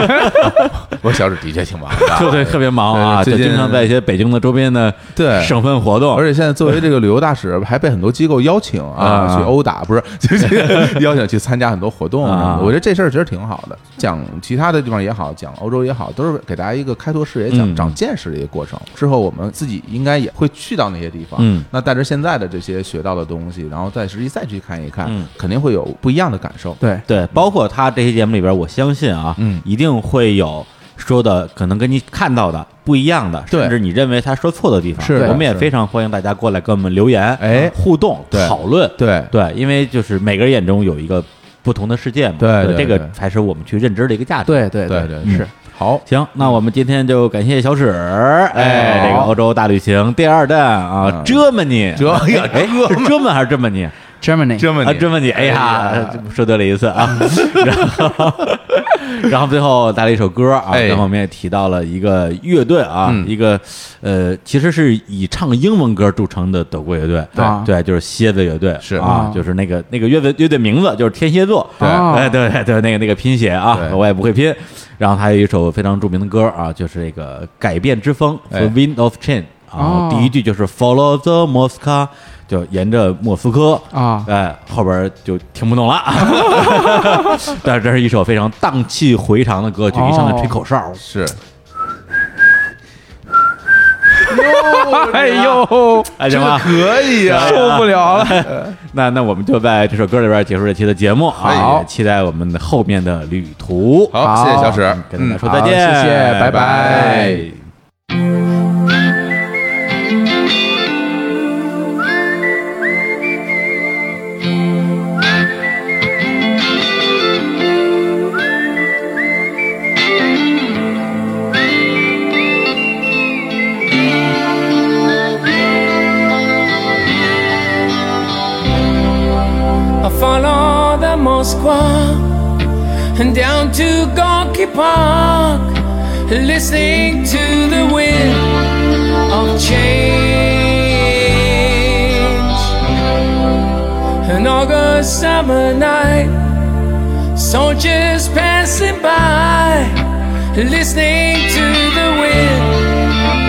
S2: 我小史的确挺忙的，
S1: 特别特别忙啊，
S2: 对
S1: 就
S2: 最近
S1: 经常在一些北京的周边的
S2: 对
S1: 省份活动，
S2: 而且现在作为这个旅游大使，还被很多机构邀请啊
S1: 啊
S2: 去殴打，不是 就是邀请去参加很多活动什么的
S1: 啊
S2: 我觉得这事儿其实挺好的，讲其他的地方也好，讲欧洲也好，都是给大家一个开拓视野、长
S1: 嗯
S2: 长见识的一个过程。之后我们自己应该也会去到那些地方，
S1: 嗯
S2: 那带着现在的这些学到的东西，然后再实际再去看一看，
S1: 嗯
S2: 肯定会有不一样的感受。
S3: 对，
S1: 对，包括他这期节目里边，我相信啊，
S2: 嗯
S1: 一定会有说的可能跟你看到的不一样的，
S2: 对
S1: 甚至你认为他说错的地方，
S2: 是的
S1: 我们也
S2: 是的
S1: 非常欢迎大家过来跟我们留言，啊
S2: 哎
S1: 互动
S2: 对
S1: 讨论，
S2: 对
S1: 对，因为就是每个人眼中有一个不同的世界嘛，
S2: 对对
S1: 这
S2: 对
S1: 个才是我们去认知的一个价值。
S3: 对对
S2: 对
S1: 嗯
S2: 对，是好，
S1: 行，那我们今天就感谢小史，哎，
S2: 好
S1: 这个欧洲大旅行第二站啊
S2: 嗯
S1: ，Germany，
S2: 这哎呀
S1: 哎，是 German 还是 Germany？
S2: 嗯
S3: ，Germany，
S2: 这么
S1: 啊，真问你，哎呀，说对了一次 啊。然后， 然后最后带了一首歌啊，
S2: 哎
S1: 然后我们也提到了一个乐队啊，
S2: 嗯
S1: 一个呃，其实是以唱英文歌著称的德国乐队，
S3: 对
S1: 对，就是蝎子乐队，
S2: 是嗯
S1: 啊
S3: 啊，
S1: 就是那个那个乐队乐队名字就是天蝎座，
S2: 对啊
S3: 哦
S1: 哎，对对对，那个那个拼写啊
S2: 对，
S1: 我也不会拼。然后还有一首非常著名的歌啊，就是这个《改变之风》
S2: 哎哦
S1: The Wind of Change》然后第一句就是 Follow the Moscow，就沿着莫斯科
S3: 啊
S1: 哎，后边就听不懂了。 但是这是一首非常荡气回肠的歌曲，一上
S3: 哦
S1: 来吹口哨，
S2: 是
S3: 哎呦，
S1: 哎，行吧，
S2: 可以啊，
S3: 受不了了，
S1: 那那我们就在这首歌里边结束这期的节目，啊
S3: 好
S1: 也期待我们的后面的旅途。
S2: 好，谢谢小史，
S1: 跟大家
S2: 嗯，
S1: 说
S3: 好
S1: 再见，
S3: 谢谢拜拜
S1: 拜
S6: I follow the Moscow and down to Gorky Park, listening to the wind of change. An August summer night, soldiers passing by, listening to the wind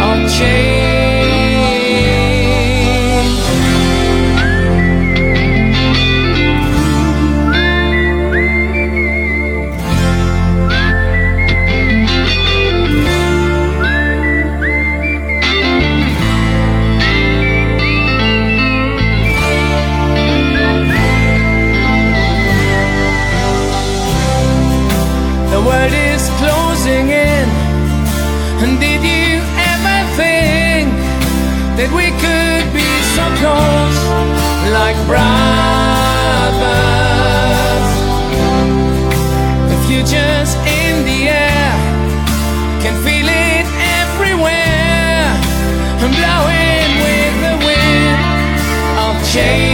S6: of change. The world is closing in. And did you ever think that we could be so close, like brothers? The future's in the air, can feel it everywhere. I'm blowing with the wind of change. Mm-hmm.